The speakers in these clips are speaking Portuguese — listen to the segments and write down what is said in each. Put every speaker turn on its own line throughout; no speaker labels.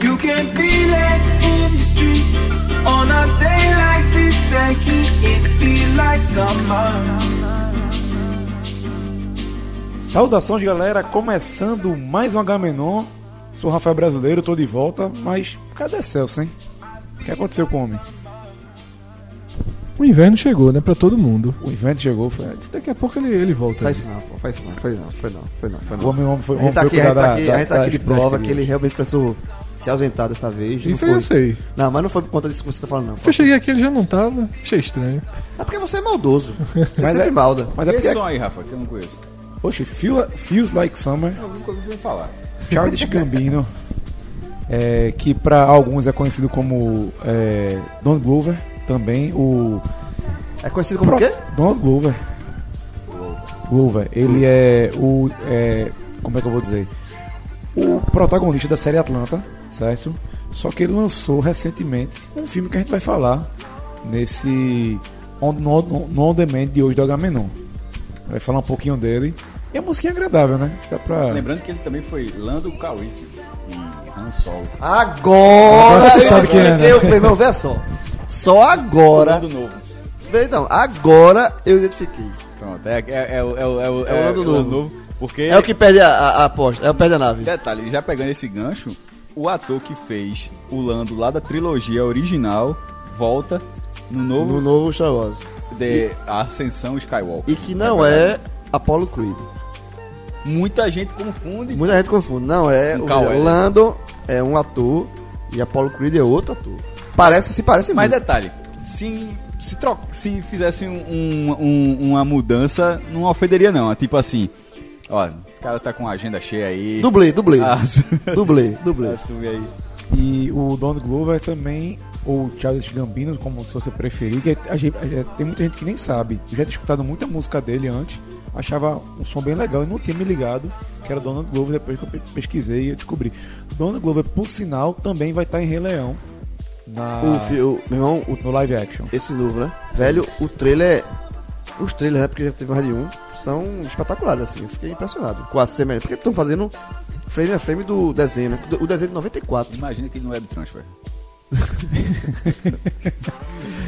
You can feel it in the streets on a day like this. The heat it feel like summer.
Saudações, galera. Começando mais um Agamenon. Sou Rafael Brasileiro, tô de volta, mas cadê Celso, hein? O que aconteceu com o homem?
O inverno chegou, né, pra todo mundo.
O evento chegou, foi...
Disse, Daqui a pouco ele, ele volta.
Faz isso não, pô. Faz isso não. Foi não, foi não, foi não, foi
o
não.
homem, o homem foi
A gente tá
rompeu
aqui, a gente
cuidar
tá aqui,
da-
a gente tá
da-
aqui de
das
prova que
crianças.
ele realmente precisou se ausentar dessa vez.
Isso
não
eu
foi.
sei.
Não, mas não foi por conta disso que você tá falando, não.
Eu cheguei aqui, ele já não tava. Achei estranho.
É porque você é maldoso. Você
Mas
sempre
é-
malda.
Mas é
Esse
porque...
som aí, Rafa, que eu não conheço.
Oxe, feel, Feels Like Summer,
Eu nunca ouvi falar.
Charles Gambino, é, que pra alguns é conhecido como é, Don Glover, também o...
É conhecido como o quê?
Donald Glover. Glover. Ele é o. é, como é que eu vou dizer? O protagonista da série Atlanta, certo? Só que ele lançou recentemente um filme que a gente vai falar nesse on, no, no- no On Demand de hoje do Agamenon. Vai falar um pouquinho dele. E a musiquinha é agradável, né? Dá pra.
Lembrando que ele também foi Lando Calício e Han Solo.
Agora!
Agora tu sabe quem é, né?
Eu, meu irmão, vê só. Só agora.
Lando Novo.
Então, agora eu identifiquei.
Pronto, é, é, é, o- é, o- é, o-
É o Lando Novo.
Porque,
É o que perde a, a, a aposta, é o que perde a nave.
detalhe, já pegando esse gancho, o ator que fez o Lando lá da trilogia original volta no novo
No novo Star Wars.
de A Ascensão Skywalker.
E que não é Apollo Creed.
Muita gente confunde.
Muita gente confunde. Não, é.
Um
o
Cal-
Lando é um ator e Apollo Creed é outro ator. Parece, se parece
Mas
muito.
detalhe, se, se, tro- se fizesse um- um- um- uma mudança, não ofenderia não. É tipo assim, ó, o cara tá com a agenda cheia aí.
Dublê, dublê.
Ah,
Dublê, dublê.
Assume aí.
E o Donald Glover também, ou Charles Gambino, como se você preferir, que a gente- a gente- tem muita gente que nem sabe. Eu já tinha escutado muita música dele antes, achava um som bem legal e não tinha me ligado que era Donald Glover depois que eu pe- pesquisei e eu descobri. Donald Glover, por sinal, também vai estar em Rei Leão na,
O fi- o- meu irmão, o-
no live action.
esse novo, né? Velho, o trailer. é- Os trailers, né? Porque já teve mais de um. São espetaculares, assim. Eu fiquei impressionado com a semelhança. Porque estão fazendo frame a frame do desenho, né? O desenho de 94.
Imagina que ele não é do transfer.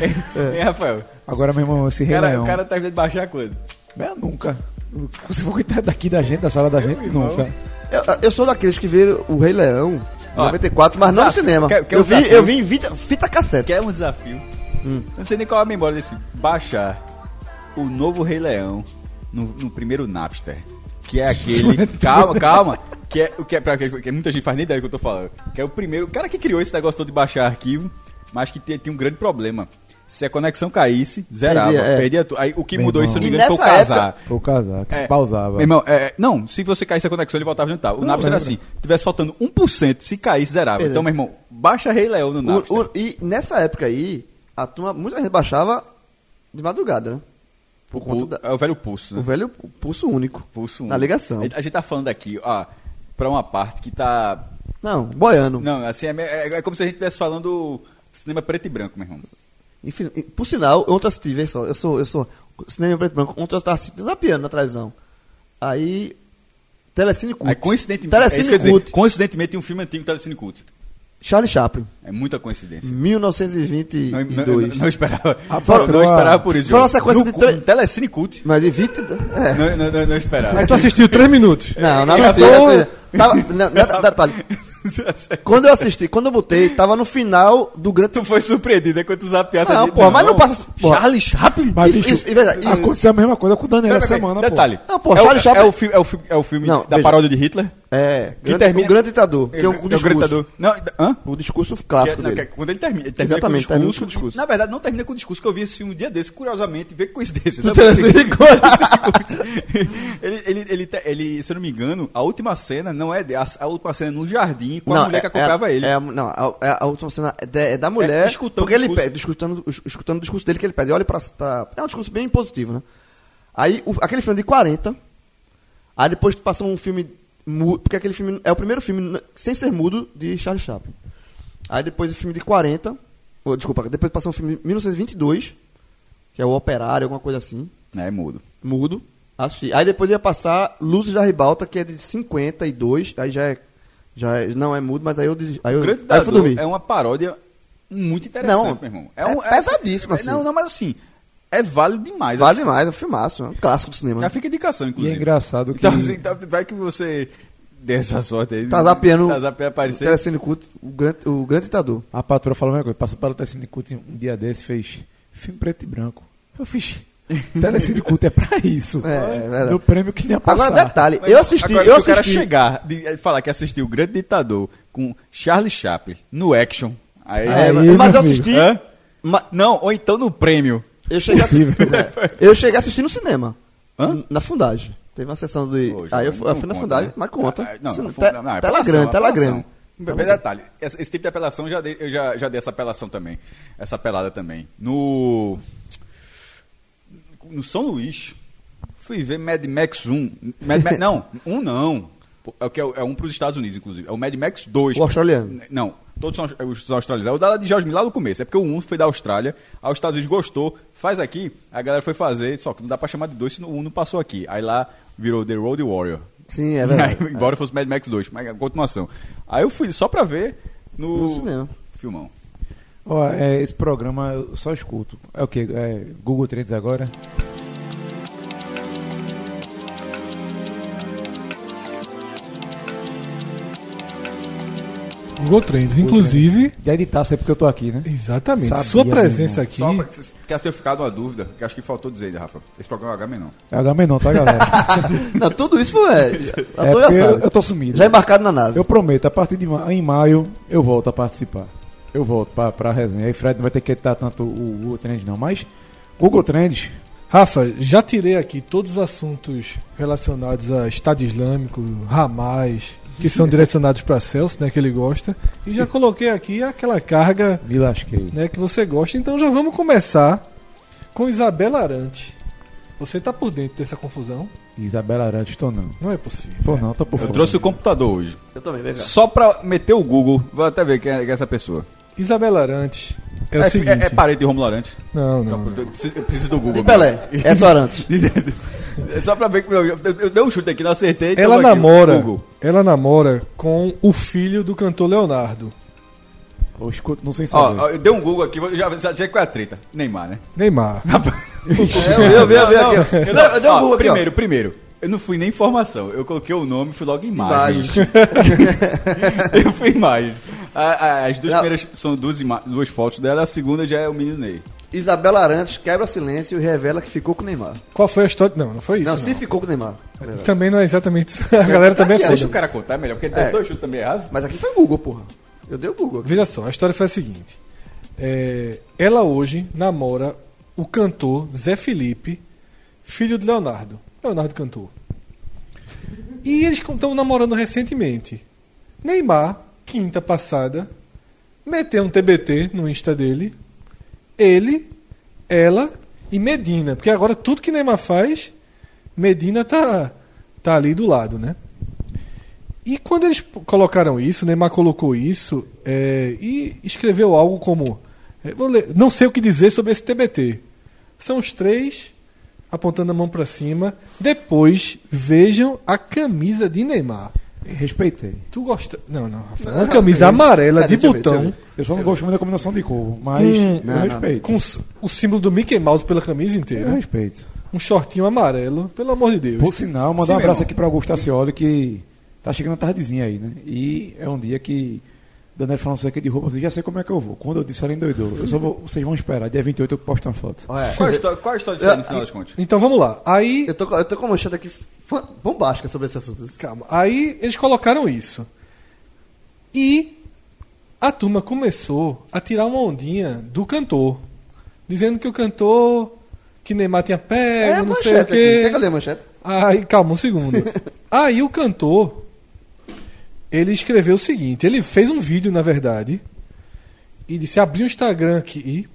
É.
Hein, É. Rafael?
Agora, meu irmão, esse
O
Rei
cara,
Leão.
o cara tá querendo baixar quando?
É nunca. Se for coitado daqui da gente, da sala da gente,
irmão.
nunca.
Eu, eu sou daqueles que vê o Rei Leão. em
Ó,
94, mas não no
desafio.
cinema.
Quer- quer um
eu, vi,
desafio?
eu vi em vita- fita cassete.
Quer um desafio?
Hum.
Eu não sei nem qual é a memória desse. Baixar o novo Rei Leão no, no primeiro Napster. Que é aquele. calma, calma. Que é o que é pra que que muita gente faz nem ideia do que eu tô falando. Que é o primeiro. O cara que criou esse negócio todo de baixar arquivo, mas que tinha, tinha um grande problema. Se a conexão caísse, zerava.
Perdia,
Perdia,
é.
tudo. Aí o que
Meu
mudou isso, se
irmão.
não me
E
engano, foi o
nessa época-
casar.
Foi o casaco,
É.
pausava.
Meu irmão, é, não, se você caísse a conexão, ele voltava a jantar. O
é
Napster era
lembro.
assim, tivesse faltando 1%, se caísse, zerava.
Pois é.
Então, meu irmão, baixa Rei Leão no Napster.
O- o- e nessa época aí, a turma, muita gente baixava de madrugada, né? Por
O
conta
pul-
da-
É o velho pulso, né?
o velho pulso único.
Pulso
Na
um.
ligação.
A, gente- a gente tá falando aqui, ó, pra uma parte que tá...
Não, boiano.
Não, assim, é, me- é- é como se a gente estivesse falando cinema preto e branco, meu irmão.
Enfim, e- por sinal, ontem eu assisti, vê só, eu sou, eu sou cinema preto e branco, ontem eu tava assistindo zapiando na televisão. Aí, Telecine Cult.
Aí, coincidentemente... é isso que eu
Telecine
ia dizer.
Cult,
Coincidentemente, tem um filme antigo Telecine Cult.
Charlie Chaplin,
É muita coincidência. Não, não, não,
1922.
não esperava.
A
não,
patroa-
não esperava por isso.
Foi uma
Diogo.
sequência
No
de três-
cu- Telecine Cult.
Mas de 20... É.
Não, não, não, não esperava.
Aí tu assistiu três minutos.
Não, não
Eu
assisti,
tô-
não assisti. Tava, não, não, detalhe, quando eu assisti, quando eu botei, tava no final do grande...
Tu foi surpreendido, é quando tu zapiasse
Não, porra, mas não passa- porra.
Charles Chaplin?
Mas,
Isso-
bicho,
isso- é verdade. Isso-
aconteceu a mesma coisa com o Daniel
Pera,
essa
pera,
semana, pô.
Detalhe.
Não, porra,
é, o,
Charles Chaplin-
é, o filme, é, o filme, é o filme
Não,
da
veja.
paródia de Hitler?
É, grande,
termina-
o grande ditador, que é o,
É
o discurso.
ditador. Não, da- hã?
O discurso
Que é-
clássico
não, que é
dele.
quando ele termina, ele termina
Exatamente,
com o
termina
discurso.
com o discurso.
Na verdade, não termina com o discurso, que eu vi esse filme um dia desse, curiosamente, vê que coincidência. sabe?
Tu tem essa
ele, ele, ele, te- ele, se eu não me engano, a última cena não é. de- A, a última cena é no jardim com a mulher que acompanhava
é,
ele.
É, a- não, a, é a última cena é da, é da mulher.
escutando
porque
o
ele
discurso.
pede, escutando, es- escutando o discurso dele que ele pede. Olha pra, pra- É um discurso bem positivo, né? Aí, o- aquele filme é de 40. Aí depois passou um filme. mu- Porque aquele filme é o primeiro filme n- sem ser mudo de Charles Chaplin. Aí depois o filme de 40. ou, desculpa, depois passou um filme de 1922, que é o Operário, alguma coisa assim
Não, é mudo.
mudo. Assisti. Aí depois ia passar Luzes da Ribalta, que é de 52, aí já é. Já é- não é mudo, mas aí eu, des- aí eu,
O Grande
aí eu fui
Dador
dormir.
é uma paródia muito interessante,
Não,
meu irmão.
é pesadíssimo, assim.
Não, não, mas assim, é válido demais. assim.
Vale demais, é um filmaço, é um clássico do cinema.
Já fica indicação,
E
inclusive.
é engraçado que.
Então, assim, tá- vai que você dê essa sorte aí.
Tá zapeando.
Tá zapeando aparecer.
O Telecine Culto, o grande, o grande ditador.
A patroa falou a mesma coisa. Passou para o Telecine Culto um dia desse fez filme preto e branco. Eu fiz. Telecine Culto é pra isso.
É, é verdade.
Do prêmio que ia passar.
Agora, detalhe,
Mas
eu assisti,
agora,
eu
se o cara
assisti.
chegar de- e falar que assistiu O Grande Ditador com Charlie Chaplin no action, aí...
É,
Aí,
mas-
meu
mas eu
amigo.
assisti.
Hã?
ma-
Não, ou então no prêmio.
Eu cheguei, a,
Impossível.
É, eu cheguei a assistir no cinema.
né? Hã?
Na Fundagem. Teve uma sessão de.
Hoje,
aí eu
não
fui, eu fui na
conta,
Fundagem,
né?
mas conta. tá-
Ah, Não,
Se
não,
te-
funda- não, é
tela
apelação,
grande, tela
apelação.
grande.
Bem, bem detalhe, esse, esse tipo de apelação eu já dei- eu já, já dei essa apelação também. Essa apelada também. No. No São Luís, fui ver Mad Max 1. Mad Ma- não, um não. Pô, É, o que é, o- é um pros Estados Unidos, inclusive. É o Mad Max 2.
O australiano.
Não, todos são aus- os australianos. É o da de George Miller lá do começo. É porque o 1 foi da Austrália, aí os Estados Unidos gostou, faz aqui, a galera foi fazer, só que não dá pra chamar de 2 se o 1 não passou aqui. Aí lá virou The Road Warrior.
Sim, é
Aí,
verdade.
embora fosse Mad Max 2, mas é continuação. Aí eu fui só pra ver no,
No cinema.
filmão.
Ó, é, esse programa eu só escuto. É o quê? É, Google Trends agora?
Google Trends, inclusive.
E editar sempre que eu tô aqui, né?
Exatamente.
Sabia,
Sua presença
meu
aqui.
Só pra que vocês quer ter ficado uma dúvida, que acho que faltou dizer, né, Rafa. Esse programa é H menor.
É H não, tá, galera?
Não, tudo isso foi. É,
é
ator já
porque eu,
sabe.
eu tô sumido.
Já é embarcado na nave.
Eu prometo, a partir de ma em maio eu volto a participar. Eu volto pra, pra resenha. Aí Fred não vai ter que editar tanto o Google Trends, não. Mas Google Trends,
Rafa, já tirei aqui todos os assuntos relacionados a Estado Islâmico, Hamas, que são direcionados para Celso, né, que ele gosta, e já coloquei aqui aquela carga,
me lasquei.
né, que você gosta. Então já vamos começar com Isabela Arante. Você tá por dentro dessa confusão?
Isabela Arantes, tô não.
Não é possível.
Tô não, tô por
Eu
fora.
trouxe o computador hoje.
Eu também, vem cá.
Só pra meter o Google, vou até ver quem é, quem é essa pessoa.
Isabela Arante é, o
é,
seguinte.
é- é parente de Romulo Arante.
Não, não.
Então,
não.
eu preciso- Eu preciso do Google.
E Pelé, Edson Arantes.
mesmo. É Só pra ver que eu, eu, eu dei um chute aqui, não acertei. então
Ela
aqui,
namora,
Google.
ela namora com o filho do cantor Leonardo,
Eu escuto, não sei se é
Ó, ó, eu dei um Google aqui, vou- já, já, já é com a treta. Neymar, né?
Neymar.
Eu vi, eu vi, eu vi
Não,
aqui. ó.
eu
Não,
não-
Eu dei
ó,
um Google aqui. ó.
Primeiro, primeiro. Eu não fui nem informação. Eu coloquei o nome e fui logo imagens.
Imagens.
eu fui imagens. A- a- As duas
Não.
primeiras são duas, ima- duas fotos dela, a segunda já é o menino Ney.
Isabela Arantes quebra silêncio e revela que ficou com o Neymar.
Qual foi a história? Não, não foi isso.
não,
não.
se ficou com o Neymar.
Também não é exatamente isso. A galera também é
Deixa o
foda.
cara contar, é melhor, porque
É.
dois chutes também errados.
Mas aqui foi Google, porra. Eu dei o Google. aqui.
Veja só, a história foi a seguinte. É, ela hoje namora o cantor Zé Felipe, filho de Leonardo. Leonardo cantor. E eles estão namorando recentemente. Neymar, quinta passada, meteu um TBT no Insta dele. Ele, ela e Medina. Porque agora tudo que Neymar faz, Medina tá, tá ali do lado, né? E quando eles p- colocaram isso, Neymar colocou isso é, e escreveu algo como: é, vou ler, Não sei o que dizer sobre esse TBT. São os três apontando a mão pra cima. Depois vejam a camisa de Neymar.
Respeitei.
Tu gosta? Não, não, Rafael. Uma camisa amarela
Pera,
de
deixa eu ver,
botão
deixa
Eu só não gosto muito da combinação de cor, mas
Hum,
eu
não, não.
respeito.
com s- o símbolo do Mickey Mouse pela camisa
Eu
inteira.
respeito.
Um shortinho amarelo, pelo amor de Deus.
Por sinal, mandar
Sim,
um
meu
abraço
irmão.
aqui para Augusto Tassioli, que tá chegando a tardezinha aí, né? E é um dia que Daniel falando aqui de roupa, eu já sei como é que eu vou. Quando eu disse, ela endoidou. Eu só vou, vocês vão esperar, dia 28 eu posto uma foto.
Olha,
Qual a história, qual a história disso aí, no final das contas?
Então vamos lá. Aí
é. Eu tô, com- eu tô com uma manchada aqui fan- bombástica sobre esse assunto.
Calma. Aí eles colocaram isso. E a turma começou a tirar uma ondinha do cantor. Dizendo que o cantor. Que Neymar tinha pego, não sei o
aqui. Quer que eu
quê.
leia a É manchete?
Aí, calma, um segundo. Aí o cantor. Ele escreveu o seguinte: ele fez um vídeo, na verdade. E disse: abri um o Instagram aqui.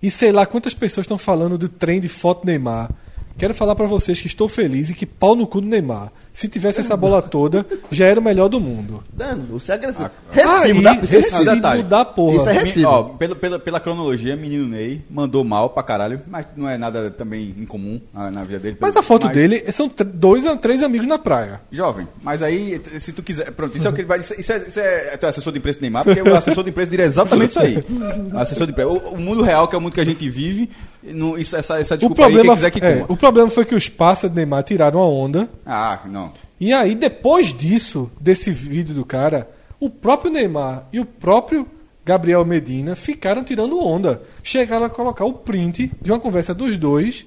E sei lá quantas pessoas estão falando do trem de foto Neymar. Quero falar pra vocês que estou feliz e que pau no cu do Neymar. Se tivesse essa bola toda, já era o melhor do mundo.
Dano, você é agressivo.
Aí,
Recibo, dá isso é
recibo
recibo.
detalhe.
da porra.
Isso é
Me-
recibo.
Ó, pela, pela, pela cronologia, menino Ney mandou mal pra caralho, mas não é nada também incomum na, na vida dele.
Mas
pelo-
a foto dele são tr- dois a três amigos na praia.
Jovem, mas aí, t- se tu quiser. Pronto, isso é o que ele vai. Isso, isso é, isso é- tu é assessor de imprensa do Neymar, porque o assessor de imprensa diria exatamente isso aí. Assessor de imprensa. O, o mundo real, que é o mundo que a gente vive, não, isso, essa, essa
O
desculpa aí, quem
problema,
quiser que
é,
coma.
o problema foi que os parceiros de Neymar tiraram a onda.
Ah, não.
E aí, depois disso, desse vídeo do cara, o próprio Neymar e o próprio Gabriel Medina ficaram tirando onda. Chegaram a colocar o print de uma conversa dos dois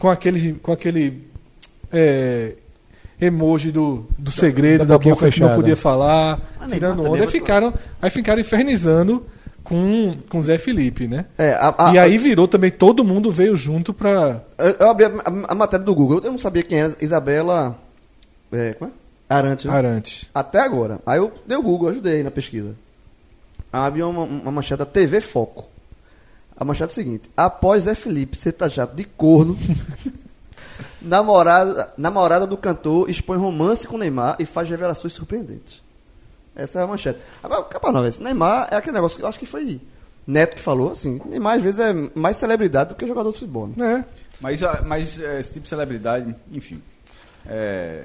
com aquele, com aquele é, emoji do, do segredo, da,
da boquinha
boca que não
fechada.
podia falar,
Mas Neymar
tirando
também
onda.
é
Aí
muito
ficaram, aí ficaram infernizando com com Zé Felipe, né?
É, a- a-
e aí virou também, todo mundo veio junto pra...
Eu, eu abri a, a- a matéria do Google, eu não sabia quem era Isabela. É, como é? Arante. né?
Arantes.
Até agora. Aí eu dei o Google, ajudei na pesquisa. Abre uma, uma manchete da TV Foco. A manchete é a seguinte: Após Zé Felipe ser taxado de corno, namorada, namorada do cantor expõe romance com Neymar e faz revelações surpreendentes. Essa é a manchete. Agora, capa nova, esse Neymar é aquele negócio que eu acho que foi Neto que falou, assim. Neymar às vezes é mais celebridade do que jogador de futebol. Né?
né?
Mas, ah, mas é, esse tipo de celebridade, enfim. É.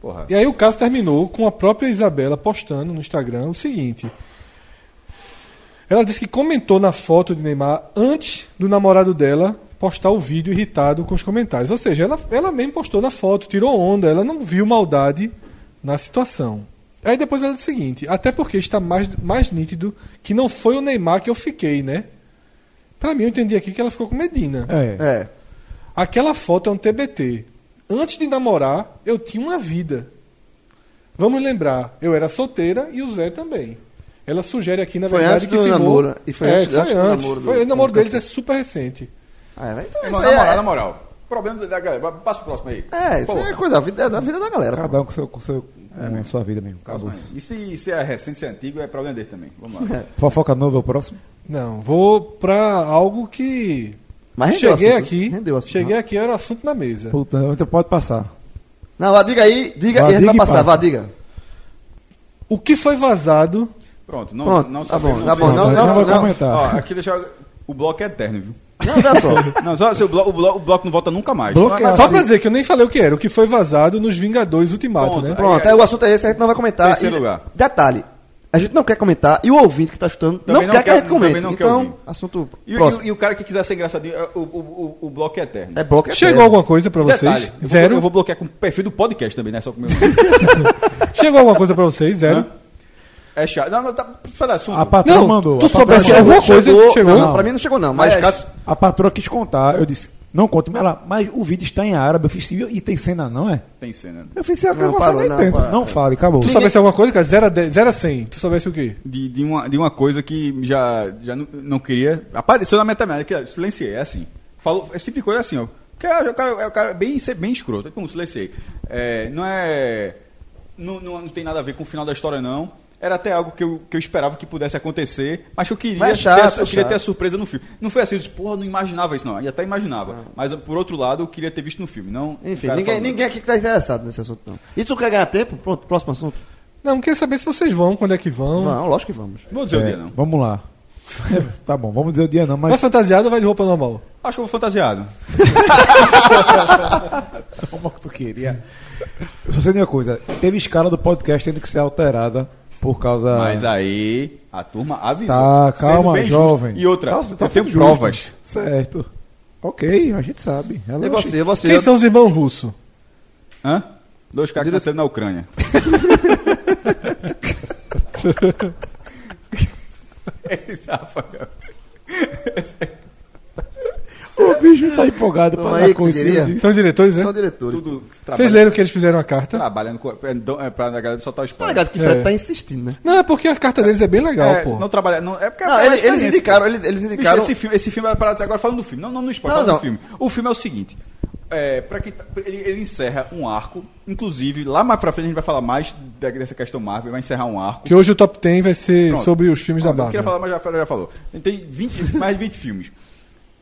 Porra.
E aí o caso terminou com a própria Isabela postando no Instagram o seguinte. Ela disse que comentou na foto de Neymar antes do namorado dela postar o vídeo irritado com os comentários. Ou seja, ela, ela mesmo postou na foto, tirou onda, ela não viu maldade na situação. Aí depois ela disse o seguinte, até porque está mais, mais nítido que não foi o Neymar que eu fiquei, né? Pra mim, eu entendi aqui que ela ficou com Medina.
É.
É.
Aquela foto é um TBT. Antes de namorar, eu tinha uma vida. Vamos lembrar, eu era solteira e o Zé também. Ela sugere aqui, na
Foi
verdade,
antes
que
do
ficou...
namoro, e foi
é,
antes-
foi
antes do
antes.
namoro do-
Foi- o namoro
do
deles é
Café.
super recente.
Ah, vai- então,
Irmão,
isso
na
aí
moral,
é-
na moral. Problema da galera. Passa pro próximo aí.
É, isso
Pô,
aí é coisa da vida, da vida da galera. pô.
Cada um com, seu, com, seu, com a sua vida mesmo. Acabou
próximo aí.
isso.
E se, se é recente, se é antigo, é problema dele também. Vamos lá.
Fofoca nova é o próximo?
Não, vou pra algo que...
Mas rendeu
cheguei
assunto,
aqui,
rendeu assunto,
cheguei
né?
aqui, era assunto na mesa.
Puta, então pode passar.
Não, vá, diga aí, diga
Vá,
e a gente
diga
vai
e
passar,
passa.
vá, diga.
O que foi vazado...
Pronto, não,
Pronto,
não
tá bom,
sabemos,
tá bom.
sei.
Não,
Eu
não,
não vou
não.
comentar.
Ó, aqui deixa. eu- O bloco é eterno, viu?
Não, olha só.
Não, só se o, blo- o blo- o bloco não volta nunca mais.
Bloco
Mas-
é
mas-
Só
assim.
pra dizer que eu nem falei o que era, o que foi vazado nos Vingadores Ultimato,
Ponto.
né?
Pronto, aí o assunto é esse, a gente não vai comentar.
Terceiro
E-
lugar.
Detalhe, a gente não quer comentar e o ouvinte que tá escutando não,
Também
quer
não
que a
quer-
gente comente.
também não quer
então,
ouvir.
assunto
E, o-
próximo.
e o- e o cara que quiser ser engraçadinho, é, o, o, o, o bloco é eterno.
é bloco é
Chegou
sério.
alguma coisa pra vocês?
Detalhe, eu vou,
Zero?
Eu vou bloquear com o perfil do podcast também, né? Só com o meu.
Chegou alguma coisa pra vocês? Zero?
é chato. Não, não, tá fora do assunto.
A patroa
Não,
mandou.
tu
a patroa
soubesse
mandou.
alguma coisa?
Então, Chegou,
Chegou? É
Não, não,
Não.
pra mim não chegou não, mas,
Mas-
caso...
A patroa quis contar, eu disse, não conta. Mas Ela, mas o vídeo está em árabe. Eu fiz, e e tem cena não, é?
Tem cena. né?
Eu fiz, eu
Não,
não,
parou,
não,
não,
não,
parou.
não fale, acabou.
Tu soubesse alguma coisa, cara? 0 a 10, 0 a 100. Tu soubesse o quê?
De, de, uma, de uma coisa que já, já não, não queria. Apareceu na minha timeline, que eu silenciei, é assim. Falou, esse tipo de coisa é assim, ó. Que é, o cara, é o cara bem, ser bem escroto. Pum, silenciei. É, não é. Não, não, não tem nada a ver com o final da história, não. Era até algo que eu, que eu esperava que pudesse acontecer, mas que eu queria,
Mas é chato,
ter, a-
é
eu queria
chato.
ter a surpresa no filme. Não foi assim, eu disse, porra, não imaginava isso, não. E até imaginava. Mas, por outro lado, eu queria ter visto no filme. Não, o
Ah. Enfim,
cara
ninguém,
falando.
ninguém aqui que tá interessado nesse assunto não. E tu quer ganhar tempo? Pronto, próximo assunto.
Não, queria saber se vocês vão, quando é que vão.
Não, lógico que vamos.
Vou dizer o
É,
dia, não.
Vamos lá. tá bom, vamos dizer o dia não,
Vai
mas
fantasiado ou vai de roupa normal?
Acho que eu vou fantasiado.
como que tu queria? Eu só sei de uma coisa, teve escala do podcast tendo que ser alterada por causa...
Mas aí a turma avisou.
Ah. Tá,
Sendo
calma,
bem
jovem.
justo. E outra,
Tá-
eu
tá
tenho
sendo justo.
provas.
Certo. Ok, a gente sabe. É Ela
E você, e você?
Quem são os irmãos russos?
Hã? Dois caras que nasceram na Ucrânia.
O bicho tá empolgado pra
é- Toma
dar
aí que tu
conselho.
queria.
disso.
São diretores, né?
São diretores.
Tudo
Vocês
trabalha,
leram que eles fizeram a carta?
trabalhando com, é, do- é, pra galera soltar o
Tá
spoiler.
ligado que Fred
É.
tá insistindo, né?
Não, é porque a carta deles é bem legal,
é,
pô.
não trabalha, não, é porque
Não,
é
eles- eles,
experiência,
indicaram,
pô.
eles, eles
Bicho,
indicaram...
esse filme, esse filme vai parar agora falando do filme. Não, não no spoiler,
Não,
falando do
não.
filme. O filme é o seguinte, é, para que ele, ele encerra um arco, inclusive lá mais pra frente a gente vai falar mais da- dessa questão Marvel, vai encerrar um arco.
Que hoje o top 10 vai ser
Pronto.
sobre os filmes
Pronto,
da
Eu queria
Marvel.
falar, mas já, já falou. Tem 20, mais de 20 filmes.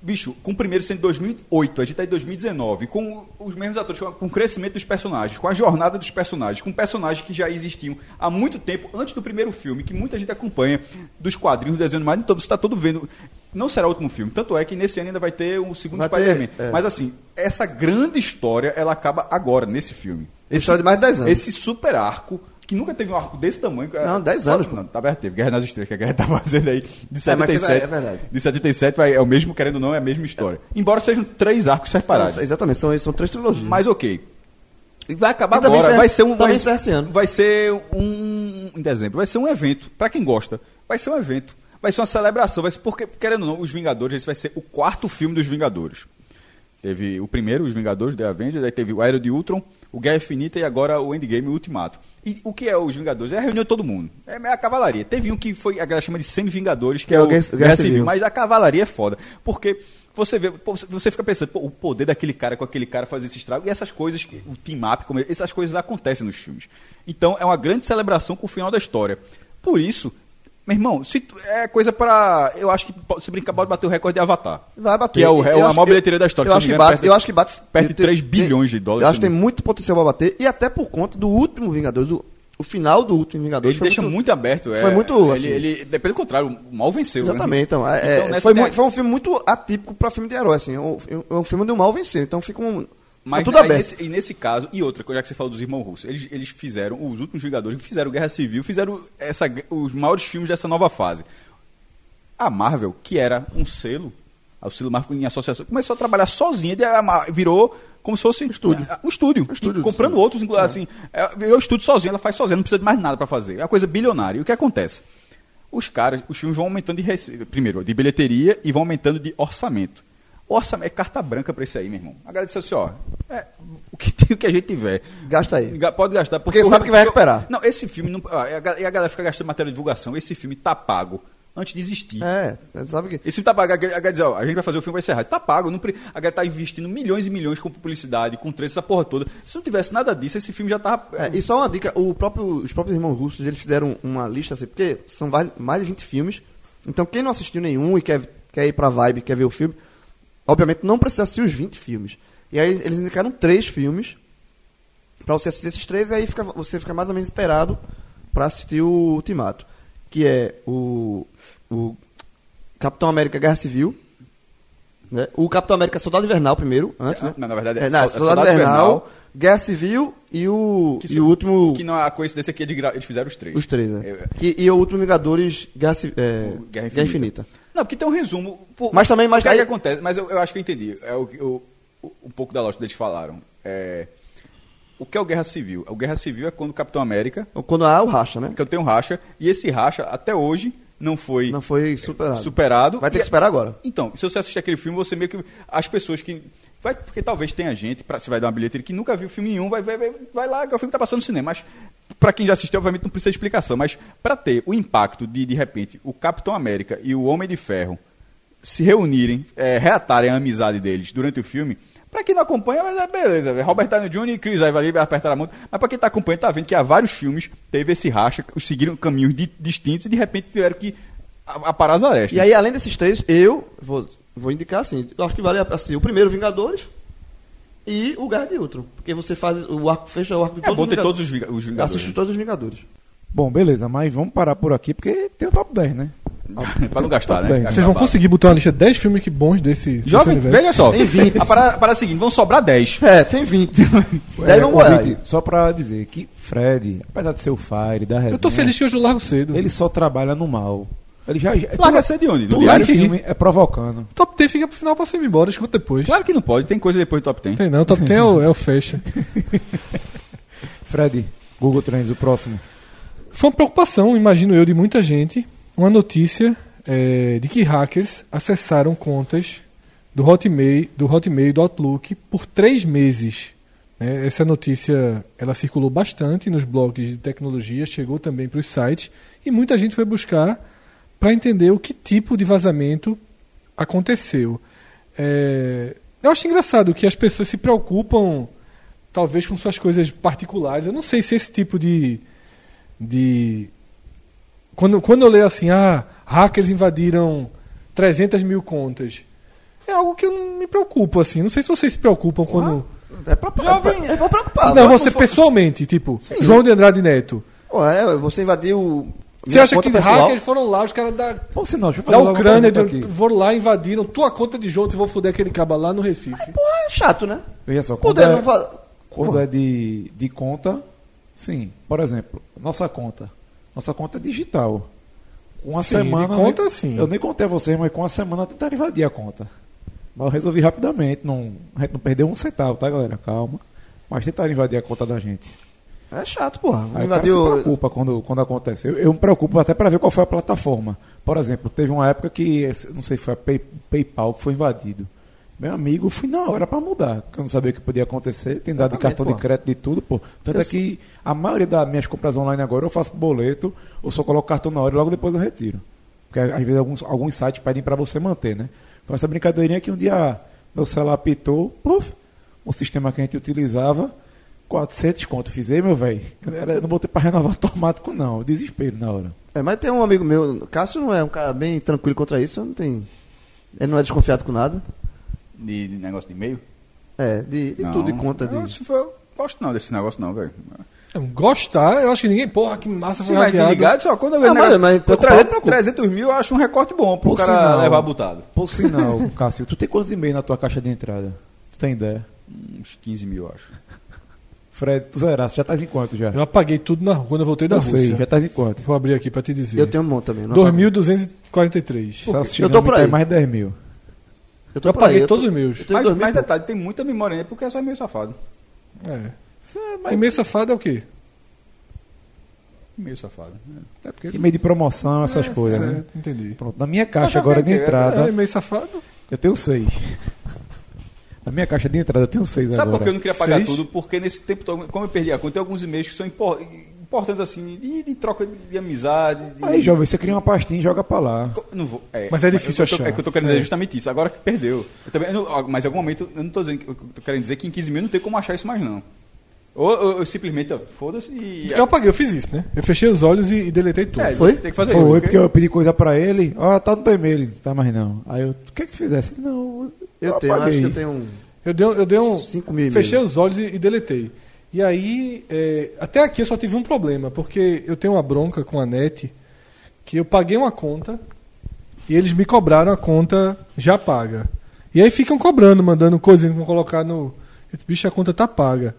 Bicho, com o primeiro sendo 2008, a gente tá em 2019, com os mesmos atores, com com o crescimento dos personagens, com a jornada dos personagens, com personagens que já existiam há muito tempo, antes do primeiro filme, que muita gente acompanha, dos quadrinhos, dos desenhos animados, então você está todo vendo. Não será o último filme, tanto é que nesse ano ainda vai ter o segundo
Vai ter,
Spider-Man.
é.
Mas assim, essa grande história, ela acaba agora, nesse filme.
história de mais de 10 anos.
Esse super arco, que nunca teve um arco desse tamanho.
Não, 10 anos, pô.
Não, tá aberto, teve Guerra nas Estrelas, que a Guerra tá fazendo aí. De
É, mas que
77.
é verdade.
De 77 vai, é o mesmo, querendo ou não, é a mesma história. Embora sejam três arcos separados.
São- exatamente, são, são três trilogias.
Mas ok. E Vai acabar
Uhum. E também
agora,
encerra-
vai ser um.
também
Vai,
encerra esse ano.
vai ser um. Em dezembro, vai ser um evento. Pra quem gosta, vai ser um evento. Vai ser uma celebração. Vai ser, porque, querendo ou não, os Vingadores, esse vai ser o quarto filme dos Vingadores. Teve o primeiro, os Vingadores, The Avengers, aí teve o Aero de Ultron, o Guerra Infinita e agora o Endgame o Ultimato. E o que é os Vingadores? É a reunião de todo mundo. É a cavalaria. Teve um que foi, a galera chama de semi-Vingadores, que é, o Guerra, Civil. Mas a cavalaria é foda. Porque você vê, pô, você fica pensando, pô, o poder daquele cara com aquele cara fazer esse estrago. E essas coisas, o team-up, como é- essas coisas acontecem nos filmes. Então é uma grande celebração com o final da história. Por isso, meu irmão, se tu- é coisa pra. Eu acho que po- se brincar, pode bater o recorde de Avatar.
Vai bater.
Que é, o, é
Eu
a
acho-
maior bilheteria da história.
Eu
se
acho,
não
que
me engano,
bate, eu acho que bate.
Perto de
tem-
3
tem-
bilhões de dólares.
Eu acho
se
que
não
tem
me
muito potencial pra bater. E até por conta do último Vingadores, o, o final do último Vingadores.
Ele
foi
deixa muito, aberto. É,
foi muito,
Ele,
assim-
ele- é, pelo contrário, o mal venceu. né?
Exatamente, então. é- é,
nessa
foi,
ideia-
muito- foi um filme muito atípico pra filme de herói, assim. É um, é um filme onde o mal venceu. Então fica um. fica
Mas
tudo
aí
aberto.
nesse- e nesse caso, e outra, já que você falou dos irmãos russos, eles, eles fizeram, os últimos Vingadores fizeram Guerra Civil, fizeram essa, os maiores filmes dessa nova fase. A Marvel, que era um selo, o selo Marvel em associação, começou a trabalhar sozinha, de- a Mar- virou como se fosse um estúdio. Um estúdio.
estúdio,
E comprando
sim.
outros, inclu- assim, é, virou estúdio sozinha, ela faz sozinha, não precisa de mais nada pra fazer. É uma coisa bilionária. E o que acontece? Os caras, os filmes vão aumentando de rece- primeiro, de bilheteria e vão aumentando de orçamento. Orçamento é carta branca pra isso aí, meu irmão. A galera disse assim, ó, é, o que tem o que a gente tiver.
Gasta aí.
Ga- Pode gastar.
Porque sabe que vai recuperar.
Não, esse filme não, ah, e a ga- e a galera fica gastando matéria de divulgação, esse filme tá pago antes de existir.
É, sabe que.
Esse filme tá pago. A galera diz, ó, a gente vai fazer o filme, vai ser errado. Tá pago. Não pre- A galera tá investindo milhões e milhões com publicidade, com três, essa porra toda. Se não tivesse nada disso, esse filme já tava.
É, e só uma dica, o próprio- os próprios irmãos russos, eles fizeram uma lista assim, porque são vai- mais de 20 filmes. Então quem não assistiu nenhum e quer, quer ir pra vibe, quer ver o filme, obviamente não precisa assistir os 20 filmes. E aí eles indicaram três filmes pra você assistir esses três, e aí fica- você fica mais ou menos inteirado pra assistir o Ultimato. Que é o, o Capitão América Guerra Civil. né? O Capitão América Soldado Invernal primeiro, antes, né?
Não, na verdade, é
é, não,
Sol- é
Soldado,
Soldado
Invernal,
Invernal.
Guerra Civil e o,
Que
e
são-
o último.
Que não é a coincidência que eles, gra- eles fizeram os três.
Os três, né?
É,
Que, e o último Vingadores Guerra, Ci- é,
O
Guerra Infinita.
Não, porque tem um resumo. Pô,
Mas também- mas
o que, é
aí-
que acontece? Mas eu, eu acho que eu entendi. É o, que- o, o- um pouco da lógica que eles falaram. É, o que é o Guerra Civil? O Guerra Civil é quando o Capitão América,
Quando há o racha, né?
que eu tenho um racha, e esse racha, até hoje, não foi.
Não foi superado.
superado.
Vai ter
E-
que superar agora.
Então, se você assistir aquele filme, você meio que. As pessoas que. Vai, porque talvez tenha gente, pra, se vai dar uma bilheteria, que nunca viu filme nenhum, vai, vai, vai, vai lá, que o filme tá passando no cinema. Mas, pra quem já assistiu, obviamente não precisa de explicação. Mas, pra ter o impacto de, de repente, o Capitão América e o Homem de Ferro se reunirem, eh, reatarem a amizade deles durante o filme. Pra quem não acompanha, mas é beleza. velho. Robert Downey Jr. e Chris Evans ali apertaram a mão. Mas pra quem tá acompanhando, tá vendo que há vários filmes teve esse racha, os seguiram caminhos di- distintos e de repente tiveram que a- aparar as arestas.
E aí, além desses três, eu vou, vou indicar assim: eu acho que vale assim, o primeiro Vingadores e o Guerra de Ultron. Porque você faz o arco, fecha o arco de
É bom
os
ter
Vingadores.
todos os Vinga- os Vingadores. né?
Assiste todos os Vingadores.
Bom, beleza, mas vamos parar por aqui porque tem o top 10, né?
pra não gastar,
Bem,
né?
Vocês vão conseguir botar uma lista de 10 filmes que bons desse, desse
Jovem, veja só.
Tem vinte.
A parada, a parada é a seguinte, vão sobrar 10.
É, tem 20. Daí
É,
vamos olhar.
ouvinte, só pra dizer que Fred, apesar de ser o Fire, da resenha,
Eu tô feliz que hoje eu largo cedo.
ele só trabalha no mal. Ele já. já
Larga cedo de onde? Do
todo
diário?
filme é provocando.
Top 10 fica pro final pra você ir embora, escuta depois.
Claro que não pode, tem coisa depois do top 10.
é. Tem não, top 10 é o, é o fecha.
Fred, Google Trends, o próximo.
Foi uma preocupação, imagino eu, de muita gente, uma notícia é, de que hackers acessaram contas do Hotmail, do Hotmail e do Outlook por três meses. né? Essa notícia ela circulou bastante nos blogs de tecnologia, chegou também para os sites e muita gente foi buscar para entender o que tipo de vazamento aconteceu. É, eu acho engraçado que as pessoas se preocupam talvez com suas coisas particulares. Eu não sei se esse tipo de de quando, quando eu leio assim, ah, hackers invadiram 300 mil contas. É algo que eu não me preocupo, assim. Não sei se vocês se preocupam quando.
É pra,
Jovem,
é pra, é pra preocupar.
não,
vai,
você
for-
pessoalmente, tipo, João de Andrade Neto.
Pô, é, você invadiu.
Você
minha
acha que
conta pessoal.
hackers foram lá, os caras da,
Pô, você não, deixa eu fazer
da
logo uma
Ucrânia
pergunta
de- foram lá, invadiram tua conta de João, se vou foder aquele caba lá no Recife.
Porra, é chato, né?
Veja só,
Quando
quando,
ele
é,
não fala.
quando
Porra.
é de, de conta, sim. Por exemplo, nossa conta. Nossa conta é digital. Com a
Sim,
semana.
de
eu nem-
conta, sim.
Eu nem contei a vocês, mas com a semana tentaram invadir a conta. Mas eu resolvi rapidamente. Não, a gente não perdeu um centavo, tá, galera? Calma. Mas tentaram invadir a conta da gente.
É chato, porra.
Aí o cara se
invadiu.
preocupa quando, quando acontece. Eu, eu me preocupo até para ver qual foi a plataforma. Por exemplo, teve uma época que, eh, não sei, foi a Pay- PayPal que foi invadido. Meu amigo, eu fui na hora para mudar, porque eu não sabia o que podia acontecer. Tem dado de
Exatamente,
cartão
pô.
de crédito de tudo, pô. Tanto é que a maioria das minhas compras online agora eu faço boleto, ou só coloco cartão na hora e logo depois eu retiro. Porque às vezes alguns, alguns sites pedem para você manter, né? Foi essa brincadeirinha que um dia meu celular apitou, pluf, um sistema que a gente utilizava, 400 conto. Fiz, ei, meu velho, Era- eu não botei para renovar automático, não. Desespero na hora.
É, mas tem um amigo meu, Cássio não é um cara bem tranquilo contra isso, não tem. Ele não é desconfiado com nada.
De, de negócio de e-mail?
É, de, de
Não.
tudo, de conta, de.
Eu, se for- eu gosto não desse negócio não, velho.
Não, Gostar, eu acho que ninguém, porra, que massa
Você
foi
vai
hackeado.
ligado só quando eu vejo
Ah, mas-
negócio-
mas
Pô,
preocupado,
300,
preocupa.
300 mil eu acho um recorte bom pro
Por
cara
sinal.
levar botado.
Por sinal, Cássio, tu tem quantos e-mails na tua caixa de entrada? Tu tem ideia?
Uns 15 mil, eu acho.
Fred, tu zeraste, já estás em quanto já?
Eu apaguei tudo na, quando eu voltei da
Eu
Rússia.
sei, já estás em quanto?
Vou abrir aqui pra te dizer.
Eu tenho um monte também. não apago.
2243.
Só
Eu tô por aí.
mais 10 mil.
Eu, tô
Eu
por aí,
apaguei
eu
todos
tô-
os meus.
Eu tenho
Mas,
dois mil
mas
e pouco.
detalhe, tem muita memória nele porque é só e-mail safado.
É.
mas-
E-mail safado é o quê?
E-mail safado. né?
É porque.
E meio de promoção, essas coisas, né?
Certo, Entendi.
Pronto, na minha caixa
Mas já
agora de
vendeu,
É,
entrada,
e-mail safado?
eu tenho seis. Na minha caixa de entrada eu tenho seis
Sabe
agora.
por que eu não queria pagar
Seis?
tudo? Porque nesse tempo todo, como eu perdi a conta, tem alguns e-mails que são impor- importantes assim, de, de troca de, de amizade. de-
Aí, jovem, você cria uma pastinha e joga pra lá.
Co- Não vou,
Mas é difícil
eu tô-
achar.
É que eu tô querendo dizer
É.
justamente isso. Agora que perdeu. Eu também, eu não- ah, mas em algum momento, eu não tô dizendo que eu tô querendo dizer que em 15 mil não tem como achar isso mais, não. Ou eu, eu simplesmente, ó, foda-se e.
Eu apaguei, eu fiz isso, né? Eu fechei os olhos e, e deletei tudo.
É,
Foi?
Tem que fazer
Foi,
isso.
porque eu pedi coisa pra ele. Ó, tá no teu e-mail. Ele, Tá, mas não. Aí eu, o que é que tu fizesse? Ele, Não,
Eu tenho, acho
apaguei.
que eu tenho um.
Eu dei, um- eu dei um.
Cinco mil e-mails.
Fechei os olhos e, e deletei. E aí, é, até aqui eu só tive um problema, porque eu tenho uma bronca com a net que eu paguei uma conta e eles me cobraram a conta já paga. E aí ficam cobrando, mandando coisinhas pra colocar no. Bicho, a conta tá paga.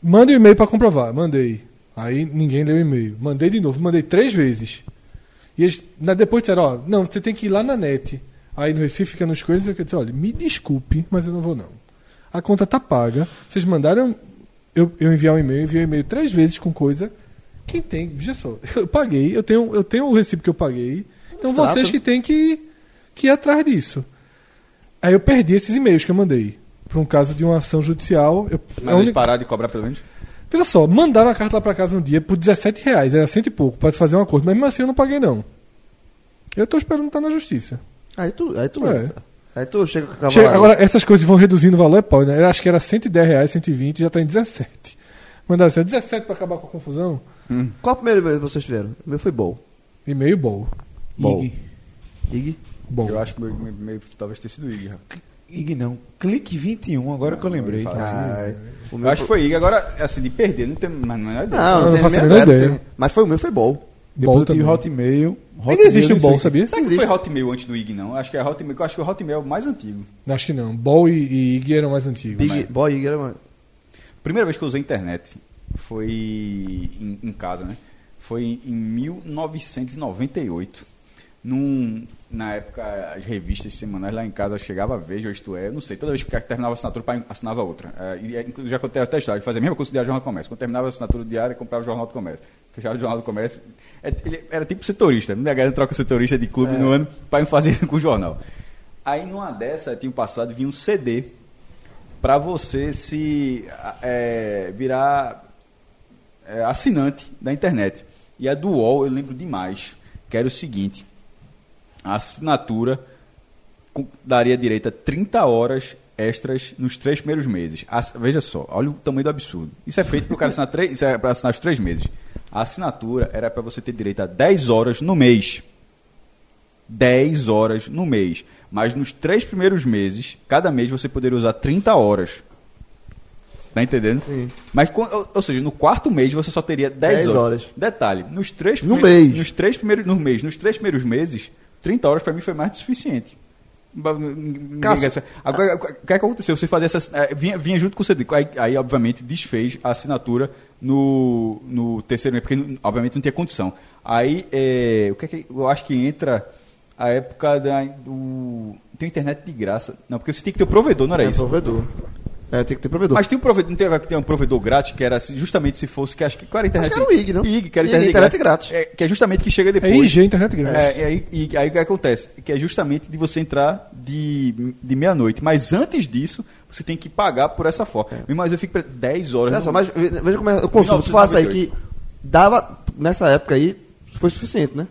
Manda o e-mail pra comprovar. Mandei. Aí ninguém leu o e-mail. Mandei de novo, mandei três vezes. E eles na- depois disseram, ó, não, você tem que ir lá na net. Aí no Recife fica nos coelhos e eu disse, olha, me desculpe, mas eu não vou não. A conta tá paga. Vocês mandaram eu, eu enviar um e-mail, enviei um e-mail três vezes com coisa. Quem tem, veja só, eu paguei, eu tenho, eu tenho o recibo que eu paguei. Então
Exato.
vocês que têm que, que ir atrás disso. Aí eu perdi esses e-mails que eu mandei. Por um caso de uma ação judicial. Eu,
Mas
a
eles
única-
pararam de cobrar pelo menos.
Veja só, mandaram a carta lá pra casa um dia por 17 reais, era cento e pouco, pra fazer um acordo. Mas mesmo assim eu não paguei, não. Eu tô esperando estar na justiça.
Aí tu, aí tu
É.
luta. Aí tu chega com a cavalaria.
Chega- agora, essas coisas vão reduzindo o valor, é pau, né? Eu acho que era 110 reais, 120, já tá em 17. Mandaram assim, 17 pra acabar com a confusão?
Qual o primeiro e-mail que vocês tiveram? O meu foi bom.
E-mail bom.
Bom.
Ig.
Ig.
Bom.
Eu acho que meu, meu, meu- talvez tenha sido o Ig. rapaz.
Ig não. Clique 21, agora que eu lembrei.
não
Ai, o
Eu acho que foi Ig. Agora, assim, de perder, não tem. Mas não é ideia.
Não,
Eu
não,
não
tem
faço a
a
menor
menor
ideia.
não tem- Mas foi o meu, foi bom.
Depois eu tive
também.
Hotmail.
Ainda
Hotmail,
existe o
nem
bom,
sei.
sabia?
Será que não foi
existe.
Hotmail antes do Ig, não? Acho que é Hotmail. Eu acho que o Hotmail é o mais antigo.
Acho que não. Ball e, e Ig eram mais antigos.
Big, boy, Ig era uma...
Primeira vez que eu usei internet foi em, em casa, né? Foi em 1998. Num, na época, as revistas semanais lá em casa eu chegava a ver, ou isto é, não sei, toda vez que terminava a assinatura, o pai assinava outra. Eh, e, eh, inclusive, já contei até a história, de fazer a mesma coisa do Diário do Jornal do Comércio. Quando terminava a assinatura do Diário, eu comprava o Jornal do Comércio. Fechava o Jornal do Comércio. É, ele era tipo setorista, não é galera troca setorista de clube no ano para fazer isso com o jornal. Aí numa dessa, eu tinha passado, vinha um CD para você se a- é, virar é, assinante da internet. E a do UOL eu lembro demais, que era o seguinte: a assinatura com- daria direito a 30 horas extras nos três primeiros meses. Ass- veja só, olha o tamanho do absurdo. Isso é feito para o cara assinar, três, isso é pra assinar os três meses. A assinatura era para você ter direito a 10 horas no mês. 10 horas no mês. Mas nos três primeiros meses, cada mês você poderia usar 30 horas. Tá entendendo?
Sim.
Mas, quan- ou, ou seja, no quarto mês você só teria 10,
10
horas.
horas.
Detalhe, nos três
No
primeiros-
mês.
Nos três primeiros, no mês, nos três primeiros meses, 30 horas pra mim foi mais do que suficiente. Ba- ninguém
Cássio.
quer saber. Agora, o que é que aconteceu? Você fazia essa. eh, Vinha, vinha junto com o CD. Aí, aí, obviamente, desfez a assinatura no, no terceiro mês, porque, n- obviamente, não tinha condição. Aí, eh, o que é que. Eu acho que entra a época da, do. Tem internet de graça. Não, porque você tem que ter o provedor, não era
É
isso?
provedor. É, tem que ter provedor.
Mas tem um provedor, não tem, tem um provedor grátis que era assim, justamente se fosse, que acho que qual era a internet?
Acho que era o IG, não?
IG, que era
IG,
internet,
internet grátis.
É, que é justamente que chega depois.
É IG, internet grátis.
É, e aí, e aí o que acontece? Que é justamente de você entrar de, de meia-noite. Mas antes disso, você tem que pagar por essa forma. Mas eu fico pra 10 horas.
É. Olha só,
no-
mas ve- veja como é o consumo. Tu falasse aí que dava, nessa época aí, foi suficiente, né?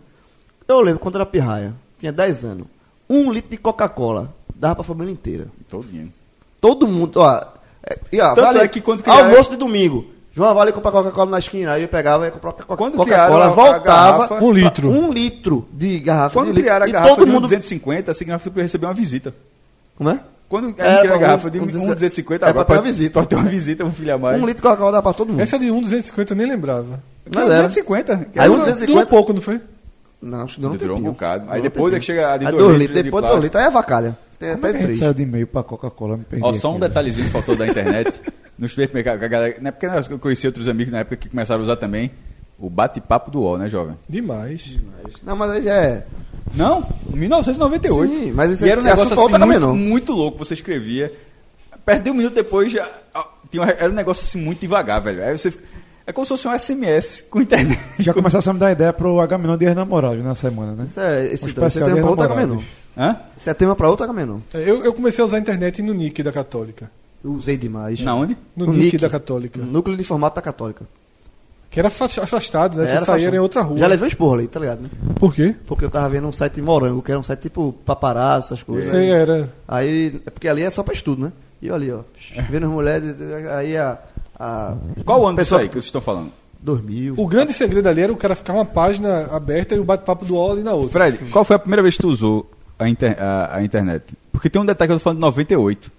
Eu lembro quando era pirraia, tinha 10 anos. Um litro de Coca-Cola dava pra família inteira.
Todinho.
Todo mundo, ó. é- E, ó
Tanto
vale,
é que quando criaram-
Almoço de domingo. João, vale comprar Coca-Cola na esquina. Aí eu pegava e comprava Coca-
Quando criaram a-
Coca-Cola,
a
voltava.
garrafa-
Um litro.
Um litro de garrafa.
Quando
de litro,
criaram a
e
garrafa
todo
de um
mundo...
250, significa que você receber uma visita.
Como é?
Quando
É,
criaram a
pra-
garrafa de
um 250,
250,
é pra ter uma visita.
Pra ter uma visita, um filho a mais. é
Um litro é. de Coca-Cola dava pra todo mundo.
Essa de 1,250 eu nem lembrava.
Não,
Mas era.
250. que era-
Aí um
Durou-
250.
Durou pouco, não foi?
Não, acho que deu um
Durou um
tempinho.
bocado. Aí
Deu um
depois
tempinho.
é que chega a de
Aí
dois
dois
litros de
depois do
plástico.
dois litros, aí é vacalha. Tem
Como é que
até
a gente
três.
saiu de e-mail pra Coca-Cola? Me perdi.
Ó, só um
aqui, né?
detalhezinho que faltou da internet. Nos supermercados, que a galera, não é porque eu conheci outros amigos na época que começaram a usar também o bate-papo do UOL, né, jovem?
Demais.
Não, mas aí já é.
Não, 1998.
Sim, mas esse
e era um
assunto
negócio
pra
assim,
outra também
muito,
não.
muito louco. Você escrevia, perdeu um minuto depois, já, ah, tinha uma- era um negócio assim muito devagar, velho. Aí você fica- é como se fosse um SMS com internet.
Já começaram a me dar ideia pro H-Menon de ex-namorado na semana, né?
Isso é, esse,
Um
então, esse é
especial
tema
de
pra outra
namorados.
Agamenon.
Hã?
Esse é tema pra outra Agamenon.
É, Eu, eu comecei a usar a internet no nick da Católica.
Eu usei demais.
Na onde?
No
O
nick,
nick. Uhum.
da Católica.
Núcleo de formato da Católica.
Que era afas- afastado, né? Você
Era
saía
fácil.
era em outra rua.
Já levei os porra ali, tá ligado? né?
Por quê?
Porque eu tava vendo um site morango, que era um site tipo paparazzo, essas coisas.
Você era.
Aí, é porque ali é só pra estudo, né? E eu ali, ó, vendo as mulheres, aí a. a
Qual ano disso
pessoa
aí que vocês estão falando?
2000.
O grande segredo ali era o cara ficar uma página aberta e o bate-papo do UOL ali na outra.
Fred, qual foi a primeira vez que tu usou a, inter- a- a internet? Porque tem um detalhe que eu tô falando de 98.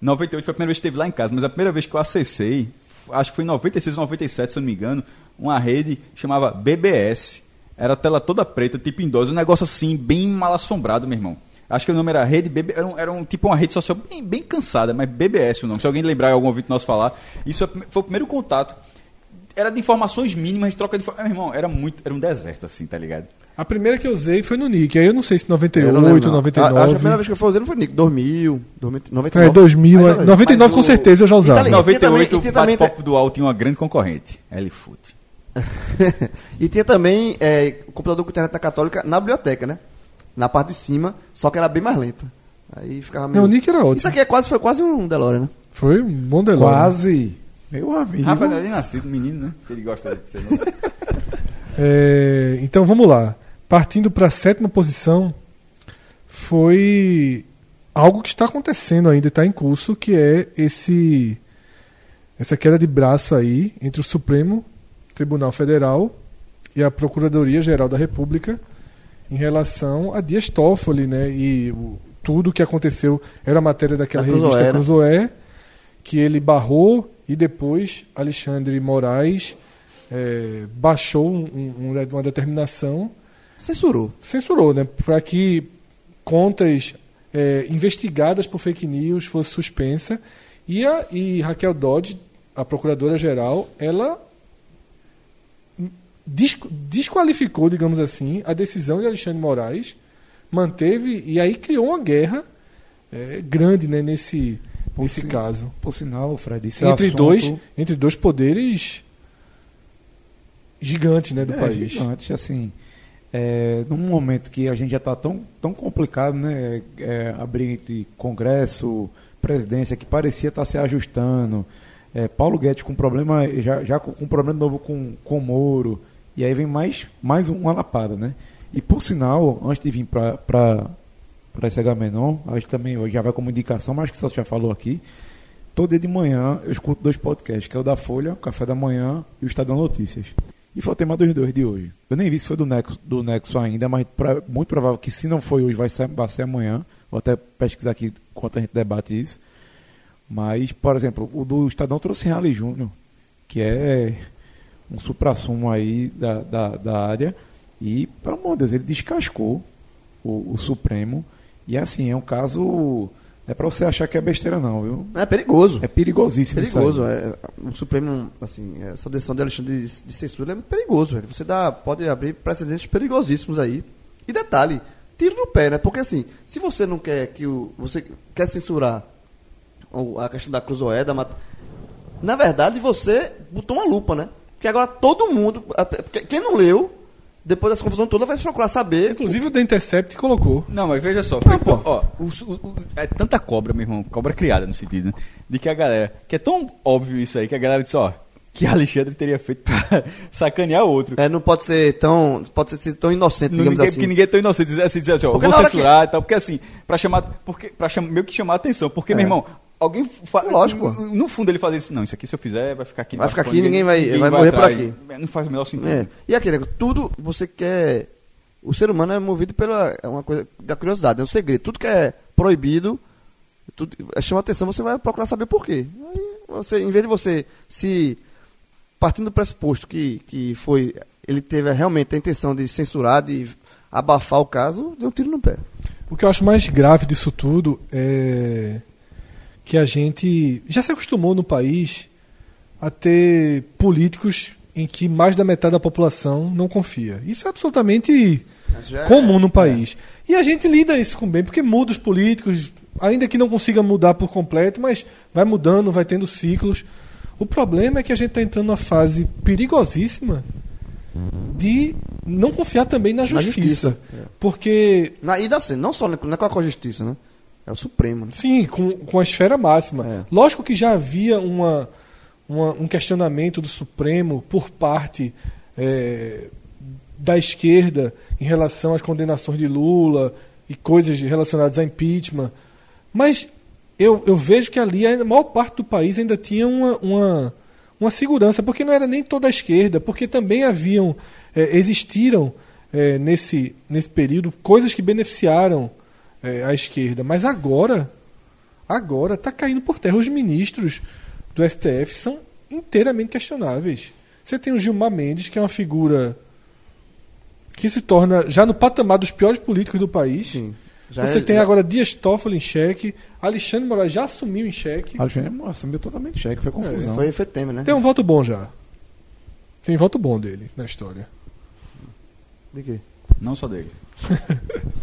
98 foi a primeira vez que teve lá em casa, mas a primeira vez que eu acessei, acho que foi em 96 ou 97, se eu não me engano, uma rede chamava BBS. Era tela toda preta, tipo em dose, um negócio assim, bem mal assombrado, meu irmão. Acho que o nome era Rede BB, era, um, era um- tipo uma rede social bem, bem cansada, mas BBS o nome. Se alguém lembrar, algum ouvinte nosso falar, isso é- foi o primeiro contato. Era de informações mínimas, troca de. infor- Meu irmão, era muito. Era um deserto, assim, tá ligado?
A primeira que eu usei foi no nick. Aí eu não sei se 98,
É, Eu não lembro, não. A, acho que a
99.
primeira vez que eu fui usando foi Nick. 2000, 99.
É, 2000,
Mas,
é.
olha, mas
99 com certeza eu já
E
usava.
tá ligado, tinha também-
98, o
tinha também-
bate-papo do UOL tinha uma grande concorrente, L-Foot.
e tinha também é, o computador com internet da Católica na biblioteca, né? Na parte de cima, só que era bem mais lenta. Aí ficava meio...
Não, o nick era
Isso
ótimo.
aqui é quase, foi quase um DeLorean, né?
Foi um bom delório.
Quase. Meu amigo.
Rafa era
é
nem nascido, menino, né? Ele gosta de ser.
É, então vamos lá. Partindo para a sétima posição, foi algo que está acontecendo ainda, está em curso, que é esse essa queda de braço aí entre o Supremo Tribunal Federal e a Procuradoria Geral da República em relação a Dias Toffoli, né? E o- tudo o que aconteceu era matéria daquela
Da
revista
Cruzoé, né?
Cruzoé, que ele barrou e depois Alexandre Moraes é, baixou um- um- um- uma determinação,
Censurou.
censurou, né? Para que contas é, investigadas por fake news fosse suspensa. E, a, e Raquel Dodge, a procuradora-geral, ela desqu- desqualificou, digamos assim, a decisão de Alexandre Moraes, manteve e aí criou uma guerra é, grande né, nesse,
Por
nesse
si-
caso.
Por sinal, Fred, isso é
Entre
assunto-
dois, entre dois poderes gigantes né, do
É,
país.
gigante, assim. É, num momento que a gente já está tão, tão complicado, né? É, a briga entre Congresso, presidência, que parecia estar se ajustando. É, Paulo Guedes com problema, já, já com, com problema novo com, com o Moro. E aí vem mais, mais uma lapada, né? E por sinal, antes de vir para esse H-Menon, a gente também já vai como indicação, mas que o Celso já falou aqui. Todo dia de manhã eu escuto dois podcasts, que é o da Folha, o Café da Manhã e o Estadão Notícias. E foi o tema dos dois de hoje. Eu nem vi se foi do Nexo, do Nexo ainda, mas pra- muito provável que se não foi hoje, vai ser, vai ser amanhã. Vou até pesquisar aqui enquanto a gente debate isso. Mas, por exemplo, o do Estadão trouxe Rally Júnior, que é um supra-sumo aí da, da, da área. E, pelo amor de Deus, ele descascou o, o Supremo. E, assim, é um caso... É pra você achar que é besteira não, viu?
É perigoso.
É perigosíssimo isso aí.
perigoso. É, o Supremo, assim, essa decisão de Alexandre de, de censura é perigoso. Velho. Você dá, pode abrir precedentes perigosíssimos aí. E detalhe, tiro no pé, né? Porque assim, se você não quer que o. Você quer censurar o- a questão da cruzoé, da mata. Na verdade, você botou uma lupa, né? Porque agora todo mundo. a- que- Quem não leu, depois dessa confusão toda, vai procurar saber.
Inclusive o The Intercept colocou.
Não, mas veja só, foi-
pô.
ó, o su- o- o- é tanta cobra, meu irmão, cobra criada no sentido, né? De que a galera, que é tão óbvio isso aí, que a galera disse, ó, que Alexandre teria feito pra sacanear outro.
É, não pode ser tão. Pode ser tão inocente,
Não,
digamos
ninguém,
assim.
Porque ninguém é tão inocente. Dizer assim, dizer assim ó,
Porque
vou
na hora
censurar e tal. Porque assim, pra chamar. Porque, pra cham- meio que chamar a atenção. Porque, meu irmão, alguém. fa-
É. Lógico, pô.
No, no fundo ele fazia isso. Não, isso aqui se eu fizer vai ficar aqui.
Vai
debaixo
ficar
do
aqui,
pano,
ninguém vai- vai morrer por
atrás. Não faz o menor sentido.
É. E aquele negócio, tudo você quer. O ser humano é movido pela. É uma coisa da curiosidade, é um segredo. Tudo que é proibido, tudo, é, chama atenção, você vai procurar saber por quê. Aí você, em vez de você se. Partindo do pressuposto que, que foi. Ele teve realmente a intenção de censurar, de abafar o caso, deu um tiro no pé.
O que eu acho mais grave disso tudo é que a gente já se acostumou no país a ter políticos em que mais da metade da população não confia. Isso é absolutamente comum no país. E a gente lida isso com bem, porque muda os políticos, ainda que não consiga mudar por completo, mas vai mudando, vai tendo ciclos. O problema é que a gente está entrando numa fase perigosíssima de não confiar também na
Na
justiça. é.
justiça,
Porque
Na, e dá assim, não só na- não é com a justiça, né? É o Supremo. né?
Sim, com, com a esfera máxima.
É.
Lógico que já havia uma, uma- um questionamento do Supremo por parte eh, da esquerda em relação às condenações de Lula e coisas relacionadas a impeachment. Mas eu, eu vejo que ali a maior parte do país ainda tinha uma, uma, uma segurança, porque não era nem toda a esquerda, porque também haviam, eh, existiram eh, nesse, nesse período coisas que beneficiaram eh, a esquerda. Mas agora, agora está caindo por terra. Os ministros do STF são inteiramente questionáveis. Você tem o Gilmar Mendes, que é uma figura que se torna já no patamar dos piores políticos do país.
Sim.
Você
é-
tem agora Dias Toffoli em xeque, Alexandre Moraes já assumiu em xeque.
Ah,
Alexandre assumiu é totalmente cheque, foi confusão.
é. Foi, foi Temer, né?
Tem um voto bom já. Tem voto bom dele na história.
De quê?
Não só dele.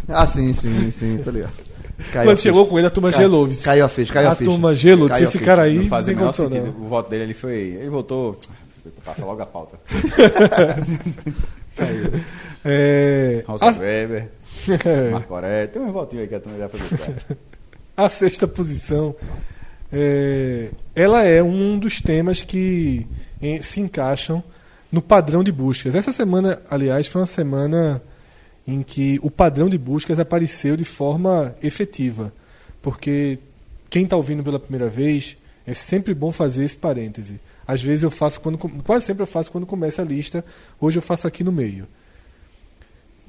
Ah, sim, sim, sim, tô ligado. Caiu a
Quando
ficha.
chegou com ele, a turma
Cai-
gelou. vice.
Caiu a ficha, caiu a,
a
ficha.
turma gelou. Disse,
Caiu a
esse
ficha.
cara aí
não
não,
faz o
tem
menor
condição,
sentido.
não.
O voto dele ele foi. Ele votou. Passa logo a pauta.
É,
House
a,
Weber,
é,
Marco Aurélio. Tem um votinho aí que a turma já foi votar.
a sexta posição, é, ela é um dos temas que em- se encaixam no padrão de buscas. Essa semana, aliás, foi uma semana em que o padrão de buscas apareceu de forma efetiva. Porque quem está ouvindo pela primeira vez, é sempre bom fazer esse parêntese. Às vezes eu faço quando. com- Quase sempre eu faço quando começa a lista, hoje eu faço aqui no meio.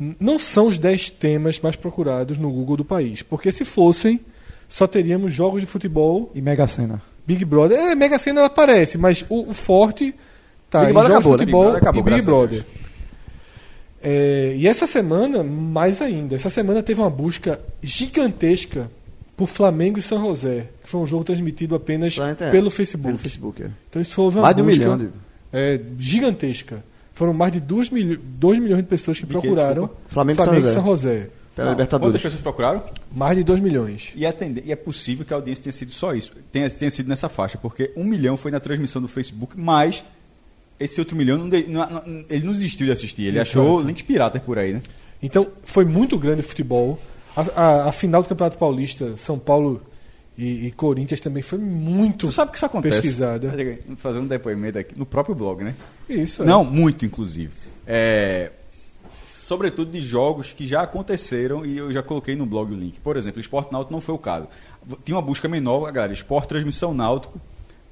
N- Não são os 10 temas mais procurados no Google do país. Porque se fossem, só teríamos jogos de futebol,
E Mega Sena.
Big Brother. É, Mega Sena ela aparece, mas o, o forte tá
Big
em
Brother
jogos
acabou,
de
né?
Big
futebol
Brother acabou,
e Big
graças a
Brother. É, e essa semana, mais ainda, essa semana teve uma busca gigantesca por Flamengo e São José, que foi um jogo transmitido apenas
Só na internet.
pelo Facebook.
Pelo Facebook, é.
Então isso houve uma
Mais de um
busca,
milhão de-
é, gigantesca. Foram mais de 2 milhões de pessoas que
De quê,
procuraram
desculpa?
Flamengo e São
e
José.
São José.
Pela
Quantas
Libertadores.
pessoas procuraram?
Mais de 2 milhões.
E, a tende- e é possível que a audiência tenha sido só isso, tenha, tenha sido nessa faixa, porque um milhão foi na transmissão do Facebook, mas esse outro milhão, não de- não- não- ele não desistiu de assistir, ele
Exato.
achou links piratas por aí, né?
Então, foi muito grande o futebol. A, a- a final do Campeonato Paulista, São Paulo e, e Corinthians também foi muito.
Tu sabe que isso acontece.
Pesquisada.
Vou Fazer um depoimento aqui no próprio blog, né?
Isso, é.
Não, muito, inclusive. É, sobretudo de jogos que já aconteceram e eu já coloquei no blog o link. Por exemplo, Esporte Náutico não foi o caso. V- Tinha uma busca menor, a galera, Esporte Transmissão Náutico,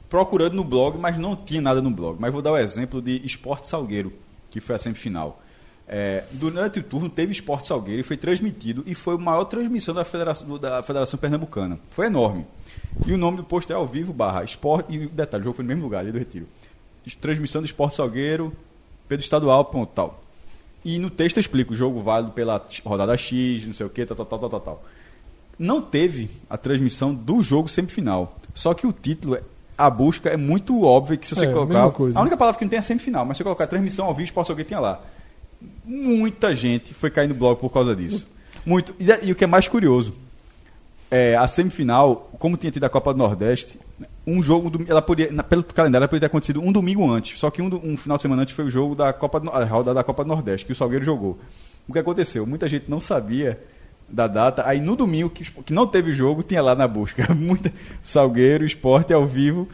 procurando no blog, mas não tinha nada no blog. Mas vou dar o exemplo de Esporte Salgueiro. que foi a semifinal. É, durante o turno teve Esporte Salgueiro e foi transmitido e foi a maior transmissão da Federação, do- da Federação Pernambucana. Foi enorme. E o nome do posto é ao vivo barra esporte. E detalhe, o jogo foi no mesmo lugar, ali do Retiro. Transmissão do Esporte Salgueiro pelo estadual, ponto, tal. E no texto eu explico o jogo válido pela rodada X, não sei o que, tal, tal, tal, tal, tal, tal. Não teve a transmissão do jogo semifinal. Só que o título, é- a busca é muito óbvia que se você
É, a
colocar.
mesma coisa.
A única palavra que não tem é semifinal, mas se você colocar transmissão ao vivo, Esporte Salgueiro tinha lá. Muita gente foi cair no blog por causa disso. Muito. E, e o que é mais curioso, é, a semifinal, como tinha tido a Copa do Nordeste, um jogo, do- ela podia, na- pelo calendário, ela podia ter acontecido um domingo antes. Só que um, do- um final de semana antes foi o jogo da Copa, do- a rodada da Copa do Nordeste, que o Salgueiro jogou. O que aconteceu? Muita gente não sabia da data. Aí no domingo, que, que não teve jogo, tinha lá na busca. Muita, Salgueiro, esporte ao vivo.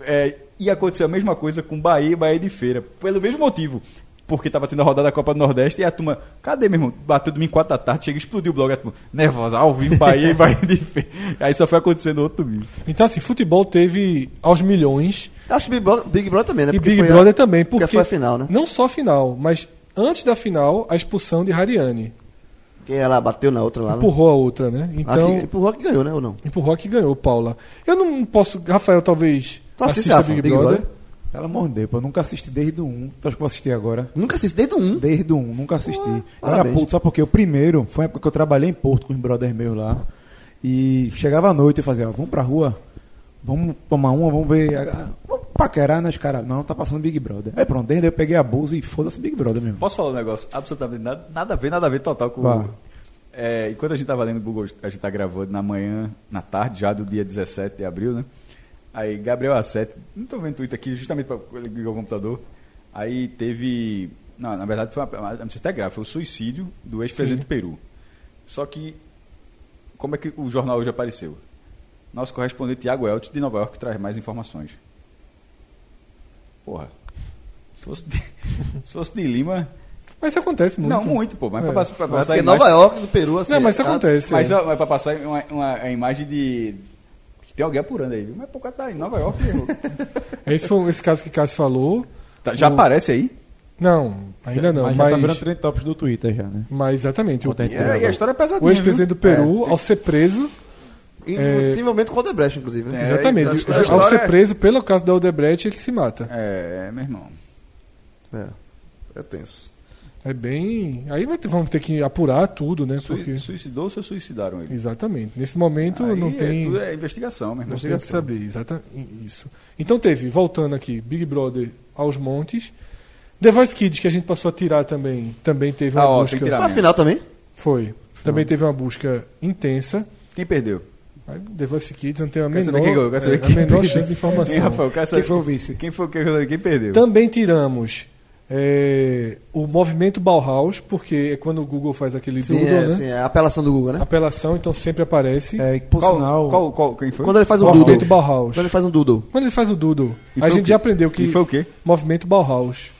É, e aconteceu a mesma coisa com Bahia e Bahia de Feira. Pelo mesmo motivo. Porque tava tendo a rodada da Copa do Nordeste e a turma, cadê, meu irmão? Bateu domingo 4 da tarde, chega e explodiu o blog. A turma, nervosa, ao vivo, Bahia e Bahia de Feira. Aí só foi acontecendo outro domingo.
Então, assim, futebol teve aos milhões
Acho que Big Brother, Big Brother também, né?
e
Porque
Big
foi a-
Brother também. Porque
foi a final, né?
Não só a final, mas antes da final, a expulsão de Hariane.
Que ela bateu na outra lá, né?
Empurrou a outra, né?
Ah,
Então,
que- empurrou que ganhou, né? Ou não?
empurrou a que ganhou, Paula. Eu não posso... Rafael, talvez
Tu assiste,
assista
Rafa,
Big,
Big
Brother.
Brother?
Pelo amor de Deus, pô, eu nunca assisti desde o 1. Tu acha que eu vou assistir agora?
Nunca assisti desde o 1.
Desde o 1, nunca assisti. eu era
Ah, parabéns.
puto, sabe por quê? O primeiro foi a época que eu trabalhei em Porto com os brothers meus lá. E chegava à noite e fazia, ó, vamos pra rua, vamos tomar uma, vamos ver. ah, Vamos paquerar, né? Os caras, não, tá passando Big Brother. Aí pronto, desde aí eu peguei a bolsa e foda-se Big Brother mesmo.
Posso falar um negócio? Absolutamente nada, nada a ver, nada a ver total com.
Vá.
Tipo, É, enquanto a gente tava lendo o Google, a gente tá gravando na manhã, na tarde, já do dia 17 de abril, né? Aí Gabriel A7, não tô vendo o Twitter aqui, justamente para ligar o computador. Aí teve. Não, na verdade foi uma. Não sei até grave, foi o suicídio do ex-presidente do Peru. Só que. Como é que o jornal hoje apareceu? Nosso correspondente Tiago Eltz, de Nova York, traz mais informações. Porra. Se fosse de, se fosse de Lima,
Mas isso acontece muito.
não, muito, pô. Mas
É.
pra, passar- pra
Mas
passar a
porque
imagem.
Nova York, do Peru, assim.
Não, mas isso
ah,
acontece.
mas,
é.
ó, mas pra passar uma, uma- é a imagem de. Que tem alguém apurando aí, viu? Mas por causa tá em Nova York, meu irmão.
Esse foi esse caso que Cássio falou.
Tá, já
O-
aparece aí?
Não, ainda não.
mas
Mas,
já tá virando trend topics do Twitter já, né?
mas exatamente. O,
Conta aí.
E, a- e a história é pesadinha.
o ex-presidente do
viu?
Peru, ao ser preso,
E
É.
desenvolvimento com o Odebrecht, inclusive. né?
É,
exatamente.
então,
a
ao
história
ser
é-
preso pelo caso da Odebrecht, ele se mata.
É, meu irmão.
É. É tenso.
É bem. Aí vai ter- vamos ter que apurar tudo, né?
Sui-
Porque...
Suicidou ou suicidaram ele?
Exatamente. Nesse momento
Aí
não
é-
tem.
tudo é investigação, meu irmão.
Não tem que saber, exatamente isso. Então teve, voltando aqui, Big Brother aos montes. The Voice Kids, que a gente passou a tirar também, também teve uma
Ah, ó, tem que
busca.
tirar. um-
Foi a final também?
Foi. Também teve uma busca intensa.
Quem perdeu?
Aí, The Voice Kids não tem a
Quero saber quem
menor,
ganhou, quero saber
é, a
quem
menor
perdeu.
chance de informação.
Quem, Rafael? Quero saber-
Quem foi o vice?
Quem foi quero saber quem perdeu?
Também tiramos é, o movimento Bauhaus, porque é quando o Google faz aquele
Sim,
doodle,
é,
né?
sim, é a apelação do Google, né?
Apelação, então sempre aparece.
É, e por
qual,
sinal.
qual, qual- quem foi?
Quando ele faz
o
um
movimento
doodle.
Bauhaus.
Quando ele faz um doodle.
Quando ele faz o doodle,
E
a
foi o
gente
quê?
já aprendeu que
E foi o quê?
movimento Bauhaus.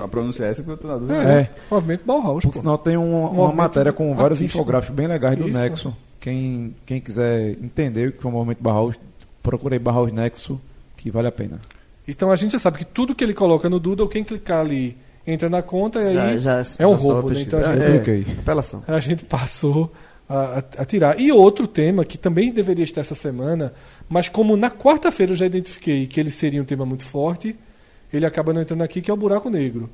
A pronúncia é essa que eu tô na dúvida.
né?
É.
Movimento Bauhaus,
Por
pô.
sinal, tem um- uma
Tipo, movimento
matéria com vários
artístico.
infográficos bem legais do
Isso.
Nexo. Quem, quem quiser entender o que foi o movimento Barraus, procurei Barraus Nexo, que vale a pena.
Então a gente já sabe que tudo que ele coloca no Doodle, quem clicar ali entra na conta e aí
Já- já-
é um
já sobe
roubo,
a
né? Então
pesquisa.
a gente,
É,
cliquei.
é, Apelação.
a gente passou a, a- a tirar. E outro tema que também deveria estar essa semana, mas como na quarta-feira eu já identifiquei que ele seria um tema muito forte, ele acaba não entrando aqui, que é o buraco negro.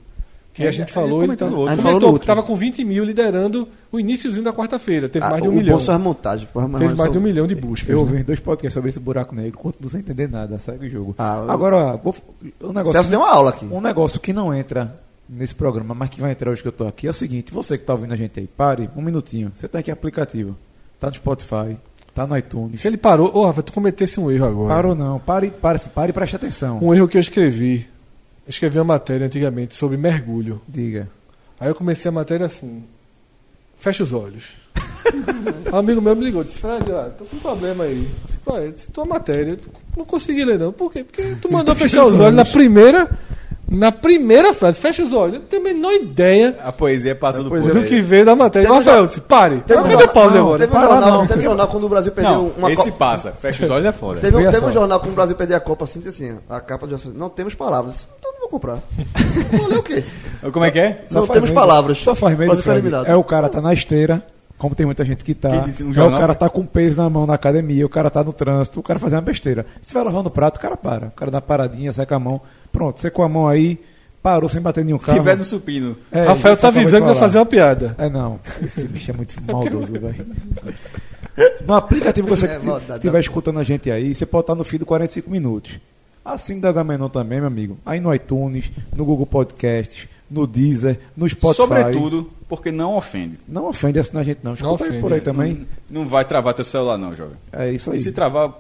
Que a gente falou, ele,
É, comentou
tá-
no outro.
A gente falou no
comentou que
outro.
estava com 20 mil liderando o iníciozinho da quarta-feira. Teve
Ah,
mais de um
o
milhão.
bom são as montagens. porra, mas
Teve mais
são-
de um milhão de buscas.
Eu
né?
ouvi uns dois podcasts sobre esse buraco negro, continuo sem entender nada, segue o jogo.
Ah, eu-
Agora, ó, vou, f- um negócio.
Celso deu uma aula aqui.
Um negócio que não entra nesse programa, mas que vai entrar hoje que eu tô aqui, é o seguinte, você que tá ouvindo a gente aí, pare um minutinho. Você tá aqui aplicativo. Tá no Spotify, tá no iTunes.
Se ele parou, ô Rafa, tu cometesse um erro agora.
Parou não, pare, pare, pare e preste atenção.
Um erro que eu escrevi. Eu escrevi uma matéria antigamente sobre mergulho.
Diga.
Aí eu comecei a matéria assim. Fecha os olhos. um amigo meu me ligou, disse, Fred, ó, tô com um problema aí. Eu Disse, Pô, eu disse, tua matéria, eu não consegui ler não. Por quê? Porque tu mandou fechar os olhos na primeira. Na primeira frase, fecha os olhos. Eu não tenho a menor ideia
A poesia é passa do
poesia
povo.
é do que veio da matéria.
Teve
Rafael,
já-
disse, pare.
Teve
Cadê o pause
não,
agora?
Teve um
Para,
jornal,
não.
teve um jornal quando o Brasil perdeu
Não,
uma
esse
Copa.
passa. Fecha os olhos é foda.
Teve,
Veja
teve um
só.
jornal quando o Brasil perdeu a Copa assim, disse assim, a capa de assim, não temos palavras. Então não vou vou comprar. vou ler o quê?
Como é que é?
Não
faz
temos
medo-
palavras.
Só faz medo,
Pode ser
Fred.
eliminado.
É o cara tá na esteira, como tem muita gente que tá.
Quem disse? Um
é o
jornal?
cara tá com peso na mão na academia, o cara tá no trânsito, o cara fazendo uma besteira. Se tiver lavando o prato, o cara para. O cara dá uma paradinha, seca a mão. Pronto, secou a mão aí, parou sem bater em nenhum
Se
carro.
tiver no supino.
É,
Rafael
isso
tá
acabou de
avisando que vai
falar.
fazer uma piada.
É não, esse bicho é muito maldoso, velho. No aplicativo que você
É, volta, dá-
estiver escutando a gente aí, você pode estar no fim de 45 minutos. Assim da Gamenon também, meu amigo. Aí no iTunes, no Google Podcasts, no Deezer, no Spotify.
Sobretudo, porque não ofende.
Não ofende assinar a gente, não. Escuta aí
ofende.
por aí também.
Não, não vai travar teu celular, não, jovem.
É isso aí.
E se travar,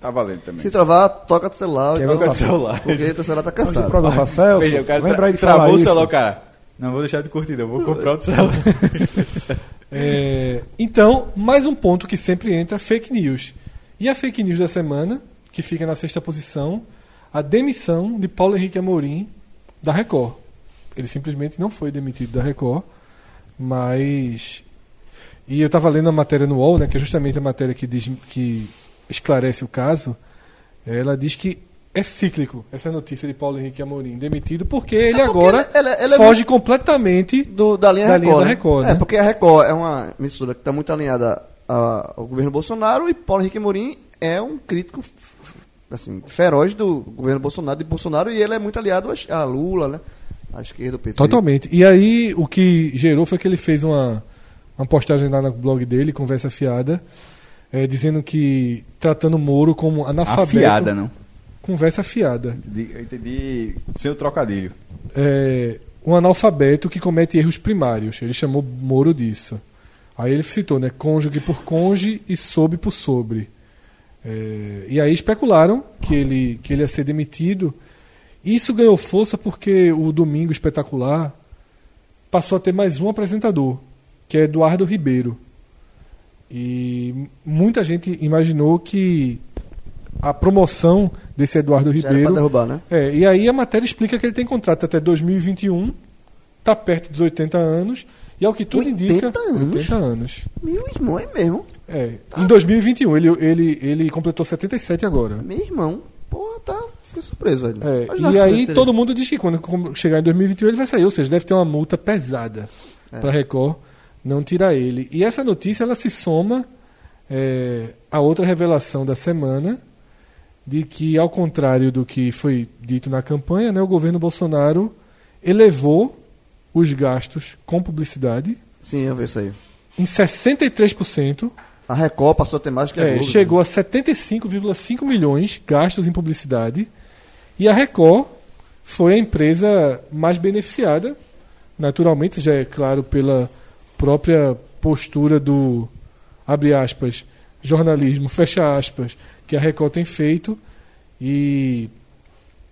tá valendo também.
Se travar, toca do celular.
Quer
então-
tocar do
celular.
Porque teu celular tá
Vamos pro
cansado.
programa, Celso.
Veja, o cara tra-
é, Lembra aí de falar
travou o
isso.
celular, o cara. Não vou deixar de curtir, não. Vou comprar outro celular.
É, então, mais um ponto que sempre entra, fake news. E a fake news da semana, que fica na sexta posição, a demissão de Paulo Henrique Amorim da Record. Ele simplesmente não foi demitido da Record, mas... E eu estava lendo a matéria no UOL, né, que é justamente a matéria que, diz, que esclarece o caso. Ela diz que é cíclico essa notícia de Paulo Henrique Amorim demitido, porque ele
É porque
agora
ele- ele- ele é
foge completamente
Do, da linha
Da
Record.
linha da
né?
Record,
É,
né?
porque a Record é uma emissora que está muito alinhada a- ao governo Bolsonaro e Paulo Henrique Morim é um crítico f- f- assim, feroz do governo Bolsonaro de Bolsonaro e ele é muito aliado às- a Lula, né? À esquerda, o PT.
Totalmente. E aí o que gerou foi que ele fez uma, uma postagem lá no blog dele, Conversa Fiada, eh, dizendo que tratando Moro como analfabeto.
Afiada, não.
Conversa fiada.
Entendi- Eu entendi seu trocadilho.
É, um analfabeto que comete erros primários. Ele chamou Moro disso. Aí ele citou, né? Cônjuge por cônjuge e sobre por sobre. É, e aí especularam que ele, que ele ia ser demitido. Isso ganhou força porque o Domingo Espetacular passou a ter mais um apresentador, que é Eduardo Ribeiro. E muita gente imaginou que a promoção desse Eduardo
Já era pra
Ribeiro
derrubar, né?
é, e aí a matéria explica que ele tem contrato até 2021, tá perto dos 80 anos, e ao que tudo
80
indica.
anos?
80 anos.
Meu irmão, é mesmo?
É, em 2021, ele, ele, ele completou 77 agora.
Meu irmão. Porra, tá. Fiquei surpreso, velho.
É, e
Imaginava que
aí
isso seria-
todo mundo diz que quando com- chegar em 2021 ele vai sair, ou seja, deve ter uma multa pesada
É.
pra para Record não tirar ele. E essa notícia ela se soma é, a outra revelação da semana de que ao contrário do que foi dito na campanha, né, o governo Bolsonaro elevou os gastos com publicidade
Sim, eu vi isso aí.
em 63%,
A Record passou a ter mais que a
é,
Globo, né?
chegou a 75,5 milhões gastos em publicidade. E a Record foi a empresa mais beneficiada, naturalmente, já é claro, pela própria postura do, abre aspas, jornalismo, fecha aspas, que a Record tem feito. E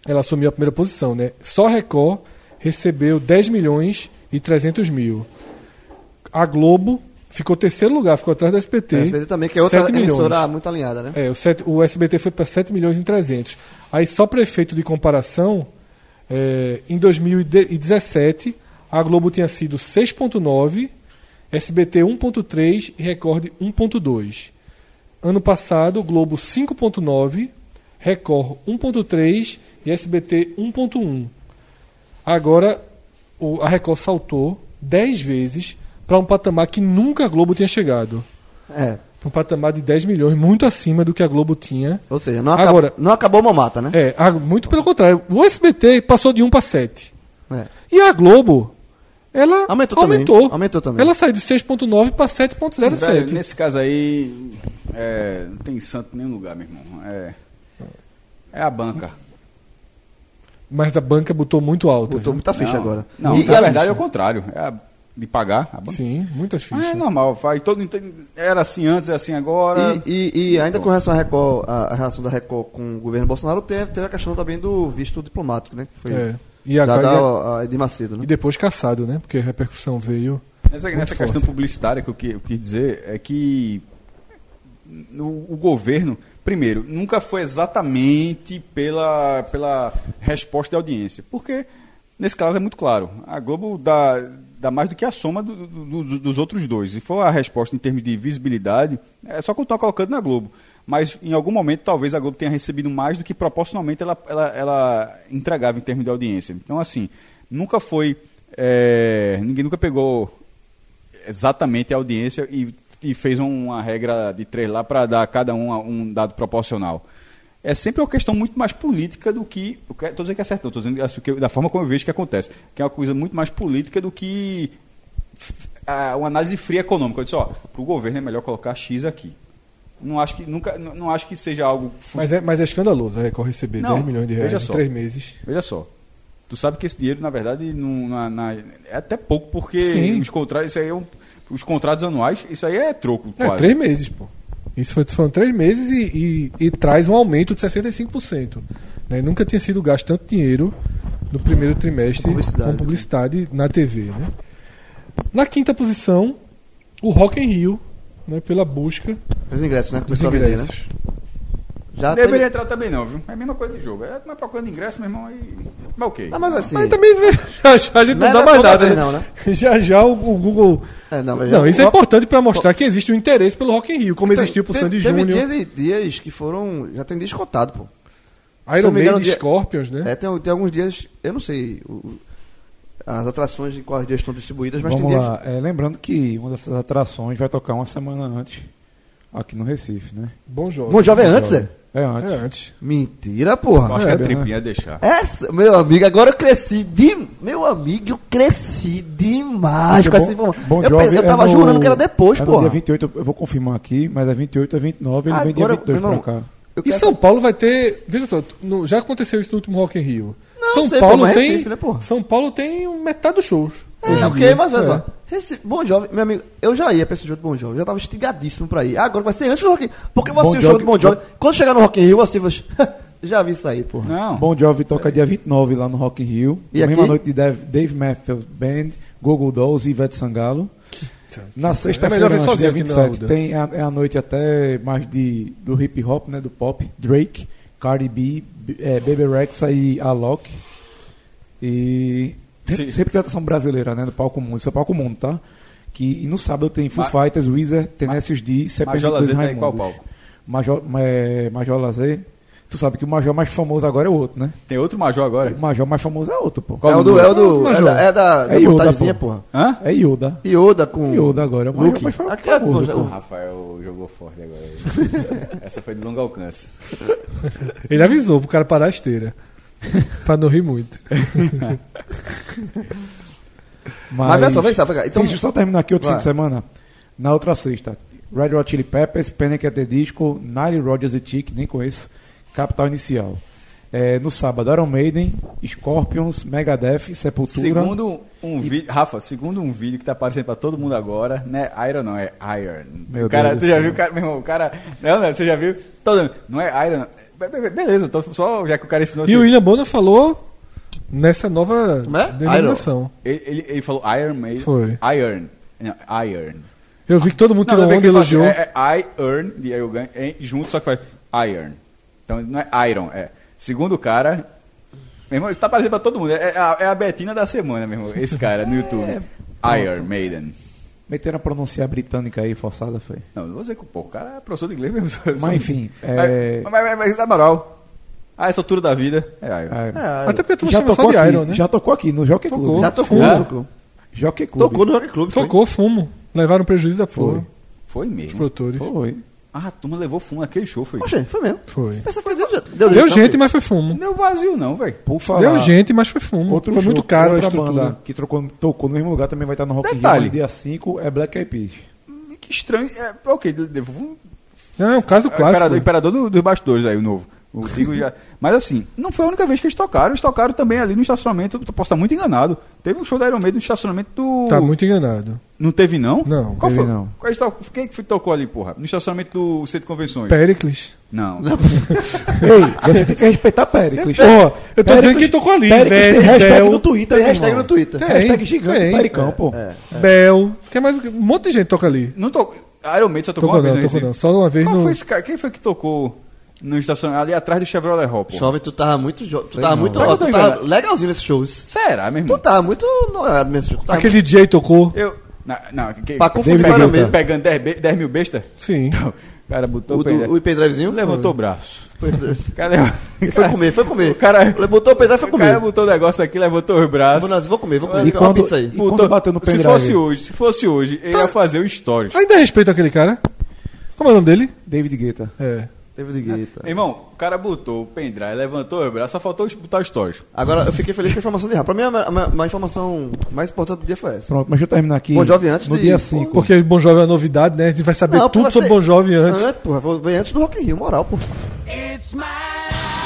ela assumiu a primeira posição, né? Só a Record recebeu 10 milhões e 300 mil. A Globo ficou terceiro lugar, ficou atrás da SPT.
né? A SBT também, que é outra
7 milhões.
emissora muito alinhada, né?
É, o, set- o SBT foi para 7 milhões e 300. Aí, só para efeito de comparação, é, em 2017, a Globo tinha sido 6,9, SBT 1,3 e Record 1,2. Ano passado, Globo 5,9, Record 1,3 e SBT 1,1. Agora, o- a Record saltou 10 vezes para um patamar que nunca a Globo tinha chegado
É.
um patamar de 10 milhões, muito acima do que a Globo tinha.
Ou seja, não,
Agora-
acabou, não acabou uma mata, né?
É, a- muito pelo contrário. O SBT passou de 1 para 7.
É.
E a Globo, ela
Aumentou
aumentou.
também, aumentou também.
Ela saiu de 6.9 para
Velho,
7.07.
Nesse caso aí, é, não tem santo em nenhum lugar, meu irmão. É, é a banca.
Mas a banca botou muito alto.
Botou
viu?
muita Tá ficha
Não,
agora.
Não, na
e, a
verdade
verdade
é o contrário. É a- de pagar a banca.
Sim, muitas
Ah,
fichas.
é normal. Faz, todo, era assim antes, é assim agora.
E, e- e ainda com relação à Record, a, a relação da Record com o governo Bolsonaro, teve, teve a questão também do visto diplomático, né? Que foi
É.
e
E, a- e a-
a, a Edir Macedo,
e
né?
depois caçado, né? Porque a repercussão veio.
Nessa,
Muito
nessa
forte.
questão publicitária que eu, que eu quis dizer é que o, o governo, primeiro, nunca foi exatamente pela, pela resposta da audiência. Porque, nesse caso, é muito claro. A Globo dá, dá mais do que a soma do- do- do- dos outros dois. Se for a resposta em termos de visibilidade, é só continuar colocando na Globo. mas em algum momento talvez a Globo tenha recebido mais do que proporcionalmente ela, ela, ela entregava em termos de audiência. Então, assim, nunca foi. é, ninguém nunca pegou exatamente a audiência e, e fez um, uma regra de três lá para dar a cada um a- um dado proporcional. É sempre uma questão muito mais política do que. Estou dizendo que é certo, estou dizendo assim, que, da forma como eu vejo que acontece. Que é uma coisa muito mais política do que f- a- uma análise fria econômica. Eu disse, ó, para o governo é melhor colocar X aqui. Não acho que, nunca, não, não acho que seja algo. fu-
Mas é, mas é escandaloso a Record receber
Não,
10 milhões de reais
veja
em
só.
3 meses.
Veja só. Tu sabe que esse dinheiro, na verdade, não, na- na- é até pouco, porque
Sim.
os contratos, isso aí é um- os contratos anuais, isso aí é troco.
É,
Quase.
3 meses, pô. Isso foi, foram 3 meses e, e- e traz um aumento de 65%. né? Nunca tinha sido gasto tanto dinheiro no primeiro trimestre
Com publicidade. né?
com publicidade na TV. né? Na quinta posição, o Rock in Rio, né, pela busca
Os ingressos, né?
dos
Começou a vender, né?
ingressos.
Ah,
Já teve-
Deveria entrar também não, viu? É a mesma coisa de jogo. É, mas procurando ingresso, meu irmão, aí... Mas ok.
Ah,
é-
mas assim...
Mas também já, já a gente não,
Não
dá
era
mais
toda
nada.
vez
né?
não, né?
Já já o, o Google.
É, não,
não,
mas já-
isso é
o-
importante para mostrar que existe um interesse pelo Rock in Rio, como existiu pro
Teve-
Sandy
teve
Júnior,
dias e dias que foram... Já tem dia escotado, pô. se
Iron
eu me engano,
Maiden,
dia-
Scorpions, né?
É, tem, tem alguns dias... Eu não sei o- o- as atrações em quais dias estão distribuídas, mas
Vamos
tem
lá. É, lembrando que uma dessas atrações vai tocar uma semana antes, aqui no Recife, né?
Bom jogo.
dias... Bom Jovem é antes, é?
É
É,
antes.
antes.
Mentira,
Eu
porra.
acho que a
é,
tripinha é deixar.
Essa, meu amigo, agora eu cresci de. Meu amigo, eu cresci demais com
é Bom-
essa informação.
Bom
eu,
Jovi
pe- eu
é
tava
no-
jurando que era depois,
é no
porra.
dia 28, eu vou confirmar aqui, mas é 28 a 29, ele vem dia
Agora,
22
meu
pra
irmão,
cá.
Eu
E
quero-
São Paulo vai ter. Veja só, no- já aconteceu isso no último Rock in Rio.
Não,
São
sei, pô,
Paulo
mas
tem.
Recife, né, porra?
São Paulo tem metade dos shows. hoje em
É, ok,
dia.
mas olha
É.
só. Recife, Bom Jovem, meu amigo, eu já ia pra esse show de Bom Jovem, eu já tava instigadíssimo pra ir. Agora vai ser antes do Rock in Rio. Porque você
Bon
assistir o show
Jovi-
de Bom Jovem, quando chegar no Rock in Rio, você vai... já vi isso aí, porra.
Não.
Bom Jovi toca dia 29 lá no Rock in Rio.
E
mesma
aqui?
noite de Dave, Dave Matthews Band, Google Dolls e Ivete Sangalo. Na
melhor
É
sexta-feira,
ver
antes, dia
sozinho aqui na
27,
Uda.
tem a, é a noite até mais de, do hip hop, né? Do pop. Drake, Cardi B, B- é, Baby Rexa e Alok. E sempre,
Sim.
sempre tem atração brasileira, né? No palco mundo. Isso é palco mundo, tá? Que, e no sábado tem Foo
Ma-
Fighters, Wizard, Tenacious D, Sepultura
Major
e
Lazer tá em qual
Raimundos.
palco?
Major, é, Major Lazer. Tu sabe que o Major mais famoso agora é o outro, né?
Tem outro Major agora?
O Major mais famoso é outro, pô.
Qual
é o do... É, o do,
Mas,
é da, é da, da
É Yoda,
montagemzinha,
pô.
porra.
Hã?
É Yoda.
Yoda com...
Yoda agora é o Major
Hum. Luke.
mais fa-
Aqui é
famoso.
bom,
pô.
O Rafael jogou forte agora. Essa foi de longo alcance.
Ele avisou pro cara parar a esteira. pra não rir muito.
Mas olha só, vem cá, vem cá.
Então,
Então,
Sim, deixa eu só terminar aqui outro
Vai.
fim de semana. Na outra sexta, Red Hot Chili Peppers, Panic at the Disco, Nile Rodgers e Tick, nem conheço, Capital Inicial. É, no sábado, Iron Maiden, Scorpions, Megadeth, Sepultura.
Segundo um vídeo. Rafa, segundo um vídeo que tá aparecendo pra todo mundo agora, né? Iron não, é Iron.
Meu
o cara,
Deus
tu
do
já
céu.
viu o cara, meu irmão, o cara. Não, não, você já viu? Todo mundo, Não é Iron. Be- be- Beleza, eu tô só já que o cara ensinou
E
assim,
o William Bonner falou nessa nova
Como é?
denominação.
ele, ele, ele falou Iron Maiden.
Foi.
Iron. Não, Iron.
Eu vi que todo mundo tirou
não,
onda e elogiou.
É, é I earn, e aí eu ganho, é, junto, só que faz iron. Então não é iron, é. Segundo o cara. Meu irmão, isso tá parecendo pra todo mundo. É, é a, é a Betina da semana, meu irmão. Esse cara no YouTube. Iron Maiden.
Meteram a pronunciar britânica aí, forçada, foi.
Não, não vou dizer que pô, o cara é professor de inglês mesmo. só-
Mas
só-
enfim,
Mas,
é-
mas, mas, mas, na moral, a essa altura da vida, é Iron.
Iron.
Até porque tu
já
chama
tocou
só de
aqui,
Iron, né?
já tocou aqui no Jockey
Tocou.
Club.
já tocou,
É.
tocou.
Jockey Club.
Tocou no Rock Club. foi?
Tocou fumo. Levaram prejuízo da porra.
Foi
Os
mesmo.
produtores.
Foi.
Ah, a turma levou fumo naquele show, foi.
Oxe, foi mesmo.
Foi.
Essa foi... Deu, tá
Deu
não,
gente,
filho?
mas foi fumo.
Não deu vazio, não, velho.
Por falar.
Deu gente, mas foi fumo.
Outro
foi
show,
muito caro a
outra
estrutura.
banda que trocou, tocou no mesmo lugar também vai estar no Rock in Rio,
Detalhe.
no dia 5 é Black Eyed Peas.
Que estranho. É, ok, levou fumo.
Não, é um caso
É, o imperador,
clássico.
imperador do- dos bastidores aí, o novo. O Tigo já... Mas assim, não foi a única vez que eles tocaram. Eles tocaram também ali no estacionamento. Eu posso estar muito enganado. Teve um show da Iron Maiden no estacionamento do.
Tá muito enganado.
Não teve, não?
Não,
Qual
teve
foi?
não.
Qual eles to- Quem é que foi- tocou ali, porra? No estacionamento do Centro de Convenções?
Pericles.
Não.
Ei, você tem que respeitar Pericles.
Porra, eu tô dizendo que tocou ali.
Pericles tem
Velho,
hashtag
Bel,
no Twitter,
Tem
meu
hashtag
irmão.
no Twitter.
Tem.
Hashtag gigante,
tem.
Pericão, pô.
É.
Bel. Quer mais o quê? um monte de gente toca ali.
Não tocou. A Iron Maiden só tocou,
Tocou
uma
não,
vez.
tocou
né,
não.
Recife?
Só uma vez
Qual
no...
foi esse cara? Quem foi que tocou no estacionamento? Ali atrás do Chevrolet Hall, porra?
Jovem, tu tava muito. Jo... Tu tava
não,
muito.
velho. Será
ó,
que eu
tu
tô
tava
enganado?
legalzinho nesses shows.
Será, meu
Tu
irmão?
tava muito. noiado mesmo. Tu tava
Aquele DJ tocou.
Eu. na- Não, que-
Pra confundir
David
com a Iron
Guetta.
Maiden.
Pegando 10, be- 10 mil bestas?
Sim.
cara botou
O,
o pendrive.
do, o pendrivezinho?
Levantou o braço.
Foi.
O Cara,
Ele foi comer, foi comer.
O cara,
Ele botou o pendrive e foi
o cara é
comer.
botou o negócio aqui, levantou o braço.
Vou, nas- vou comer, vou comer.
E
Pega uma
quando-
pizza aí.
e- quando bateu no
se
pendrive?
fosse hoje, se fosse hoje, ele ia fazer um stories.
Ainda respeito aquele cara. Como é o nome dele?
David Guetta.
É.
David Guetta.
Irmão, o cara botou o pendrive, levantou o braço, só faltou botar o stories.
Agora, eu fiquei feliz com a informação de errar. Pra mim, a, a- a informação mais importante do dia foi essa.
Pronto, mas deixa eu terminar aqui.
Bom Jovi antes
No
de-
dia 5.
Porque o Bon Jovi é uma novidade, né? A gente vai saber
Não,
tudo
porra,
sobre
você-
Bon Jovi antes.
Antes, porra, vou- vem antes do Rock in Rio, moral, porra.
It's my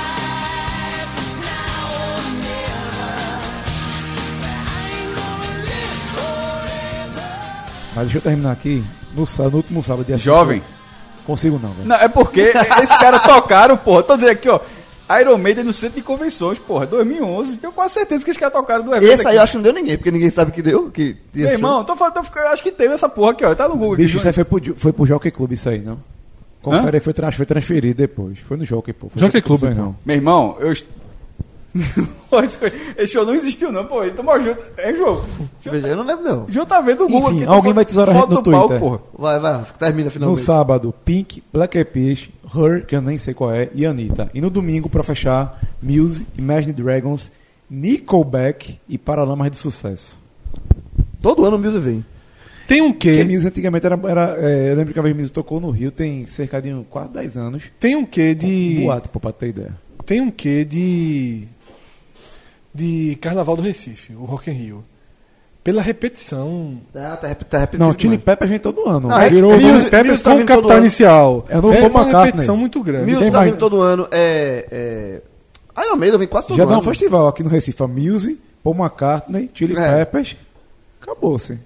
life, it's now or never. I ain't gonna live
Mas deixa eu terminar aqui. No, sá- no último sábado, dia 5.
Jovem.
Consigo não, velho.
Não, é porque esse cara tocaram, porra. Tô dizendo aqui, ó. Iron Maiden no centro de convenções, porra, 2011. Tenho quase certeza que eles caras tocaram do evento.
Esse aí
Tá aqui.
eu acho que não deu ninguém, porque ninguém sabe que deu. Que é
Meu irmão, tô falando, tô ficando- eu acho que teve essa porra aqui, ó. Tá no Google.
Bicho,
Bicho,
isso aí foi pro, Jo- foi pro Jockey Club, isso aí, não? Confere aí, foi, trans, foi transferido depois. Foi no Jockey, então. pô. Foi
Jockey
isso
Club,
aí,
pô.
não.
Meu irmão, eu. est- Pô, esse foi- Esse show não existiu, não, pô. Ele tomou junto. É, João.
Veja, eu não lembro, não.
João tá vendo o Google
Enfim,
aqui, tá
alguém
foto-
vai tesourar a gente
foto
no
do palco,
Twitter.
Vai, vai, Rafa, termina
No
finalmente.
sábado, Pink, Black Eyed Peas, Her, que eu nem sei qual é, e Anitta. E no domingo, pra fechar, Muse, Imagine Dragons, Nickelback e Paralamas do Sucesso.
Todo ano o Muse vem.
Tem um
Porque
quê?
Muse antigamente era... era, é, eu lembro que a vez Muse tocou no Rio, tem cerca de um- quase 10 anos.
Tem um quê de.
Boato, pô, pra ter ideia.
Tem um quê de. De Carnaval do Recife, o Rock in Rio. Pela repetição.
Tá, tá, rep- tá repetindo.
Não, Chili
demais.
Peppers vem todo ano.
Ah, é que-
Virou...
é Muse-
Muse, Peppers
Muse tá
um com
vindo
o Capital
todo ano.
Inicial.
É o novo
é
Paul
uma
McCartney.
repetição muito grande.
Muse
Quem
tá
vai?
vindo todo ano. É. é... Iron Maiden vem quase todo
Já
ano.
dá um festival aqui no Recife. A Muse, Paul McCartney, Chili
É.
Peppers. Acabou-se.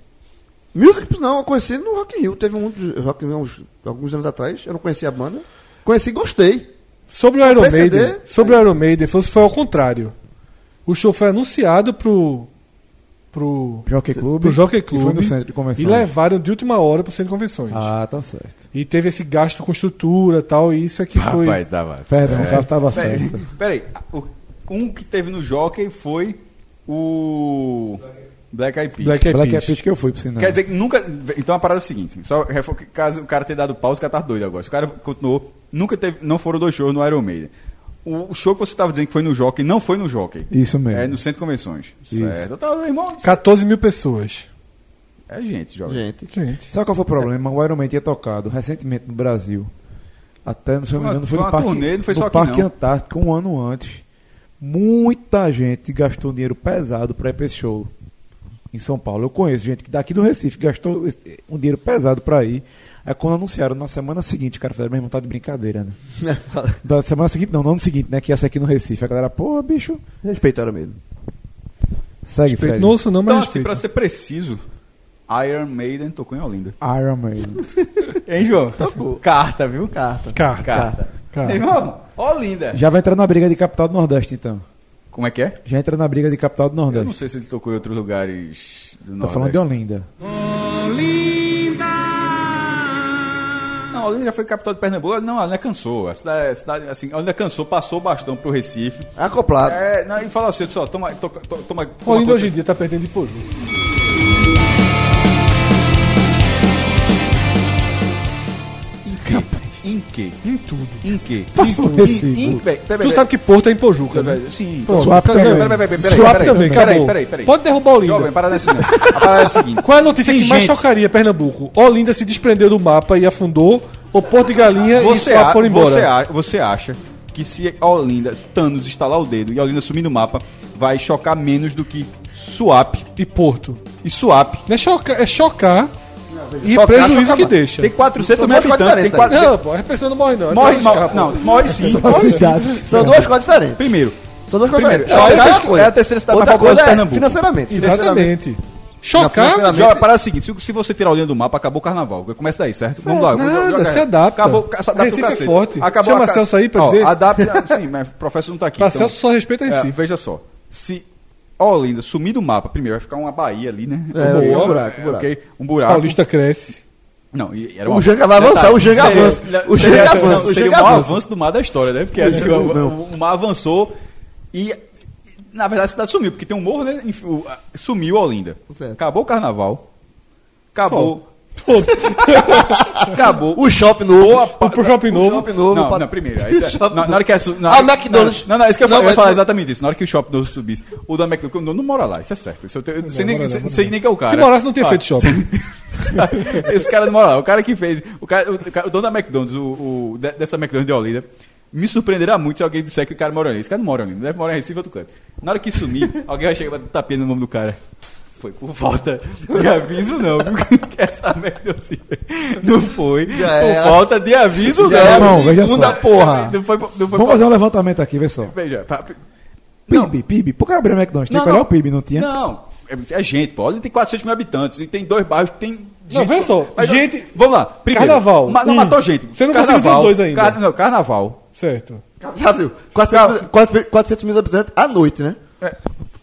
Music, não, eu conheci no Rock in Rio. Teve um de Rock in Rio uns, alguns anos atrás. Eu não conhecia a banda. Conheci e gostei. tá
Sobre o Iron
PCD?
Maiden, sobre o Iron Maiden, foi, foi ao contrário. O show foi anunciado pro pro,
Jockey Club.
pro Jockey
E
Club
foi no centro de
e
convenções.
levaram de última hora pro centro de convenções.
Ah, tá certo.
E teve esse gasto com estrutura, e tal, e isso é que foi
Rapaz, tava.
Perdão, já estava
Peraí,
certo.
peraí. O- um que teve no Jockey foi o. Black Eyed Peas.
Black Eyed
Black
Peas.
Eyed Peas que eu fui pro cinema.
é Quer dizer que nunca. Então a parada é a seguinte: só refo- caso o cara tenha dado pausa, o cara tá doido agora. Se o cara continuou, nunca teve. Não foram dois shows no Iron Maiden. O o show que você tava dizendo que foi no Jockey, não foi no Jockey.
Isso mesmo.
É no Centro de Convenções.
Isso.
Certo. Tá, meu irmão, isso
14 mil pessoas.
é gente, jovem.
Gente.
Gente.
Sabe qual foi o problema? O Iron Man tinha tocado recentemente no Brasil. Até, não sei se eu me
Foi uma-
engano, foi
foi
no
uma
Parque,
turnê, não foi
no
só aqui,
parque
não.
Antártico, um ano antes. Muita gente gastou dinheiro pesado pra ir pra esse show em São Paulo. Eu conheço gente que daqui do Recife gastou esse- um dinheiro pesado pra ir. Aí quando anunciaram na semana seguinte, o cara falou, meu irmão, tá de brincadeira, né?
É,
Da semana seguinte, não, não no seguinte, né? Que ia ser aqui no Recife. A galera, porra, bicho,
Respeito Iron Maiden.
segue, Fred.
Não ouço não, mas
Então, assim,
é respeito.
pra ser preciso, Iron Maiden tocou em Olinda.
Iron Man.
Hein, João? Tá Carta, viu?
Tá Carta.
Cara,
Carta.
Carta.
Irmão, Olinda.
Já vai entrar na briga de capital do Nordeste, então.
Como é que é?
Já entra na briga de capital do
Eu não
Nordeste.
sei se ele tocou em outros lugares do
Tá falando de Olinda.
Não, Olinda já foi capital de Pernambuco. Não, Olinda cansou. A cidade, a cidade, assim, Olinda cansou, passou o bastão pro Recife.
Acoplado.
É, não, e falou assim, só, toma, toca- to- toma, toma
Olinda
conta.
hoje em dia tá perdendo de Poju.
Em que? Em que?
Em tudo.
Em que?
Faça um
Em-
recibo.
em- peraí, peraí,
Tu
peraí.
sabe que Porto é em Pojuca, né?
Peraí, Sim,
Pronto,
Swap
cadê?
também.
Peraí, peraí, peraí, peraí,
Swap
peraí,
também,
peraí,
acabou.
peraí, peraí.
Pode derrubar Olinda.
Jovem, parada é assim, não. A parada é a seguinte.
Qual é a notícia
Tem
que mais
gente-
chocaria Pernambuco? Olinda se desprendeu do mapa e afundou, o Porto de Galinha
Você,
e Swap
a-
É foram embora.
você a- você acha que se a Olinda, se Thanos estalar o dedo e a Olinda sumir no mapa, vai chocar menos do que Swap
E Porto.
e Swap?
Não é chocar, é chocar e
chocar,
prejuízo
chocar
que
mais.
deixa.
Tem 400 mil
Só mostra a
habitantes. Tem
diferença
quatro,
Não, pô, a pessoa não morre não. É
morre,
Essa
morre,
escapa.
não, morre sim.
Só a cidade.
São duas coisas diferentes.
Primeiro,
São duas coisas
primeiro
diferentes. Chocar
chocar
uma coisa.
é a terceira cidade mais
Outra
populosa
coisa
de
é
Pernambuco.
financeiramente.
Exatamente.
financeiramente.
Chocar,
Joga, para o seguinte, se, se você tirar a Olinda do mapa, acabou o carnaval. Começa daí, certo? Vamos lá.
nada,
joga- joga-
se adapta.
Acabou, ca- se adapta
Recife
o cacete.
é forte.
Acabou
Chama
a ca-
Celso aí pra
Ó,
dizer.
Adapta, sim, mas o professor não tá aqui.
pra Celso só respeita
É,
Recife.
veja só. Se a Olinda sumir do mapa, primeiro vai ficar uma Bahia ali, né?
É,
Uma
um
boa,
buraco, um buraco.
ok? Um buraco.
Paulista cresce.
Não, e era
O Janga vai avançar, o Janga
Seria-
avança. O
seria-
Janga
não,
avança, o
Seria o
Janga
maior
avança.
avanço do mar da história, né? Porque assim, o, o, o mar avançou e, e, na verdade, a cidade sumiu, porque tem um morro, né? Enfim, o- a- Sumiu a Olinda.
Certo.
Acabou o carnaval. Acabou. Acabou.
O shopping novo.
pa-
pro shopping novo.
shopping novo.
Não,
pa-
não, primeiro. aí você- é-
Shopping
na, na hora que essa, na
Ah,
hora-
o McDonald's.
Não, não, isso que eu,
Não,
ia
mas-
ia falar exatamente isso. Na hora que o shopping novo subisse, o da McDonald's não, não mora lá, isso é certo. Isso eu te- eu não sei, nem,
mora lá,
sei-
mora
sei
lá.
nem quem é o cara.
Se morasse, não tinha feito shopping.
Sabe? Esse cara não mora lá. O cara que fez. O, cara, o, cara- o dono da McDonald's, o, o de- dessa McDonald's de Olinda, me surpreenderá muito se alguém disser que o cara mora ali. Esse cara não mora ali, deve morar em Recife ou outro canto. Na hora que sumir, alguém vai chegar e vai dar tapinha no nome do cara. Foi por falta de aviso, não. viu? Que essa McDonald's não foi
Já
por
era.
falta de aviso,
Já
não.
era.
Não, veja só.
Bunda É, porra.
Não foi, não foi
Vamos fazer um levantamento aqui, vê só.
Veja, pra- Não.
PIB, PIB. Por que abriu o McDonald's? Tem que olhar o PIB, não tinha?
Não, é, é gente, pô. Olha, tem 400 mil habitantes, e tem dois bairros, tem.
Não, vê só, gente-
Vamos lá. Primeiro,
Carnaval.
Ma, não
Hum.
matou gente.
Você não
carnaval,
conseguiu ter os dois ainda.
car- não, carnaval.
Certo.
Brasil, 400, mil- 400, 400 mil habitantes à noite, né?
É.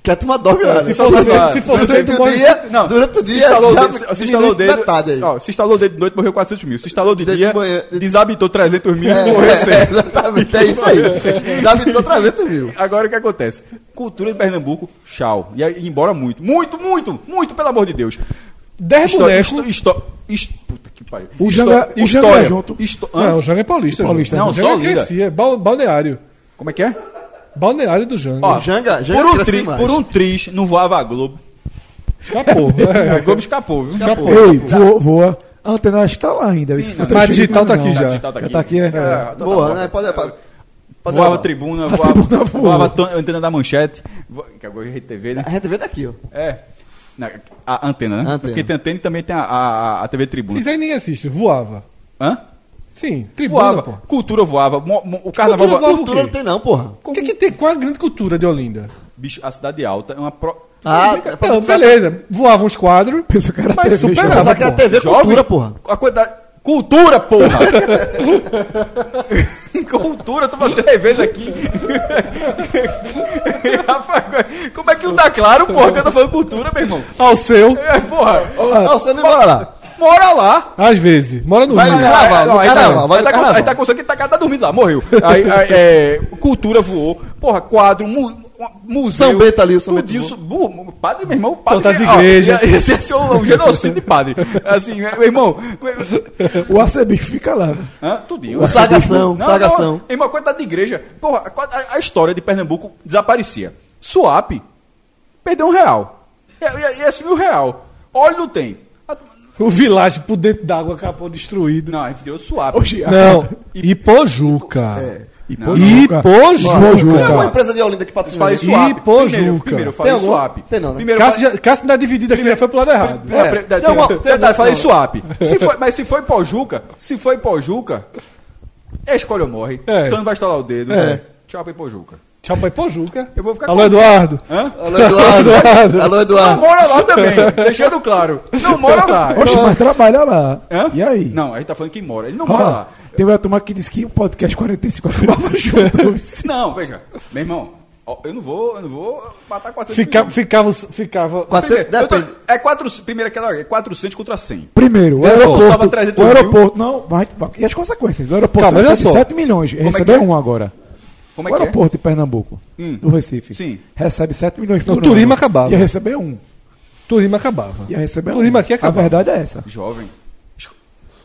Que a turma dorme lá.
Se
né?
fosse- se fosse-
durante,
tu
o
mora-
dia, durante o
um- se
dia,
instalou, o
já
dedo- se, instalou o
diminui
dedo.
metade aí.
ó, se instalou o dedo de noite, morreu 400 mil. Se instalou de
Dedo de
dia,
manhã.
desabitou 300 mil
É,
e morreu 100.
é, exatamente, é isso aí. Já me tô trazendo mil.
Agora o que acontece? Cultura de Pernambuco, tchau. E aí, embora muito, muito, muito, muito, pelo amor de Deus.
Dez bonecos.
histó- histó- his- puta que pariu.
É né? O
Histó-
Janga- o Janga
história.
é junto.
Histó- hã?
Não, o Janga é paulista.
Paulista,
não,
não,
só
Janga
Olinda.
crescia. Bal- balneário.
Como é que é?
Balneário do Janga.
Ó,
Ah, Janga- Janga é
por, um
cresce
tri,
demais.
por um tris, não voava a Globo.
Escapou.
A
É.
Globo escapou, Tá viu?
Escapou.
Ei, voa, voa. A antena acho que tá lá ainda.
Sim,
Isso
não,
eu tô
mas
achando
digital
que
tá aqui
não.
já.
Já tá aqui, é?
É, tá-
Boa,
tá-
né? Pode, pode, pode
Voava
levar.
tribuna, voava,
tribuna voou.
voava to- antena da manchete. vo- Que agora é RTV, né?
A gente vê daqui, ó.
É. Na- a antena, né?
Antena.
Porque tem antena e também tem a, a, a TV Tribuna.
Isso aí ninguém assiste. Voava.
Hã?
é
Sim, tribuna,
Voava.
pô.
Cultura voava. mo- mo- o carnaval
Cultura
voava.
voava o
Cultura não
quê?
tem não, porra.
O que, que tem? Qual a grande cultura de Olinda?
Bicho, a cidade alta é uma pro...
Ah,
Não, beleza. Voavam os quadros.
Pensa o cara
Mas
teve
supera
já.
essa
Só que a TV é Cultura, porra.
A quantidade... Cultura, porra! Cultura, eu tô falando três vezes aqui. Rafa, Como é que não dá claro, porra, que eu tô falando cultura, meu irmão?
Ao seu,
É, porra,
Ah, você não mora lá.
mora lá!
às vezes. Mora no
Vai
Rio.
no carnaval,
Não,
no
aí tá-
carnaval, vai
aí
no
tá com-
carnaval.
Aí tá conseguindo que tá, tá dormindo lá, morreu. Aí, aí, é, cultura voou, porra, quadro, mu, mu- museu.
São Bento ali, o São
tudo
Bento
isso, bu- mu- padre, meu irmão, padre. é,
Todas as
ó,
igrejas.
ia- ia ser assim, um, um genocídio de padre. Assim, meu irmão.
O ACB fica lá. né?
hã? Tudinho.
O sagação, sagação.
Não, irmão, a quantidade de igreja. Porra, a qua- a, a história de Pernambuco desaparecia. Suape perdeu um real. E, e, e assumiu um real. Óleo não tem. A-
O vilage por dentro d'água acabou destruído.
Não, a gente virou Suape.
Não,
Não, não.
Ipojuca.
Tem
Ipojuca.
Ipojuca.
alguma é empresa de Olinda que
Eu
patrocina
falei
isso?
swap.
Ipojuca.
Primeiro, primeiro eu
Tem
falei
algum?
swap.
Tem não, né?
Primeiro,
Cássio, já, Cássio me dá dividida que já foi pro lado errado.
primeiro,
É,
pre- da-
tem alguma-
tem-
tem alguma-
eu falei
não.
swap. Se foi- mas se foi Pojuca, se foi Pojuca, é escolha ou morre.
É.
Tanto vai estalar o dedo. né?
É.
Tchau pra Pojuca.
Tchau pra Ipojuca.
Eu vou ficar
Alô,
com-
Eduardo.
Hã?
Alô, Eduardo. Alô,
Não
Eduardo.
mora lá também, deixando claro. Não mora lá.
Oxe,
Então-
mas trabalha lá.
Hã?
E aí?
Não, a gente tá falando que mora. Ele não mora
Ó,
lá.
Ah.
tem uma turma que disse que o podcast 45 acabava junto.
Não, veja. Meu irmão, ó, eu não vou, eu não vou matar 400
Fica,
milhões.
ficava, ficava.
Primeiro,
400,
eu tô-
depende.
é 400, primeiro aquela, é 400 contra 100.
Primeiro, o
Olha só,
aeroporto.
salva 300
O
mil.
aeroporto. Não, mas, e as consequências? O aeroporto
Calma, olha
recebe
só.
7 milhões.
é
recebeu
que é?
um agora.
Como é
o
que é?
aeroporto de Pernambuco,
Hum.
do Recife,
Sim.
recebe 7 milhões por
O turismo acabava.
Ia receber um.
Turima acabava.
Ia receber um.
Turismo aqui
A
acabava.
verdade é essa.
Jovem. esco-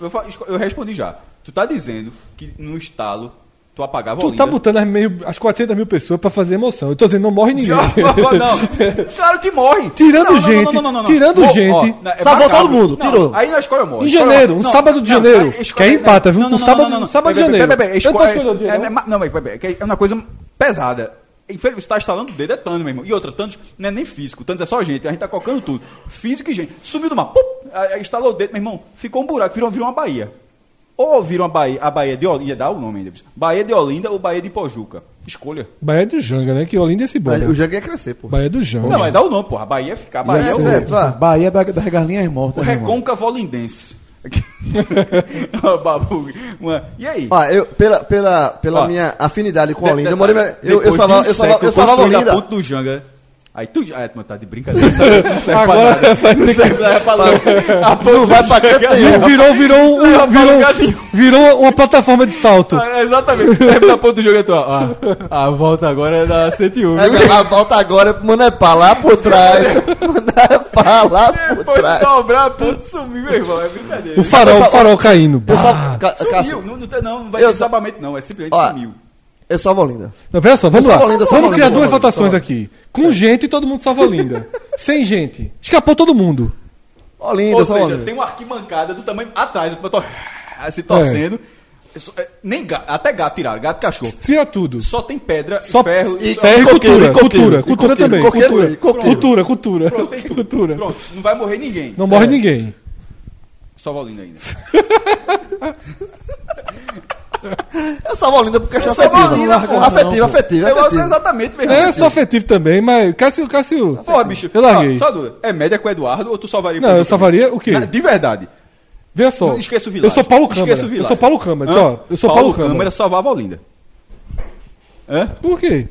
Eu, fa- esco- eu respondi já. Tu tá dizendo que no estalo tu apagava
Tu
Olinda?
tá botando as, meio, as 400 mil pessoas pra fazer emoção. Eu tô dizendo, não morre ninguém.
não, claro que morre.
Tirando gente, tirando gente.
Salvou
macabro.
todo mundo,
é Não,
tirou.
Aí na escolha morre.
Em
escolha
janeiro,
morre. é,
um sábado de janeiro,
aí
que aí empata, viu? Um sábado- um sábado de
Peraí, peraí,
janeiro.
peraí,
Eu tô
escolha-
escolhendo o dia, né?
é,
não?
é ma- Não, mas peraí, que é uma coisa pesada. Infelizmente, você tá instalando o dedo, é Thanos, meu irmão. E outra, Thanos não é nem físico, Thanos é só gente, a gente tá colocando tudo. Físico e gente. Sumiu do mar, pum, aí instalou o dedo, meu irmão, ficou um buraco, virou, virou uma Bahia. Ou viram a Bahia, a Bahia de Olinda, ia dar o nome ainda, Bahia de Olinda ou Bahia de Pojuca. Escolha.
Bahia do Janga, né? Que Olinda é esse bom.
Mas O Janga ia crescer, porra.
Bahia do Janga.
Não, mas dá o nome, porra. A Bahia fica, a Bahia
Ia
é o
ser.
nome.
Certo, vá.
Bahia da- das galinhas mortas.
O
meu irmão.
Recôncavo Olindense. Uma babu- uma- E aí?
Ó, eu, pela pela, pela
Ó.
minha afinidade com
De-
a Olinda, eu
detalhe,
morei. na- Eu, eu
depois
salvava,
de um
eu salvava,
século
eu salvava a
construindo a
Olinda.
ponte do Janga. Aí tu. Ah, tu tá de brincadeira. Isso aí não serve
Agora
pra nada. Não serve pra nada. A ponte
Não vai pra
do
canto
Janga-
nenhum.
Virou, virou, virou, um-
Não,
virou,
lugar nenhum.
virou uma plataforma de salto.
Ah, Exatamente. Leva da ponte do Janga tu, ó. Ah, a volta agora é da 101.
É, a volta agora, mano, é pra lá por trás. Mano, Fala por
Depois de
trás.
dobrar, tudo sumiu, meu irmão. É brincadeira.
O farol, o farol caindo.
Eu só,
Bah.
Ca-
Sumiu.
Cássio,
Não, não, tem- não, não vai
Eu
ter
só-
desabamento, não. É simplesmente
Ó,
sumiu.
eu só vou linda.
Não, veja só, vamos
Eu
lá.
só vou lendo, eu só
vamos
vou
criar as
lendo, eu
duas
só vou
votações
lendo.
aqui. Com gente, todo mundo salva linda. Sem gente. Escapou todo mundo.
Ó, linda,
Ou
eu só vou
seja,
linda.
tem uma arquibancada do tamanho atrás, eu tô assim, torcendo. Eu só- é, Nem ga- até gato tiraram, gato e cachorro.
Tira tudo.
Só tem pedra,
Só
ferro
e-
só-
Ferro e cultura,
coqueiro,
cultura,
coqueiro,
cultura
coqueiro,
também.
coqueiro,
Cultura,
coqueiro.
cultura, cultura.
Pronto, tem tudo.
Cultura.
Pronto, não vai morrer ninguém.
Não morre ninguém.
Só Valdindo ainda.
Eu só vou linda porque questão
Eu só vou
afetiva.
linda, porra.
afetiva, afetiva,
Eu gosto
afetiva.
exatamente mesmo.
É, só afetivo também, mas. Cássio, Cássio.
Porra, bicho.
Eu larguei.
Ó, Só dúvida. É média com o Eduardo ou tu salvaria
Não, eu salvaria o quê?
Na- De verdade.
Veja só.
Não esqueça o
Eu
Vilar.
sou Paulo Câmara.
Esqueça o
Eu
Vilar.
sou Paulo Câmara. Só, eu sou Paulo, Câmara.
salvava a Olinda. Hã?
Por quê?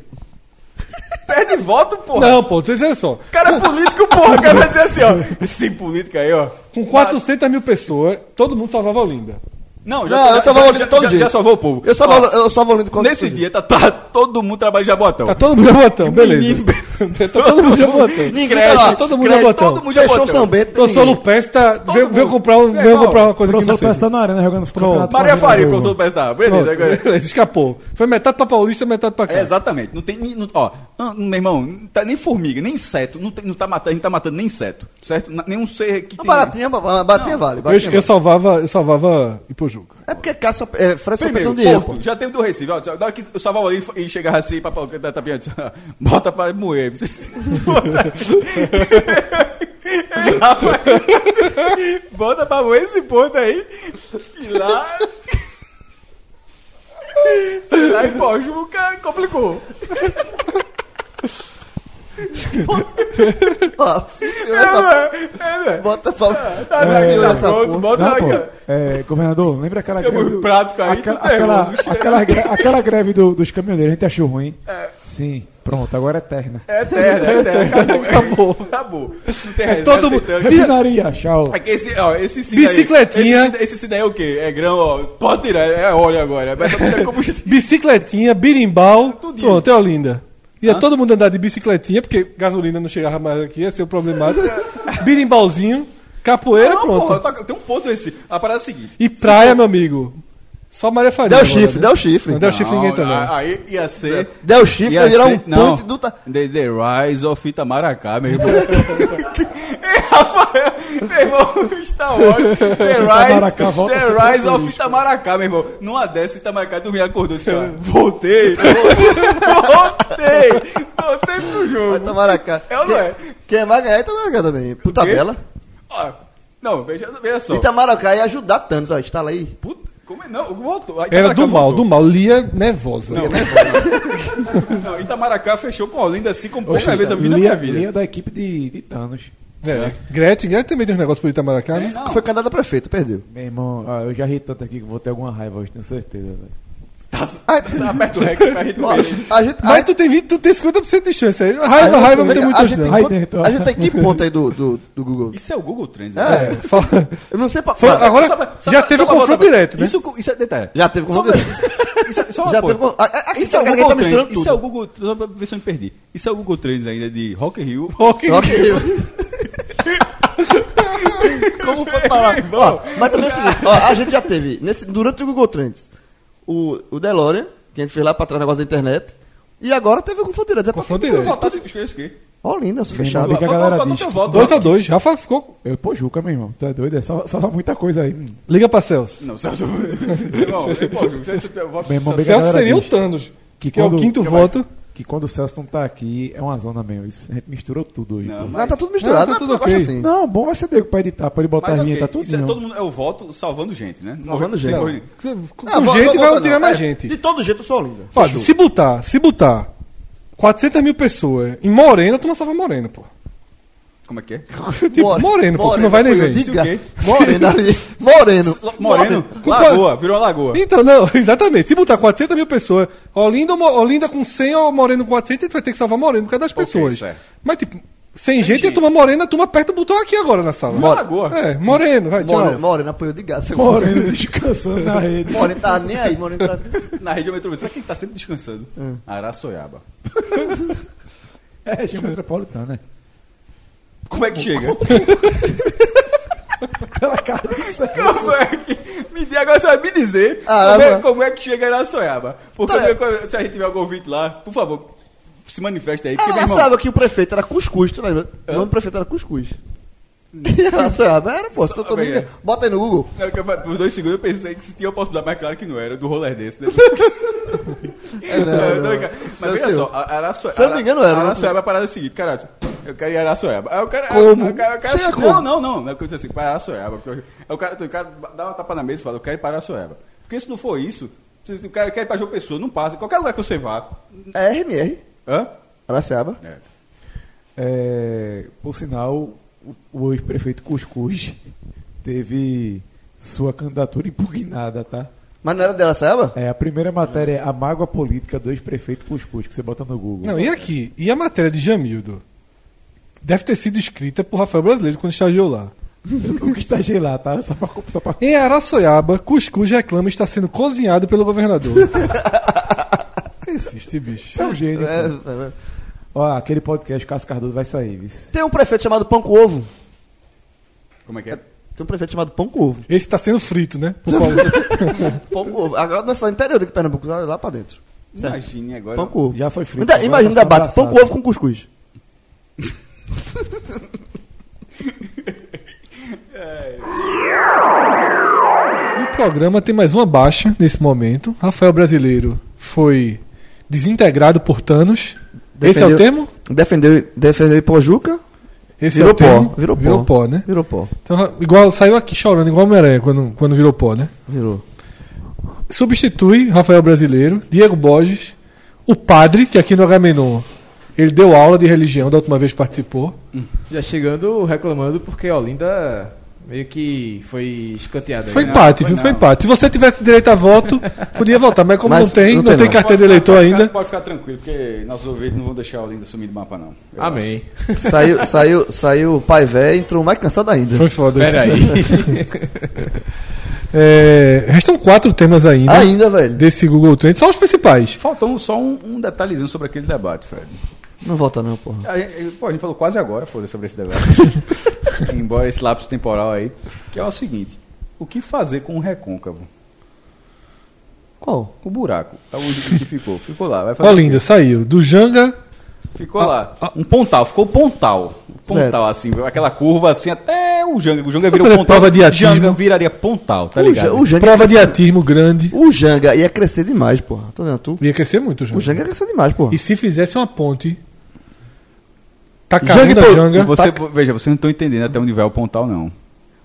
Perde voto, porra.
Não, pô, tô dizendo só.
O cara é político, porra. O cara vai dizer assim, ó. Esse político aí, ó.
Com 400 mil pessoas, todo mundo salvava a Olinda.
Não,
Não, eu salvava a Olinda de todo
já,
jeito.
já salvou o povo.
Eu só
Ó,
vou, eu só vou lindo quando
Nesse dia, tá, tá todo mundo trabalhando já botão.
Tá todo mundo botão, beleza.
Menino,
tá todo mundo já botão.
Ninguém
Creche,
tá lá.
todo mundo
creche,
já botão.
Todo mundo já
Fechou
botão.
o São Bento. tem
Professor
ninguém.
Lupesta
Todo
veio, veio
mundo.
comprar, um,
Meu
veio
irmão,
comprar uma
O
coisa
professor
que não
Pérez tá
sei.
na arena jogando campeonato.
Maria
com a
Faria,
Arena
professor do
Globo.
PSDA. Beleza, agora.
Beleza, escapou. Foi metade pra paulista, metade pra cá.
É, exatamente. Não tem. ni- Não, ó, não, meu irmão, não tá nem formiga, nem inseto. Não, tem, não tá matando, a gente tá matando nem inseto. Certo? Na- Nenhum ser que.
Uma Baratinha, ba- baratinha vale.
eu,
baratinha
eu
é.
vale.
salvava, eu salvava Ipojuca.
É porque Cássio é, França só pensa
Primeiro,
no dinheiro.
Porto,
pô.
já teve do Recife. Ó, na hora que eu salvava ali e chegava assim, papai, tá, tá vendo? Bota pra moer. Bota pra moer esse ponto aí. E lá. Aí, pô, Juca complicou.
Ó,
É,
essa- Bota fala.
Tá, é, tá,
É,
tá
essa
pronto, bota
Não,
aí,
pô.
ó.
É, governador, lembra aquela
Chama
greve.
o prato caindo,
aquela,
tudo nervoso,
aquela,
cheiro.
aquela, gre- aquela greve do- dos caminhoneiros, a gente achou ruim. Sim, pronto, agora é terna.
É terra, é terra. Acabou. Acabou. Não tem reserva,
todo
não tem
mundo-
tanque.
Refinaria, tchau.
É que esse, ó, esse sim daí-
Bicicletinha.
esse sim- esse sim daí é o quê? É grão, ó. Pode tirar, é óleo agora. Mas pra tirar combustível.
Bicicletinha, birimbau,
Tudinho.
pronto, é Olinda. Ia
Hã?
todo mundo andar de bicicletinha, porque gasolina não chegava mais aqui, ia ser o problemático. Birimbauzinho, capoeira,
Não,
pronto.
porra, tá- tem um ponto esse. A parada é a seguinte.
E praia, meu amigo. Só Maria Faria.
Deu
agora,
chifre,
né?
deu chifre.
Não deu chifre ninguém também.
a- Aí ia ser.
Deu chifre,
ia
vai virar um
assim,
ser- não.
ponte do. ta-
The, the Rise of Itamaracá, meu irmão. Ei, Rafael, meu irmão, Star Wars. The Rise,
Itamaracá, volta a ser
the rise of
protagonista.
Itamaracá, meu irmão. Numa dessa, Itamaracá dormia, acordou e disse: ó, Voltei, voltei, voltei pro jogo.
Vai tomar na cara.
É ou não é?
Quem- Quem vai ganhar, Itamaracá também. Puta
quê?
bela.
Ó, não, veja, veja só.
Itamaracá ia ajudar Thanos, ó. Instala aí.
Puta, como é? Não, voltou. né?
Era do mal, do mal. Lia é nervosa.
Não, Itamaracá fechou com a Olinda assim como poucas vezes eu vi na minha vida.
Lia da equipe de, de Thanos.
É. Gretchen, Gretchen também tem um uns negócios por Itamaracá, né?
Não,
Foi candidato a prefeito, perdeu.
Meu irmão, ó, eu já ri tanto aqui que vou ter alguma raiva hoje, tenho certeza. velho.
tá, tá aperto o rec pra gente
Ó,
ver.
a gente.
Mas tu tem, 20, tu tem 50% de chance aí. Raiva,
a-
raiva, não tem
a-
muito né? chance.
a gente tem
não.
Aí
quanto-
dentro, ó.
A gente tem que ponto aí do, do, do Google?
Isso é o Google Trends. né?
É, fala-
Eu não sei pra
Foi-
pra-
agora-
Só pra- só
já
pra-
teve
só
o
pra
confronto
botar-
direto, né?
Isso, co- isso é detalhe.
Já teve
Só
confronto
pra- isso- Isso, é- só uma
Já
coisa.
teve con- a- a- aqui
Isso é o
tá-
Google
tá misturando
Trends.
tudo.
Isso é o Google. Só pra ver se eu me perdi. Isso é o Google Trends ainda de Rock in Rio.
Ok.
Ok.
Como foi
Fala. Ó, mas também é o seguinte, ó, a gente já teve, nesse, durante o Google Trends, o, o DeLorean, que a gente fez lá pra trás negócio da internet, e agora teve o Confronto Direto. Já tá
Confronto
tudo-
Direto.
Votar se escolher isso aqui.
Ó, linda, sou
Meu
fechado.
irmão, que a
Votar-
galera
votar no
diz
teu
que-
voto,
2x2. Rafa ficou.
Eu, pô, Juca, meu irmão, tu é doido? É Salva, salva muita coisa aí. hum.
Liga pra Celso.
Não, Celso. Não, é bom, Ju, você- você- voto assim.
Meu irmão,
Celso.
bem-
Celso
galera
seria o
diz
Thanos, que,
que
é o
quando-
quinto
que mais?
voto.
Que quando o Celso não tá aqui, é uma zona mesmo. Isso, a gente misturou tudo hoje.
Não,
pô.
Ah, tá
Ah,
tudo
tá
misturado, tá
tudo
tudo
ok.
assim.
Não, bom vai ser Diego pra editar, pra ele botar
Mas
a vinheta,
ok,
tá tudo.
isso é,
não.
todo mundo, é o voto salvando gente, né?
Salvando gente.
Não,
Com com
Ah, vou-
gente
vou-
vai
vou-
tirar
não,
mais
é,
gente.
De todo jeito, eu sou linda.
Ó, se botar, se botar 400 mil pessoas em Morena, tu não salva Morena, pô.
Como é que é?
Tipo, Moreno, pô, que
Moreno,
não vai nem
foi
ver.
de
Isso o
gra-
quê?
Moreno ali. Moreno.
Moreno,
Com
lagoa, virou a lagoa.
Então, não, exatamente. Se botar 400 mil pessoas, Olinda, ou Mo- Olinda com 100 ou Moreno com 400, tu vai ter que salvar Moreno por causa das pessoas.
certo.
Mas, tipo, sem, gente, a turma Morena, a turma aperta o botão aqui agora na sala.
Virou a lagoa.
É, Moreno, vai, tchau.
Moreno, Moreno apoiou de graça.
Moreno descansando na rede.
Moreno tá nem aí, Moreno tá...
Na região metropolitana. Sabe quem tá sempre descansando? Araçoiaba.
né? É, região metropolitana.
Como é que chega?
Pela cara do céu.
Como é que. Me diz agora, você vai me dizer
Ah,
como, é,
mano.
como é que chega na Soiaba. Porque
Olha.
eu- se a gente tiver algum ouvinte lá, por favor, se manifesta aí. Porque, meu
Ela
irmão,
sabe que o prefeito era cuscuz, tu lembra? O nome do prefeito era cuscuz. E ela sabe, era, pô,
Só-
Santo Domingo.
é.
Bota aí no Google.
na hora que eu fa- por dois segundos eu pensei que se tinha possibilidade, mas claro que não era, do roller desse, né?
É, não,
Eu
não,
tô
não.
ligado. Mas
Não,
veja
assim,
só, a- Araçoiaba.
Se eu não me engano, era, né?
Araçoiaba é a parada seguinte, cara, eu quero ir a Araçoiaba. Aí o cara.
Como?
O cara, o cara-
Chega
não,
como?
não, não. É porque eu disse assim, para Araçoiaba. porque eu- Aí o cara, o cara dá uma tapa na mesa e fala, eu quero ir para Araçoiaba. Porque se não for isso, se se o cara quer ir para João Pessoa, não passa. Qualquer lugar que você vá.
É RMR,
Hã?
Araciaba.
É.
É, por sinal, o, o ex-prefeito Cuscuz teve sua candidatura impugnada, tá?
Mas não era de Araciaba?
É, a primeira matéria é a mágoa política do ex-prefeito Cuscuz, que você bota no Google.
Não, e aqui? E a matéria de Jamildo? Deve ter sido escrita por Rafael Brasileiro quando estagiou lá.
O que está gelado, tá? Só pra, só pra...
Em Araçoiaba, cuscuz reclama estar sendo cozinhado pelo governador. Existe, bicho.
Você é um gênio.
É,
pô.
é, é.
Ó, aquele podcast Cássio Cardoso vai sair, vice.
Tem um prefeito chamado Pão com Ovo.
Como é que é?
Tem um prefeito chamado Pão com Ovo.
Esse tá sendo frito, né? Por Paulo.
Pão com Ovo. Agora nós só interior daqui de Pernambuco, lá lá pra dentro. Sério.
Imagine agora.
Pão com ovo.
Já foi frito.
Ainda-
agora
Imagina o
tá sendo
debate, pão com
abraçado.
ovo com cuscuz.
E o programa tem mais uma baixa nesse momento. Rafael Brasileiro foi desintegrado por Thanos. Esse é o
Defendeu-
termo?
Defendeu, defendeu Ipojuca,
Esse
virou,
é o termo?
pó, virou pó.
Virou pó, né?
Virou pó.
Então, igual, saiu aqui chorando, igual Homem-Aranha quando, quando virou pó, né?
Virou.
Substitui Rafael Brasileiro, Diego Borges, o padre, que aqui no Agamenon, ele deu aula de religião da última vez que participou.
Já chegando reclamando porque Olinda meio que foi escanteada.
Foi
aí, né?
empate,
foi
viu? Foi
não.
empate. Se você tivesse direito a voto, podia votar, mas como
Mas
não tem,
não
não
tem
tem,
não.
carteira de
Pode ficar-
eleitor
pode
ainda.
ficar- Pode ficar tranquilo, porque nossos ouvintes não vão deixar o Linda sumir do mapa, não. Eu
Amém.
Saiu, saiu, saiu o pai velho, entrou mais cansado ainda.
Foi foda.
acho. Peraí.
É, restam quatro temas ainda,
Ainda, velho.
desse Google Trends, são os principais.
Faltou um- só um, um detalhezinho sobre aquele debate, Fred.
Não volta não, porra.
A gente, pô, a gente falou quase agora pô, sobre esse debate. Embora esse lapso temporal aí. Que é o seguinte: o que fazer com o recôncavo?
Qual?
O buraco. É o único que ficou. Ficou lá. Vai fazer
Olinda
o quê?
saiu do Janga
Ficou lá.
Ah,
Um pontal. Ficou pontal. Pontal, assim. Aquela curva assim até o Janga. O Janga
Vamos
virou
fazer
pontal.
prova de atismo.
Janga viraria pontal, tá
o, Ja-
ligado?
o Janga é
prova
ia
de
crescer-
atismo grande.
O Janga ia crescer demais, porra. Tô vendo tu?
Ia crescer muito o
O
Janga.
Janga é ia crescer demais, porra.
E se fizesse uma ponte. Tá
Janga e
caindo
Pô-
a
E
Janga.
Você, Veja, vocês não estão entendendo até onde vai o Pontal, não.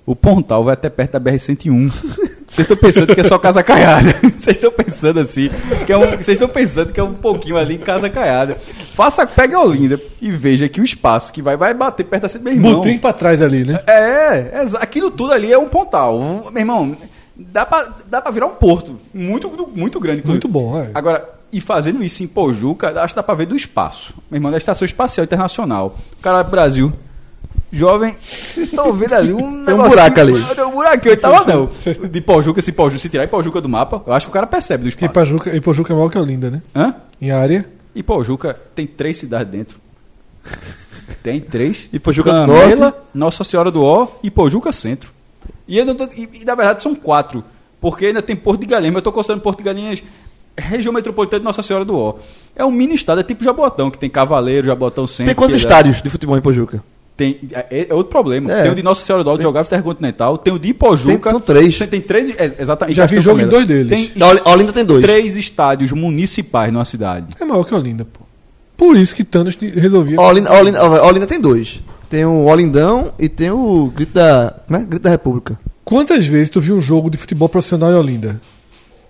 O Pontal vai até perto da BR-101. Vocês estão pensando que é só Casa Caiada. Vocês estão pensando assim. que é um- Vocês estão pensando que é um pouquinho ali em Casa Caiada. Faça, pega a Olinda e veja que o espaço que vai, vai bater perto da assim, meu irmão.
Butrim pra trás ali, né?
É, exa- aquilo tudo ali é um Pontal. Um- Meu irmão, dá pra, dá pra virar um porto. Muito, muito grande. inclusive.
Muito bom, é.
Agora, e fazendo isso em Pojuca, acho que dá pra ver do espaço. Meu irmão, da Estação Espacial Internacional. O cara do Brasil. Jovem, estão vendo ali um
Tem um
negocinho-
buraco ali.
Tem um buraquinho, ele tava não. De Pojuca, se Pojuca, se tirar Pojuca do mapa, eu acho que o cara percebe do espaço.
Ipojuca, Ipojuca é maior que Olinda, né?
Hã?
Em área.
E Pojuca tem três cidades dentro. Tem três. E
Pojuca do Norte.
Nossa Senhora do Ó e Pojuca Centro. E, eu não tô- e- e, na verdade são quatro. Porque ainda tem Porto de Galinhas, mas eu estou considerando Porto de Galinhas região metropolitana de Nossa Senhora do Ó. É um mini estado, é tipo Jabotão, que tem Cavaleiro, Jabotão Centro.
Tem quantos
Piedade.
estádios de futebol em Pojuca?
Tem, é, é outro problema.
É.
Tem o de Nossa Senhora do Alto Geográfico Intercontinental, tem o de Ipojuca.
Tem- são três.
Tem, tem três. é, exatamente.
Já vi jogo em dois deles.
Tem
A Oli- A Olinda tem dois.
três estádios municipais numa cidade.
É maior que Olinda, pô. Por isso que Thanos de- resolvia.
A Olinda, a Olinda, a Olinda tem dois. Tem o Olindão e tem o Grito da, como é? Grito da República.
Quantas vezes tu viu um jogo de futebol profissional em Olinda?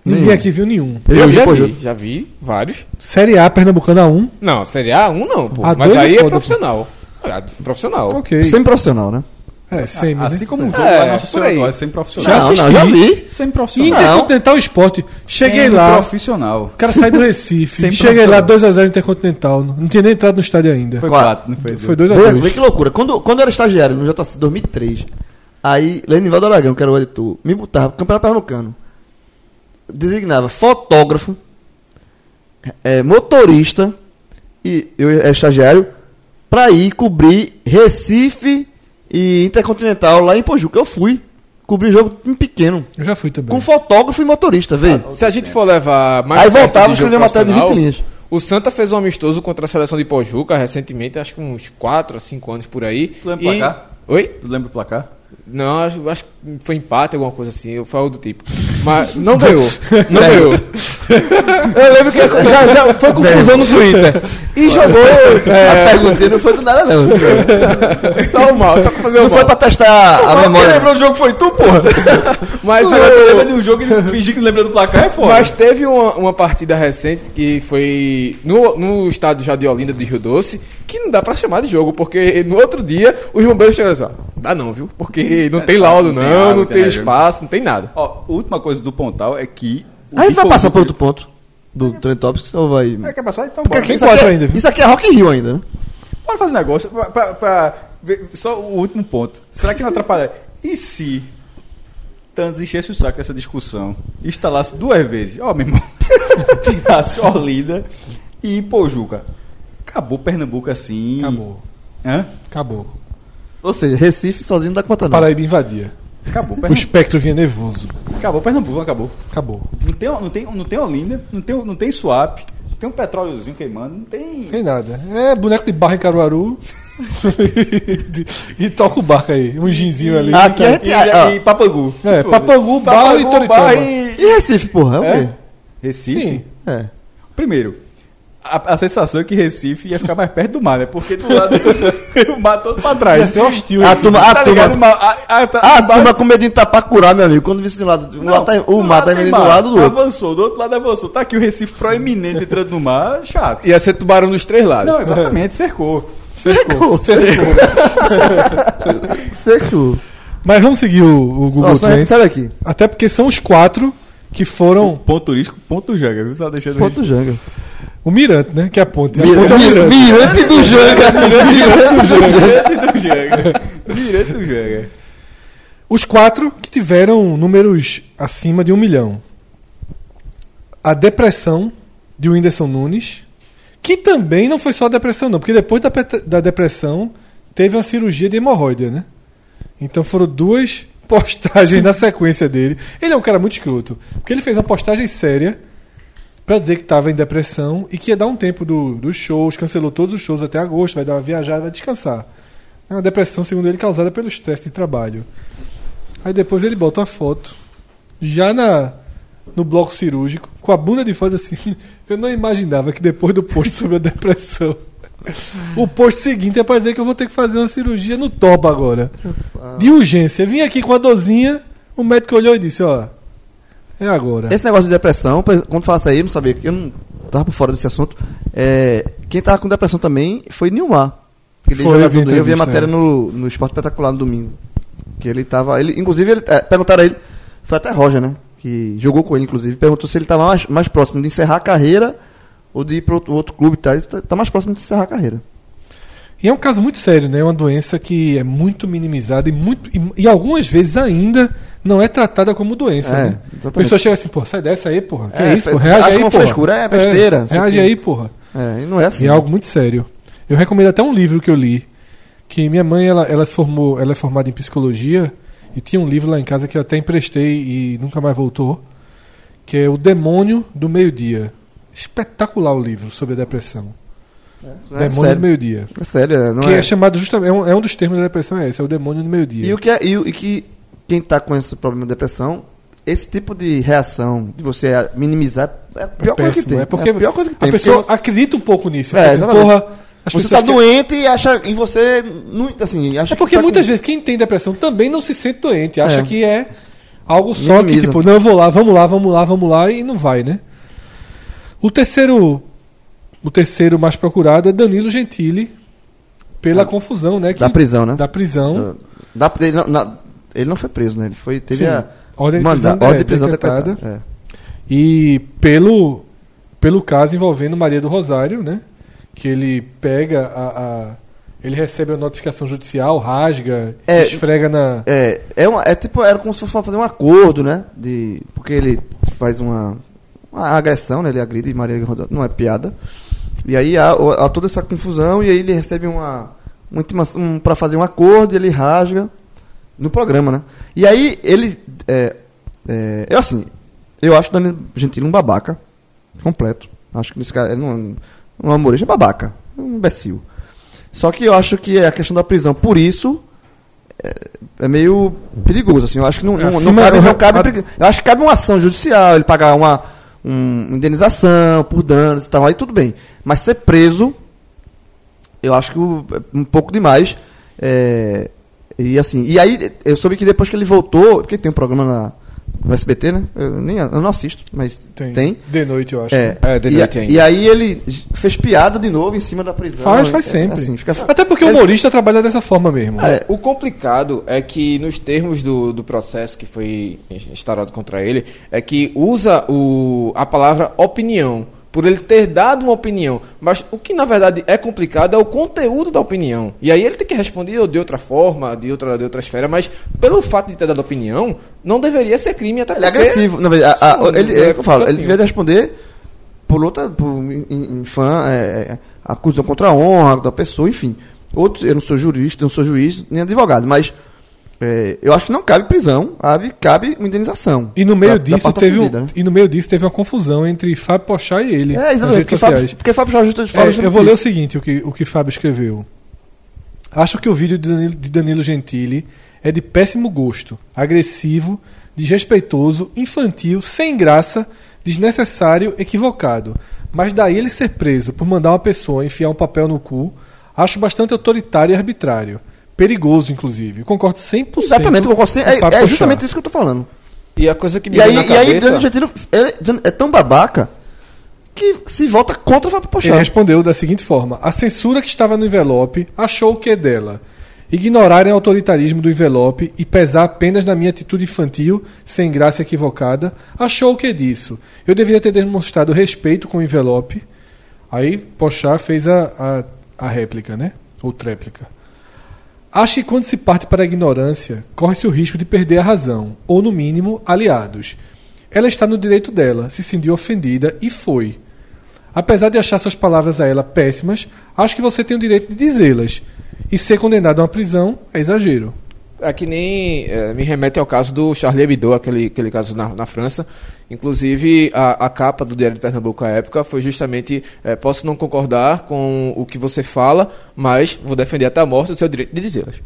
Ninguém
Nenhum.
aqui viu nenhum.
Eu
vi
já
Pojuca.
vi, já vi vários.
Série A, Pernambucana 1.
Não, seria A1 não, pô.
A
Mas
dois é
aí é
foda, pô.
profissional. Ah, Profissional.
Ok.
Semi-profissional, né?
É, semi, né?
Assim como o
É,
jogo lá Nossa
por
Senhora
aí.
do Ó é sem profissional.
não, não, já vi.
Sem
E
profissional.
Intercontinental Esporte. Cheguei lá.
profissional.
O cara sai do Recife.
Sem
cheguei lá
profissional.
2x0 Intercontinental. Não não tinha nem entrado no estádio ainda.
Foi
Foi,
Claro.
quatro, não foi? Foi
2x2.
Vê, vê que loucura. Quando, quando eu era estagiário no JC 2003, aí Lenivaldo Aragão, que era o editor, me botava pro Campeonato Pernambucano. Designava fotógrafo, é, eh, motorista e eu era estagiário pra ir cobrir Recife e Intercontinental lá em Pojuca. Eu fui. Cobri jogo em pequeno.
Eu já fui também.
Com fotógrafo e motorista, vê.
Se a gente for levar mais
Aí
perto de
voltava e
jogo
escrevia uma matéria de
profissional,
20 linhas.
O Santa fez um amistoso contra a seleção de Pojuca recentemente, acho que uns 4 a 5 anos por aí.
Tu lembra o
E-
placar?
Oi?
Tu lembra o placar?
Não, acho, acho que foi empate, alguma coisa assim, foi algo do tipo. Mas não ganhou. Não ganhou. Eu lembro que já, já foi conclusão no Twitter. E jogou
A perguntinha não foi do nada, não.
É. só o mal, só pra fazer o
Não foi
mal. é
pra testar a memória.
Quem lembrou do jogo foi tu, porra.
Mas
Tu lembra
o,
de um jogo e fingir que não lembra do placar é foda.
Mas teve uma, uma partida recente que foi no, no estádio já de Olinda de Rio Doce, que não dá pra chamar de jogo, porque no outro dia os bombeiros chegaram assim, ó, dá não, viu? Porque não tem laudo
não
né, É não,
tem água,
não
não tem
tem
nada,
espaço, não tem nada.
Ó, a última coisa do Pontal é que. o
Aí a gente vai
Bicovic-
passar por outro ponto do Trend Topics ou vai.
É, quer passar? Então
Porque
bora.
aqui, isso,
quatro
aqui é,
ainda, viu?
isso aqui é Rock in Rio ainda, né?
Bora fazer um negócio. Pra, pra- pra ver- só o último ponto. Será que não atrapalha? E se Tantos enchesse o saco dessa discussão e instalasse duas vezes? Ó, meu irmão. Tirasse Olinda e Pojuca. Acabou Pernambuco assim.
Acabou.
Hã?
Acabou.
Ou seja, Recife sozinho não dá conta, não.
Paraíba invadia.
Acabou
O
Pernambuco.
espectro vinha nervoso.
Acabou Pernambuco, acabou.
Acabou.
Não tem, não tem, não tem Olinda, não tem, não tem Suap, não tem um petróleozinho queimando, não tem.
Tem nada. É boneco de barra em Caruaru. e toca o barco aí. Um ginzinho ali.
Aqui é-
E,
Ah.
e Papangu.
É,
Foda-se.
Papangu, Barra e Toritama.
Tipo, Barra e-
E Recife, porra? É o
É?
quê?
Recife?
Sim.
É.
Primeiro, a, a sensação é que Recife ia ficar mais perto do mar, né? Porque do lado o mar todo pra
Ia
trás.
ser é hostil.
A
esse-
turma,
Tá
a
ligado?
turma.
Uma- a- a- tá-
Ah, a turma com medo de Itapacurá, meu amigo. Quando visse de lado, um
Não,
lado tá-
do
o mar tá
tem
indo do lado do outro.
Avançou, do outro lado avançou. Tá aqui o Recife proeminente entrando no mar,
É.
chato.
Ia ser tubarão dos três lados.
Não, exatamente, cercou.
Seco, seco. Seco.
Mas vamos seguir o, o Google
é Ó, sai-
Trends.
Sai daqui.
Até porque são os quatro que foram
Ponto turístico, ponto janga, viu? Só deixando
Ponto
registrado.
Janga.
o Mirante, né? Que é a ponte. A
Mi-
ponte é o
mi-
Mirante.
Mirante do Janga. Mirante do Janga.
Mirante do janga. Mirante do janga.
Os quatro que tiveram números acima de um milhão. A depressão de Whindersson Nunes, que também não foi só a depressão, não, porque depois da, pet- da depressão teve uma cirurgia de hemorroida, né? Então foram duas postagens na sequência dele. Ele é um cara muito escroto, porque ele fez uma postagem séria pra dizer que estava em depressão e que ia dar um tempo do- dos shows, cancelou todos os shows até agosto, vai dar uma viajada, vai descansar. É uma depressão, segundo ele, causada pelo estresse de trabalho. Aí depois ele bota uma foto, já na no bloco cirúrgico, com a bunda de fora assim. Eu não imaginava que depois do post sobre a depressão, o post seguinte é pra dizer que eu vou ter que fazer uma cirurgia no toba agora. De urgência. Vim aqui com a dorzinha, o médico olhou e disse: Ó, é agora.
Esse negócio de depressão, pois, quando falasse aí, eu não sabia, eu não tava por fora desse assunto. É, quem tava com depressão também foi Nilmar. Porque ele
Foi,
joga
eu vi a
tudo. Eu vi a
entrevista,
matéria
é.
no, no Esporte Espetacular no domingo. Que ele tava. Ele, inclusive, ele, é, perguntaram a ele. Foi até Roger, né? Que jogou com ele, inclusive. Perguntou se ele tava mais, mais próximo de encerrar a carreira ou de ir para outro, outro clube e tal. Ele tá, tá mais próximo de encerrar a carreira.
E é um caso muito sério, né? É uma doença que é muito minimizada e, muito, e, e algumas vezes ainda não é tratada como doença,
É,
né?
exatamente.
A pessoa chega assim, pô, sai dessa aí, porra. Que
É,
é, isso,
fe-
pô? Reage
acha
aí,
uma
porra.
frescura, é besteira, não sei
reage
o quê.
aí, porra.
É, e não é assim.
E é algo muito sério. Eu recomendo até um livro que eu li, que minha mãe, ela, ela se formou, ela é formada em psicologia e tinha um livro lá em casa que eu até emprestei e nunca mais voltou, que é O Demônio do Meio-Dia. Espetacular o livro sobre a depressão.
Não é
Demônio do
sério.
Meio-Dia.
É sério, é, não
Que é,
é.
chamado justamente. É um, é um dos termos da depressão, é esse, é o demônio do meio-dia.
E o que é, e, o- e que quem tá com esse problema de depressão, esse tipo de reação de você minimizar é a pior coisa que
péssimo,
tem.
é porque
a pior coisa que tem.
A pessoa
porque
acredita um pouco nisso.
É,
Assim,
exatamente.
porra, as pessoas
você tá
que-
doente e acha e você não, assim, acha
É porque
que tá
muitas
com-
vezes quem tem depressão também não se sente doente, acha
É.
que é algo só
Minimiza.
que, tipo, não, eu vou lá, vamos lá, vamos lá, vamos lá, e não vai, né? O terceiro. O terceiro mais procurado é Danilo Gentili, pela confusão, né? que-
Ah, da prisão, né?
Da prisão.
Da- da- ele, não, na- ele não foi preso, né? Ele foi
Sim.
teve a
Ordem de
manda-
prisão de-
ordem de prisão
decretada.
decretada. É.
E pelo, pelo caso envolvendo Maria do Rosário, né? Que ele pega a. a- ele recebe a notificação judicial, rasga,
É,
esfrega na.
É, é, uma- é tipo, era como se fosse fazer um acordo, né? De, porque ele faz uma, uma agressão, né? Ele agride Maria Rodolfo, não é piada. E aí há, há toda essa confusão e aí ele recebe uma, uma intimação um, para fazer um acordo, e ele rasga no programa, né? E aí ele. É, é, eu assim, eu acho o Danilo Gentili um babaca. Completo. Acho que esse cara é um, um amorista é babaca. Um imbecil. Só que eu acho que é a questão da prisão, por isso, é, é meio perigoso. Assim, eu acho que não, não,
É, acima
não cabe.
do-
não cabe pri- eu acho que cabe uma ação judicial, ele pagar uma, um- uma indenização por danos e tal, aí tudo bem. Mas ser preso, eu acho que o- é um pouco demais. É, e assim, e aí eu soube que depois que ele voltou, porque tem um programa na, no SBT, né? Eu, nem, eu não assisto, mas tem.
De noite, eu acho.
É,
É, de
e,
noite
a-
ainda.
e aí ele j- fez piada de novo em cima da prisão.
Faz,
É,
faz
é,
sempre.
assim, fica-
Até porque o humorista trabalha dessa forma mesmo.
Ah, é.
O complicado é que, nos termos do, do processo que foi instaurado contra ele, é que usa o, a palavra opinião, por ele ter dado uma opinião. Mas o que, na verdade, é complicado é o conteúdo da opinião. E aí ele tem que responder ou de outra forma, de outra, de outra esfera, mas pelo fato de ter dado opinião, não deveria ser crime até
Ele é
porque-
agressivo. Não, veja, a- a-
Sim,
ele,
é
é o que eu falo, ele
cantinho.
devia responder por luta, por um in- in- in- fã, é, é, acusação contra a honra da pessoa, enfim. Outros, eu não sou jurista, não sou juiz, nem advogado, mas é, eu acho que não cabe prisão, cabe, cabe uma indenização.
E no meio
da- da
disso
parte
teve um,
ofendida, né?
e no meio disso teve uma confusão entre Fábio Pochá e ele
É,
nas
exatamente,
redes
porque
sociais.
Fábio, porque Fábio Jorge Justo de
É,
Fala
eu vou ler o seguinte, o que, o que Fábio escreveu. Acho que o vídeo de Danilo, de Danilo Gentili é de péssimo gosto, agressivo, desrespeitoso, infantil, sem graça, desnecessário, equivocado. Mas daí ele ser preso por mandar uma pessoa enfiar um papel no cu, acho bastante autoritário e arbitrário. Perigoso, inclusive. Concordo 100%.
Exatamente,
com
concordo, sim, é,
o Fábio
é
Pochá.
justamente isso que eu tô falando.
E a coisa que me
E aí,
vem na
e aí
cabeça...
Danilo Gentili ele- é tão babaca que se volta contra o Fábio
Ele
Pochá.
respondeu da seguinte forma: A censura que estava no envelope achou que é dela. Ignorarem o autoritarismo do envelope e pesar apenas na minha atitude infantil, sem graça e equivocada, achou que é disso. Eu deveria ter demonstrado respeito com o envelope. Aí Pochá fez a, a, a réplica, né? Ou tréplica. Acho que quando se parte para a ignorância, corre-se o risco de perder a razão, ou no mínimo, aliados. Ela está no direito dela, se sentiu ofendida e foi. Apesar de achar suas palavras a ela péssimas, acho que você tem o direito de dizê-las. E ser condenado a uma prisão é exagero.
É que nem eh, me remete ao caso do Charlie Hebdo, aquele, aquele caso na, na França. Inclusive, a, a capa do Diário de Pernambuco à época foi justamente: eh, posso não concordar com o que você fala, mas vou defender até a morte o seu direito de dizê-las.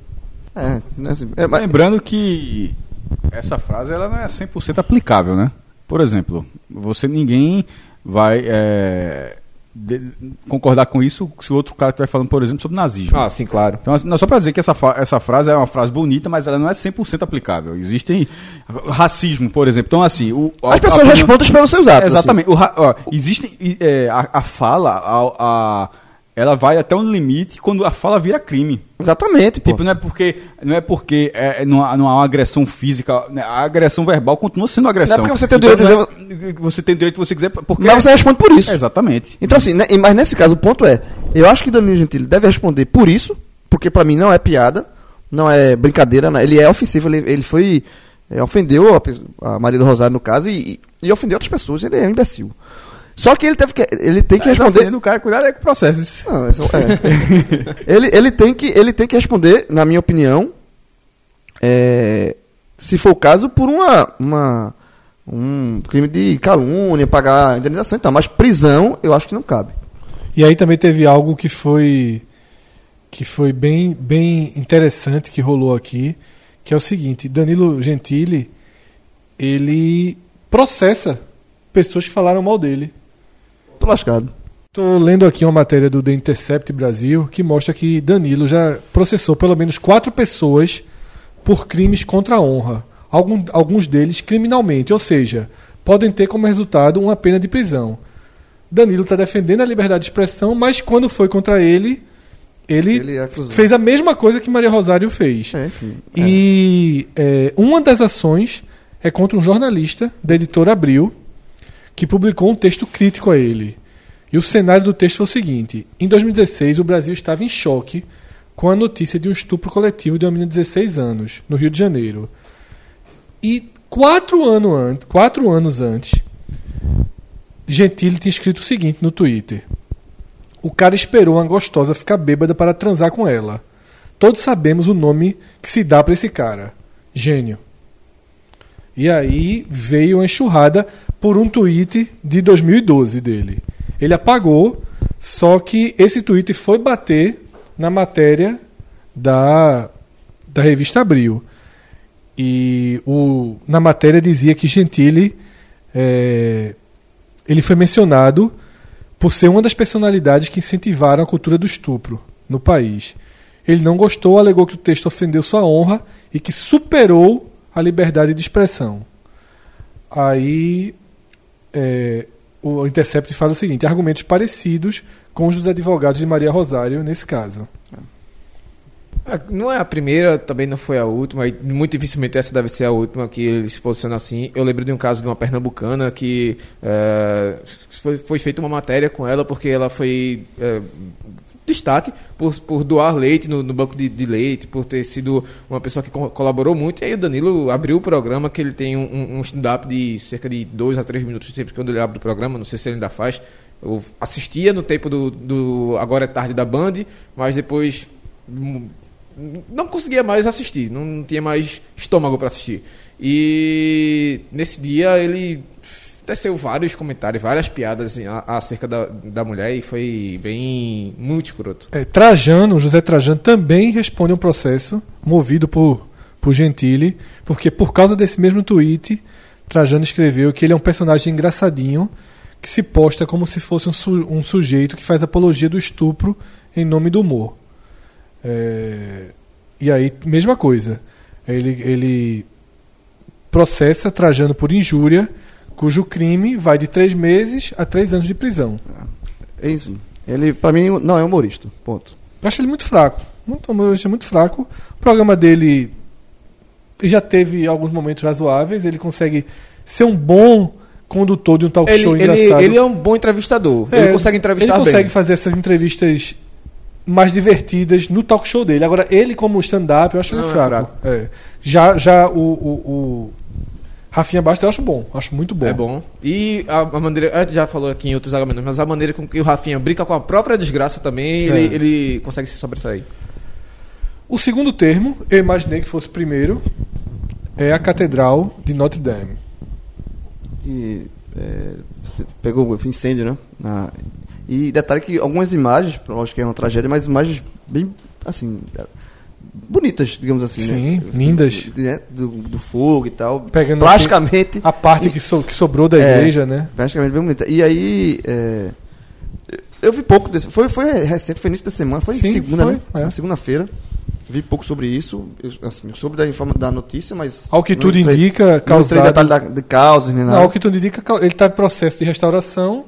É, né, assim, é, mas-
Lembrando que essa frase ela não é 100% aplicável, né? Por exemplo, você ninguém vai é, de- concordar com isso se o outro cara estiver falando, por exemplo, sobre nazismo.
Ah, sim, claro.
Então, assim, não, só para dizer que essa, fa- essa frase é uma frase bonita, mas ela não é 100% aplicável. Existem racismo, por exemplo. Então, assim... O, a-
As pessoas
a-
respondem pelos seus atos. assim.
Exatamente. O ra- ó, existe e, é, a, a fala, a, a- ela vai até um limite quando a fala vira crime.
Exatamente, pô.
Tipo, não é porque, não é porque é, é, não, há, não há uma agressão física, né? a agressão verbal continua sendo agressão.
Não é porque você tem o direito
de Você tem o direito que você quiser, porque...
Mas você responde por isso.
É, exatamente.
Então, assim, né, e- mas nesse caso o ponto é, eu acho que Danilo Gentili deve responder por isso, porque pra mim não é piada, não é brincadeira, né, ele é ofensivo, ele, ele foi. é, ofendeu a, pe- a Maria do Rosário, no caso, e, e- e ofendeu outras pessoas, ele é um imbecil. Só que ele teve que. Ele tem que
Tá
responder.
ofendendo o cara, cuidado aí com o processo. isso.
Não, essa- é. ele, ele, tem que, ele tem que responder, na minha opinião, é, se for o caso, por uma, uma- um crime de calúnia, pagar indenização e tal. Mas prisão, eu acho que não cabe.
E aí também teve algo que foi que foi bem, bem interessante que rolou aqui, que é o seguinte, Danilo Gentili, ele processa pessoas que falaram mal dele.
Tô lascado.
Estou lendo aqui uma matéria do The Intercept Brasil que mostra que Danilo já processou pelo menos quatro pessoas por crimes contra a honra, algum- alguns deles criminalmente, ou seja, podem ter como resultado uma pena de prisão. Danilo está defendendo a liberdade de expressão, mas quando foi contra ele, ele,
Ele acusou.
fez a mesma coisa que Maria Rosário fez.
É, enfim. é.
E é, uma das ações é contra um jornalista da editora Abril que publicou um texto crítico a ele. E o cenário do texto foi o seguinte: em 2016, o Brasil estava em choque com a notícia de um estupro coletivo de uma menina de 16 anos, no Rio de Janeiro. E quatro, ano an quatro anos antes, Gentili tinha escrito o seguinte no Twitter: O cara esperou uma gostosa ficar bêbada para transar com ela. Todos sabemos o nome que se dá pra esse cara. Gênio. E aí veio a enxurrada por um tweet de 2012 dele. Ele apagou, só que esse tweet foi bater na matéria da, da revista Abril. E o, na matéria dizia que Gentili eh, ele foi mencionado por ser uma das personalidades que incentivaram a cultura do estupro no país. Ele não gostou, alegou que o texto ofendeu sua honra e que superou a liberdade de expressão. Aí eh, o Intercept faz o seguinte: argumentos parecidos com os dos advogados de Maria Rosário nesse caso.
Ah, Não é a primeira, também não foi a última, e muito dificilmente essa deve ser a última que ele se posiciona assim. Eu lembro de um caso de uma pernambucana que eh, foi, foi feita uma matéria com ela porque ela foi eh, destaque por, por doar leite no, no banco de, de leite, por ter sido uma pessoa que co- colaborou muito. E aí o Danilo abriu o programa, que ele tem um- um, um stand-up de cerca de dois a três minutos, sempre quando ele abre o programa, não sei se ele ainda faz. Eu assistia no tempo do, do Agora é Tarde da Band, mas depois hum, não conseguia mais assistir, não, não tinha mais estômago para assistir. E nesse dia ele teceu vários comentários, várias piadas em- a- acerca da, da mulher e foi bem muito escroto.
É, Trajano, José Trajano também responde a um processo movido por, por Gentili, porque por causa desse mesmo tweet, Trajano escreveu que ele é um personagem engraçadinho que se posta como se fosse um, su- um sujeito que faz apologia do estupro em nome do humor. É, e aí, mesma coisa. Ele, ele processa Trajano por injúria, cujo crime vai de três meses a três anos de prisão.
É isso. Ele, pra mim, não é humorista. Ponto.
Eu acho ele muito fraco. Muito, eu acho muito fraco. O programa dele já teve alguns momentos razoáveis. Ele consegue ser um bom condutor de um talk
Ele,
show
ele,
engraçado.
ele é um bom entrevistador,
É,
ele consegue entrevistar
Ele consegue
bem.
fazer essas entrevistas mais divertidas no talk show dele. Agora, ele como stand-up, eu acho
Não,
ele
é
fraco. É. Já, já o, o, o Rafinha Bastos eu acho bom. Acho muito bom.
É bom. E a, a maneira, a gente já falou aqui em outros agamentos, mas a maneira com que o Rafinha brinca com a própria desgraça também,
É.
ele, ele consegue se sobressair.
O segundo termo, eu imaginei que fosse o primeiro, é a Catedral de Notre Dame.
que é, se- pegou o incêndio, né? Na- e detalhe que algumas imagens, lógico que é uma tragédia, mas imagens bem, assim, é, bonitas, digamos assim,
Sim,
né?
lindas.
Do, né? Do, do fogo e tal.
Pegando
Plasticamente,
A parte que, so- que sobrou da
É.
igreja, né?
plasticamente bem bonita. E aí, é, eu vi pouco desse, foi, foi recente, foi início da semana, foi
Sim,
segunda,
foi,
né?
é.
Na segunda-feira. Vi pouco sobre isso, eu, assim, soube da, informa- da notícia, mas...
Ao que
não
tudo
entrei-
indica,
Não entrei em
causado...
detalhe da, de causas, nem nada.
Não, ao que tudo indica, cau- ele está em processo de restauração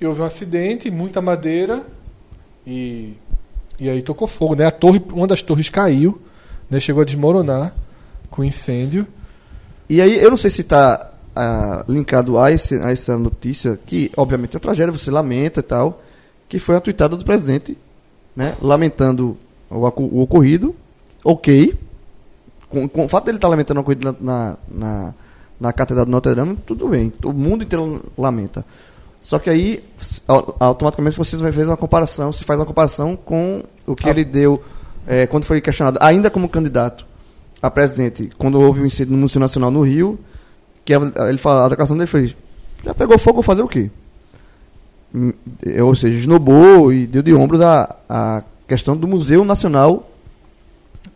e houve um acidente, muita madeira e, e aí tocou fogo, né? A torre, uma das torres caiu, né? Chegou a desmoronar com incêndio.
E aí, eu não sei se está linkado a, esse- a essa notícia, que obviamente é uma tragédia, você lamenta e tal, que foi a tuitada do presidente, né, lamentando o, acu- o ocorrido, ok, com, com o fato dele estar lamentando o ocorrido na, na, na, na Catedral de Notre Dame, tudo bem, o mundo inteiro lamenta. Só que aí, s- au- automaticamente, você fez uma comparação, se faz uma comparação com o que ele deu eh, quando foi questionado, ainda como candidato a presidente, quando houve o incêndio no Museu Nacional no Rio, que a- ele fala, a declaração dele foi: já pegou fogo, vou fazer o quê? Hum, eh, Ou seja, esnobou e deu de ombros a, a questão do Museu Nacional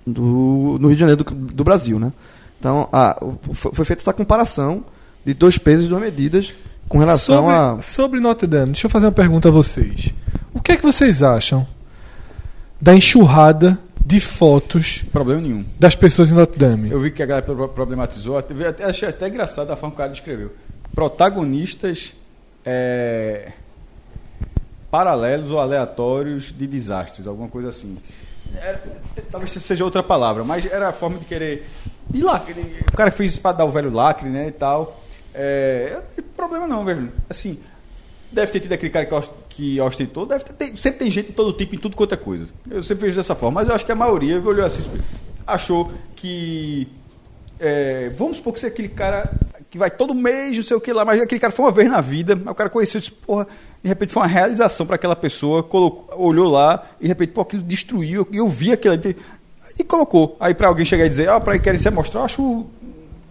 do, no Rio de Janeiro do, do Brasil, né? Então, a- o- foi, foi feita essa comparação de dois pesos e duas medidas com relação
sobre,
a.
sobre Notre Dame, deixa eu fazer uma pergunta a vocês. O que é que vocês acham da enxurrada de fotos
Problema nenhum.
das pessoas em Notre Dame?
Eu vi que a galera pro- problematizou, até- vi- até- achei até engraçado a forma que o cara descreveu. Protagonistas é, paralelos ou aleatórios de desastres, alguma coisa assim. Era- t- talvez seja outra palavra, mas era a forma de querer. E lacre, o cara fez isso para dar o velho lacre, né? E tal. É, problema não, velho. Assim, Deve ter tido aquele cara que os- que ostentou, deve ter, tem- sempre tem gente de todo tipo, em tudo quanto é coisa. Eu sempre vejo dessa forma, mas eu acho que a maioria olhou assim, achou que. é, vamos supor que seja aquele cara que vai todo mês, não sei o que lá, mas aquele cara foi uma vez na vida, mas o cara conheceu, disse, porra, de repente foi uma realização para aquela pessoa, colocou- olhou lá, e de repente, pô, aquilo destruiu, e eu vi aquilo. ali, e colocou. Aí pra alguém chegar e dizer, ó, pra pra querem se mostrar, eu acho.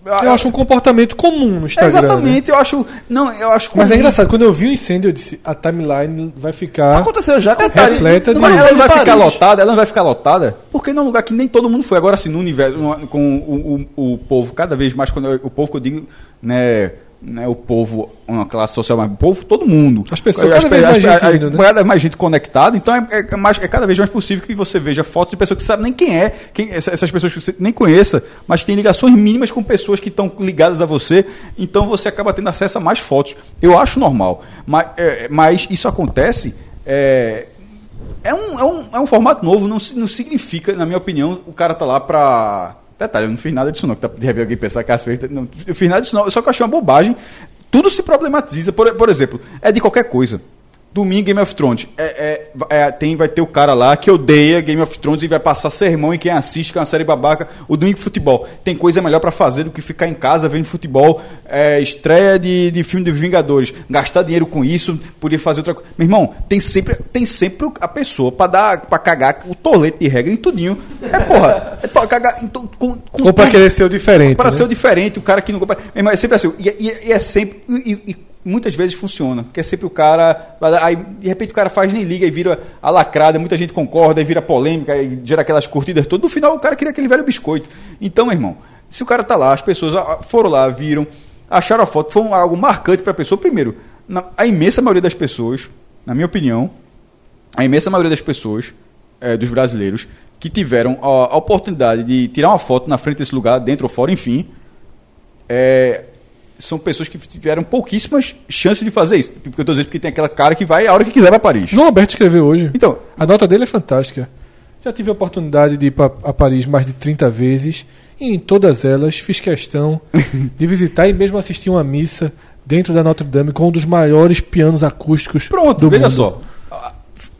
Eu acho um comportamento comum no Instagram. né?
Exatamente, eu acho. Não, eu acho.
Mas é
comum.
engraçado, quando eu vi o incêndio, eu disse, a timeline vai ficar.
Aconteceu já com
É, tá, Repleta
Não
de-
vai-
Não,
ela não
em
vai
Paris.
ficar lotada, ela não vai ficar lotada, porque não é um lugar que nem todo mundo foi. Agora, assim, no universo, no- com o, o- o povo, cada vez mais, quando eu- o povo que eu digo, né, né, o povo, uma classe social, mas o povo, todo mundo.
As pessoas, cada vez mais gente indo, né?
cada vez é mais gente conectada, então é, é mais- é cada vez mais possível que você veja fotos de pessoas que você sabe nem quem é, quem- essa- essas pessoas que você nem conheça, mas tem ligações mínimas com pessoas que estão ligadas a você, então você acaba tendo acesso a mais fotos. Eu acho normal, mas, é, mas isso acontece. é, é um, é um, é um formato novo, não, si- não significa, na minha opinião, o cara tá lá pra. Detalhe, eu não fiz nada disso não, que tá, de repente alguém pensar que as feitas. Não, eu fiz nada disso não, só que eu achei uma bobagem. Tudo se problematiza, por, por exemplo, é de qualquer coisa. Domingo, Game of Thrones. É, é- é- tem, vai ter o cara lá que odeia Game of Thrones e vai passar sermão em quem assiste, que é uma série babaca. O Domingo Futebol. Tem coisa melhor pra fazer do que ficar em casa vendo futebol, é, estreia de, de filme de Vingadores. Gastar dinheiro com isso, podia fazer outra coisa. Meu irmão, tem sempre, tem sempre a pessoa pra dar para cagar o tolete de regra em tudinho. É porra. É to- cagar em to- com, com
Ou pra
tudo.
querer ser o diferente.
Para
né?
ser o diferente, o cara que não compra. Meu irmão, É sempre assim. E, e- e é sempre. E, e- e muitas vezes funciona. Porque é sempre o cara. vai lá, Aí, de repente, o cara faz nem liga e vira a lacrada. Muita gente concorda, aí vira polêmica, aí gera aquelas curtidas todas. No final, o cara queria aquele velho biscoito. Então, meu irmão, se o cara tá lá, as pessoas ah, ah, foram lá, viram, acharam a foto, foi um- algo marcante pra pessoa. Primeiro, na- a imensa maioria das pessoas, na minha opinião, a imensa maioria das pessoas, eh, dos brasileiros, que tiveram a, a oportunidade de tirar uma foto na frente desse lugar, dentro ou fora, enfim, eh, são pessoas que tiveram pouquíssimas chances de fazer isso. Tipo, Porque eu tô dizendo porque tem aquela cara que vai a hora que quiser pra Paris.
João Alberto escreveu hoje.
Então,
A nota dele é fantástica. Já tive a oportunidade de ir pra- a Paris mais de 30 vezes e em todas elas fiz questão de visitar e mesmo assistir uma missa dentro da Notre Dame com um dos maiores pianos acústicos
Pronto,
do
veja
mundo.
só. Ah,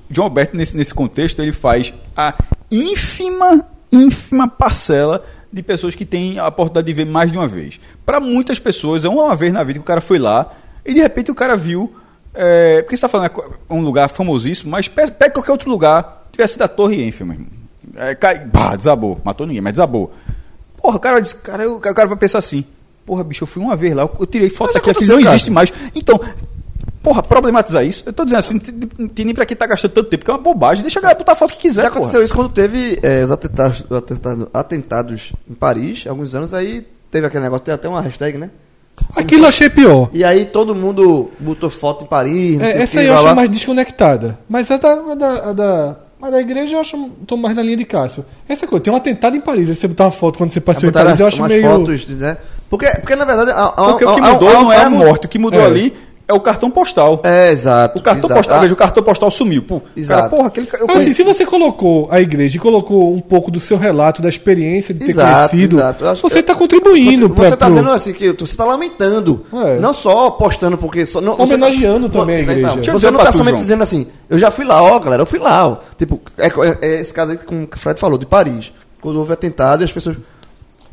João Alberto, nesse, nesse contexto, ele faz a ínfima, ínfima parcela de pessoas que têm a oportunidade de ver mais de uma vez. Para muitas pessoas, é uma vez na vida que o cara foi lá e de repente o cara viu. é, porque você está falando é co- um lugar famosíssimo, mas pe- pega qualquer outro lugar, tivesse da Torre Eiffel, meu irmão. É, cai, bah, desabou. Matou ninguém, mas desabou. Porra, o cara, diz- cara, eu- o cara vai pensar assim: porra, bicho, eu fui uma vez lá, eu- eu tirei foto aqui, aqui não existe mais. Então, Porra, problematizar isso? Eu tô dizendo assim, não tem nem pra quem tá gastando tanto tempo, que é uma bobagem. Deixa a galera botar a foto que quiser,
Já
É, porra.
aconteceu isso quando teve é, os atentados, atentado- atentados em Paris, há alguns anos, aí teve aquele negócio, tem até uma hashtag, né?
Aquilo eu achei pior.
E aí todo mundo botou foto em Paris, não
É,
sei o
essa
que,
aí eu
blá,
acho
blá.
mais desconectada. Mas a da, a da, a da, a da igreja eu acho tô mais na linha de Cássio. Essa coisa, tem um atentado em Paris, aí você botar uma foto quando você
Aí
passeou em
botaram
Paris, eu
as-
acho
umas
meio.
fotos, né? Porque, porque na verdade... a- a-
Porque o que
a- a-
mudou
a-
não é
a-
a morte, o que mudou
É.
ali é o cartão postal.
um É, exato.
O cartão
exato.
postal,
Ah,
veja, o cartão postal sumiu. Pô, cara,
Exato.
porra, aquele ca- eu
Mas, assim,
conheci-
se você colocou a igreja e colocou um pouco do seu relato, da experiência de ter
Exato,
conhecido,
exato. Eu acho que-
você está contribuindo para
Você tá dizendo assim que você tá lamentando.
É.
Não só postando porque. Só, não,
Homenageando
você,
também a
Não,
igreja. é
não,
Deixa
eu
você
dizer
não
pra
tá
tu,
somente
João.
dizendo assim, eu já fui lá, ó, galera, eu fui lá. Ó. Tipo, é, é- é esse caso aí com o Fred falou, de Paris. Quando houve atentado e as pessoas.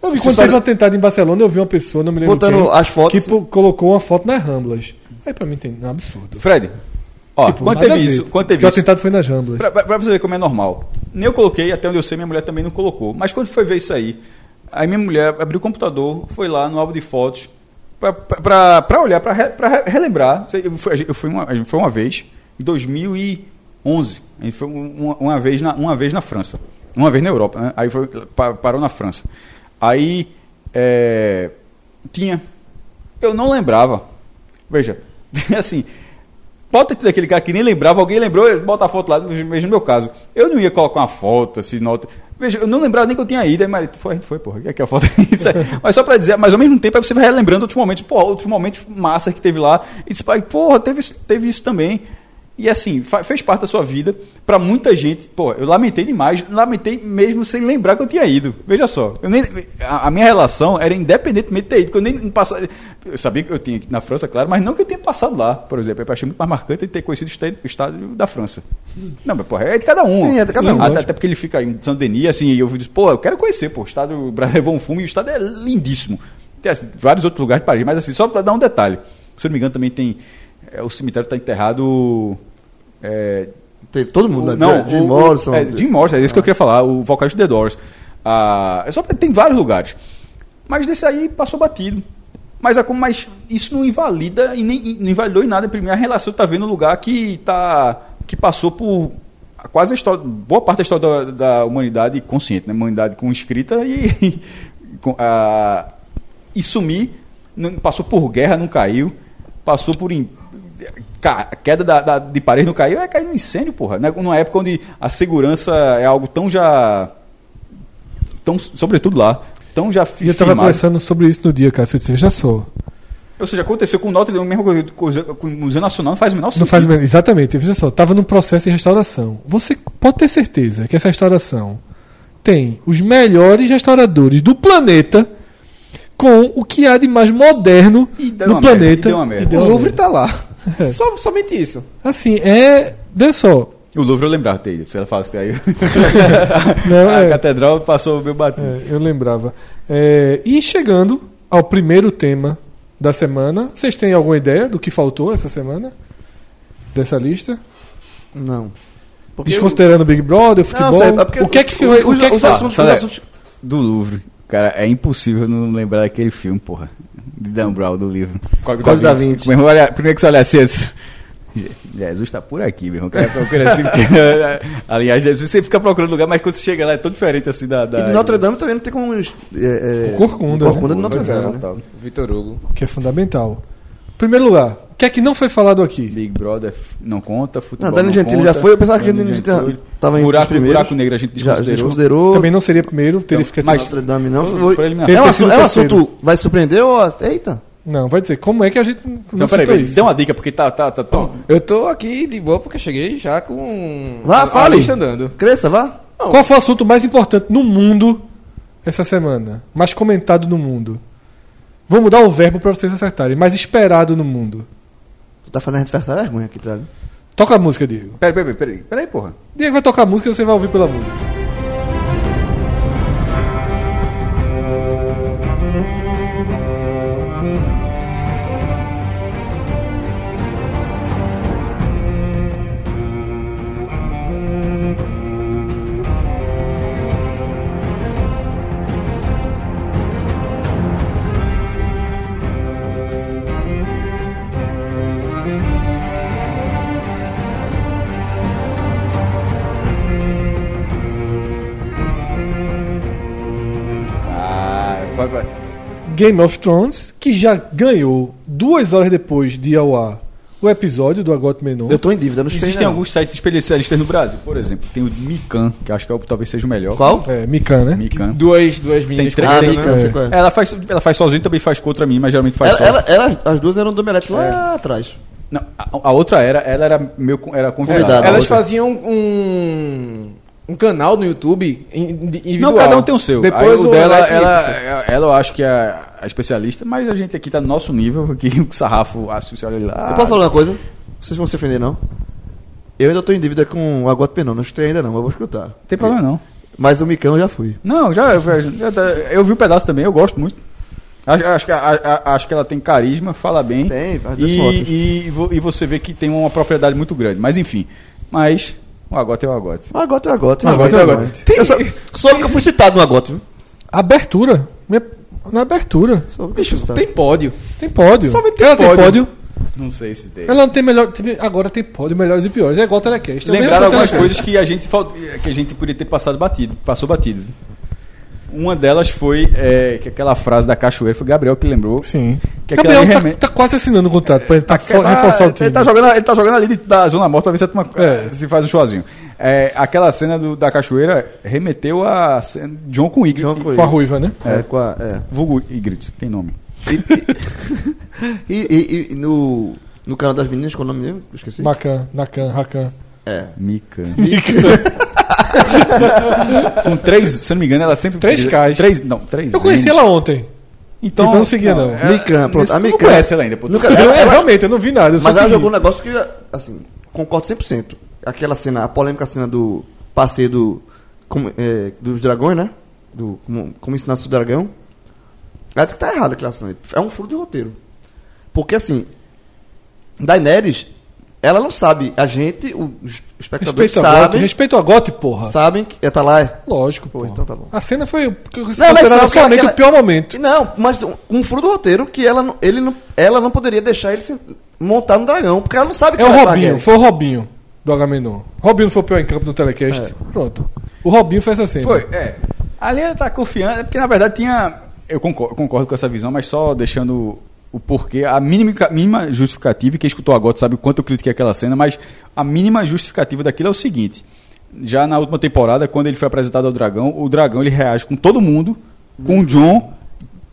Eu vi
Você
quando
sabe-
teve um atentado em Barcelona, eu vi uma pessoa, não me lembro
Botando
quem,
as fotos.
que pô- colocou uma foto nas Ramblas. Aí pra mim tem é um absurdo.
Fred, ó,
Tipo,
quando
nada a
teve
ver.
isso, quando teve
Porque
isso,
o atentado foi nas Ramblas.
Pra, pra- pra você ver como é normal. Nem eu coloquei, até onde eu sei, minha mulher também não colocou. Mas quando foi ver isso aí, aí minha mulher abriu o computador, foi lá no álbum de fotos, pra- pra pra- pra olhar, pra re- pra re- relembrar. Não sei, Eu fui, a gente- eu fui uma, a gente foi uma vez, em 2011, a gente foi um- uma, uma vez na, uma vez na França. Uma vez na Europa, né? aí foi, pa- parou na França. Aí, é, tinha. Eu não lembrava. Veja, assim, Bota aqui daquele cara que nem lembrava, alguém lembrou, ele bota a foto lá, mesmo no meu caso. Eu não ia colocar uma foto, assim, nota. Veja, eu não lembrava nem que eu tinha ido, aí Maria, tu foi, a gente foi, porra, que é que a foto Isso aí. Mas só pra dizer, mas ao mesmo tempo aí você vai relembrando outros momentos, pô, outros momentos massa que teve lá. E disse, pai, porra, teve, isso- teve isso também. E assim, fa- fez parte da sua vida. Pra muita gente, pô, eu lamentei demais, lamentei mesmo sem lembrar que eu tinha ido. Veja só, eu nem, a, a minha relação era independentemente de ter ido, que eu nem passava. Eu sabia que eu tinha aqui na França, claro, mas não que eu tenha passado lá, por exemplo. Eu achei muito mais marcante ter conhecido o estado, o estado da França. Não, mas porra, é de cada um.
Sim, é de cada um,
Até,
lógico.
até porque ele fica em São Denis, assim, e eu disse, pô, eu quero conhecer, pô, o estado, o Brasil levou um fumo e o estado é lindíssimo. Tem assim, vários outros lugares de Paris, mas assim, só pra dar um detalhe. Se eu não me engano, também tem. é, o cemitério está enterrado. é,
Teve todo mundo
o-
lá.
não,
Jim
o- o-
né? Morrison.
É, Jim Morrison, é isso que eu queria falar, o vocalista do The Doors. a. É só, tem vários lugares. Mas desse aí passou batido. Mas, é como, mas isso não invalida e nem e não invalidou em nada. Primeiro, a relação tá vendo um lugar que tá. que passou por quase a história. Boa parte da história da, da humanidade consciente, né? Humanidade com escrita e. com, ah, a, e sumir. Não- Passou por guerra, não caiu. Passou por. in- ca- queda da, da- de parede, não caiu. É cair no incêndio, porra. Né? Numa época onde a segurança é algo tão já. Tão, sobretudo lá. Tão já
E eu tava
firmado.
conversando sobre isso no dia, cara. Você disse, veja só.
Ou seja, aconteceu com o Notre Dame, a mesma coisa coisa- com o Museu Nacional, não faz o menor sentido.
Não faz men- Exatamente, veja só, estava num processo de restauração. Você pode ter certeza que essa restauração tem os melhores restauradores do planeta com o que há de mais moderno
E deu
no
uma merda,
planeta.
e deu uma merda.
O
uma
Louvre
merda.
tá lá. Só- somente isso.
Assim, é. Veja só.
O Louvre eu lembrava, Teide, se ela falasse aí.
Não,
a
é.
catedral passou meio batido.
É, eu lembrava. É, e chegando ao primeiro tema da semana, vocês têm alguma ideia do que faltou essa semana? Dessa lista?
Não. Porque
Desconsiderando o Big Brother, o futebol.
sei, é porque
o que é que
os-
foi? o
os-
que é que
os
foi-
assuntos-
Sabe,
os assuntos-
Do Louvre. Cara, é impossível não lembrar daquele filme, porra. De Dan Brown, do livro.
da Código da Vinci. Vinci.
Meu irmão, olha- primeiro que você olha assim, assim, Je- Jesus tá por aqui, meu irmão. Cara, procura assim, porque, aliás, Jesus, você fica procurando lugar, mas quando você chega lá é tão diferente assim da... da
E de Notre Dame também não tem como. es- É, é,
O Corcunda,
Corcunda de Notre
Pois é,
Dame. né?
tá.
total. Vitor Hugo.
que é fundamental. Primeiro lugar, o que é que não foi falado aqui?
Big Brother f- não conta, futebol
Não,
não,
Dani Gentili
conta,
já foi, eu pensava que
Dani
Dani Gentili
Gentili-
tava em
buraco,
primeiro.
buraco negro a gente
Já
desconsiderou.
desconsiderou.
Também não seria primeiro, teria
Então,
ficado.
mas-
é Notre Dame não.
Foi-
Foi,
foi eliminado.
é um,
Ter
assunto,
sido
é um
terceiro.
assunto. Vai surpreender ou. Eita!
Não, vai dizer, como é que a gente não
Não,
citou
peraí, peraí,
isso?
dê uma dica, porque tá, tá, tá tão...
Eu tô aqui de boa porque eu cheguei já com.
Vá,
a- a
fale.
lista andando.
Cresça, vá!
Qual foi o assunto mais importante no mundo essa semana? Mais comentado no mundo? Vou mudar o verbo pra vocês acertarem. Mais esperado no mundo.
Tu tá fazendo a gente passar vergonha aqui, tá Thiago.
Toca a música, Diego.
Peraí, peraí, peraí, peraí, porra.
Diego vai tocar a música e você vai ouvir pela música.
Ah, vai, vai.
Game of Thrones, que já ganhou duas horas depois de ir ao ar o episódio do Agot Menon.
Eu tô em dívida, não sei.
Existem alguns sites especialistas no Brasil, por exemplo, tem o Mikan, que acho que é o- talvez seja o melhor.
Qual?
É, Mikan, né?
Mikan.
Duas, duas meninas
três,
Ah,
tem-
tem, cara,
correndo, né?
não sei qual é.
Ela faz, ela faz sozinha, também faz contra mim, mas geralmente faz
Ela,
só. É.
ela, ela- as duas eram do Omelete lá atrás.
Não, a, a outra era, ela era meu con- era convidada.
Convidada,
A
Elas
tá outra-
faziam um, um canal no YouTube in- indi- individual.
Não, cada um tem o seu.
Depois
Aí o dela,
Alex-
ela, ela, eu acho que é a especialista, mas a gente aqui tá no nosso nível, aqui o sarrafo, assim, você olha lá.
eu posso falar uma coisa? Vocês vão se ofender, não? Eu ainda tô em dívida com o Agot Penon, não escutei ainda não, mas eu vou escutar.
Não tem problema não.
Mas o Micão eu já fui.
Não, já, já- já tá- eu vi o pedaço também, eu gosto muito. Acho, acho que, a- a- acho que ela tem carisma, fala bem.
Tem, as duas são ótimas.
e, e, vo- e você vê que tem uma propriedade muito grande. Mas enfim. Mas o agote é o agote.
O Agot é o Agot.
O Agot é o Agot.
Eu só, soube que eu fui citado no Agot, viu?
Abertura. Minha- Na abertura.
Soube que eu fui
Bicho,
citado.
tem pódio.
Tem pódio.
Somente tem
Ela tem
pódio.
pódio.
Não sei se tem.
Ela não tem melhor. tem- Agora tem pódio, melhores e piores. É igual Telecast. É o mesmo
Lembraram algumas
Telecast.
coisas que a gente falt- que a gente podia ter passado batido, passou batido. Uma delas foi é, que aquela frase da cachoeira foi Gabriel que lembrou.
Sim.
Que aquela
Gabriel
ali
tá,
realmente-
tá quase assinando o contrato pra pra
Tá-
reforçar o time.
Ele tá jogando, ele tá jogando ali de- da Zona Morta pra ver se, toma-
É.
se faz um churrasinho. É, aquela cena do- da cachoeira remeteu a cena de John com Igrit.
João Coelho.
Com a Ruiva, né?
É, com a... É.
Vulgo Igrit, tem nome.
E, e- e no... No canal das meninas, qual é o nome mesmo? Eu Esqueci.
Macan, Nacan, Racan.
É.
Mica. com três, se eu não me engano, ela sempre...
Três Ks.
Três, não, três
Eu conheci
Ns.
ela ontem.
Então,
Tipo, eu não seguia, não.
ela-
Mica, pronto,
nesse-
a
tu não
Mica.
conhece ela ainda, pô. Tu-
Nunca-
Eu,
ela-
é,
ela-
realmente, eu não vi nada. Eu só
Mas ela
segui.
jogou um negócio que, assim, concordo 100%. Aquela cena, a polêmica cena do passeio do, como, é, dos dragões, né? Do, como, como ensinar o dragão. Ela disse que tá errada aquela cena. É um furo de roteiro. Porque, assim, Daenerys Ela não sabe. A gente, o os espectadores
Respeita a
sabem.
Gotti, respeita a Gotti, porra.
Sabem que. É, tá lá. é?
Lógico,
Pô,
porra.
então tá bom.
A cena foi não,
mas não,
considerada somente
aquela-
o pior momento.
Não, mas um, um furo do roteiro que ela não, ele não, ela não poderia deixar ele se montar no dragão, porque ela não sabe que
É o
vai dar
Robinho,
guerra.
foi o Robinho do Agamenon. Robinho não foi o pior em campo no telecast.
É.
Pronto. O Robinho fez essa cena.
Foi, é. Ali ela tá confiante, porque na verdade tinha. Eu concordo, concordo com essa visão, mas só deixando o porquê, a mínima, mínima justificativa, e quem escutou a Gota sabe o quanto eu critiquei aquela cena, mas a mínima justificativa daquilo é o seguinte. Já na última temporada, quando ele foi apresentado ao dragão, o dragão ele reage com todo mundo, com o John.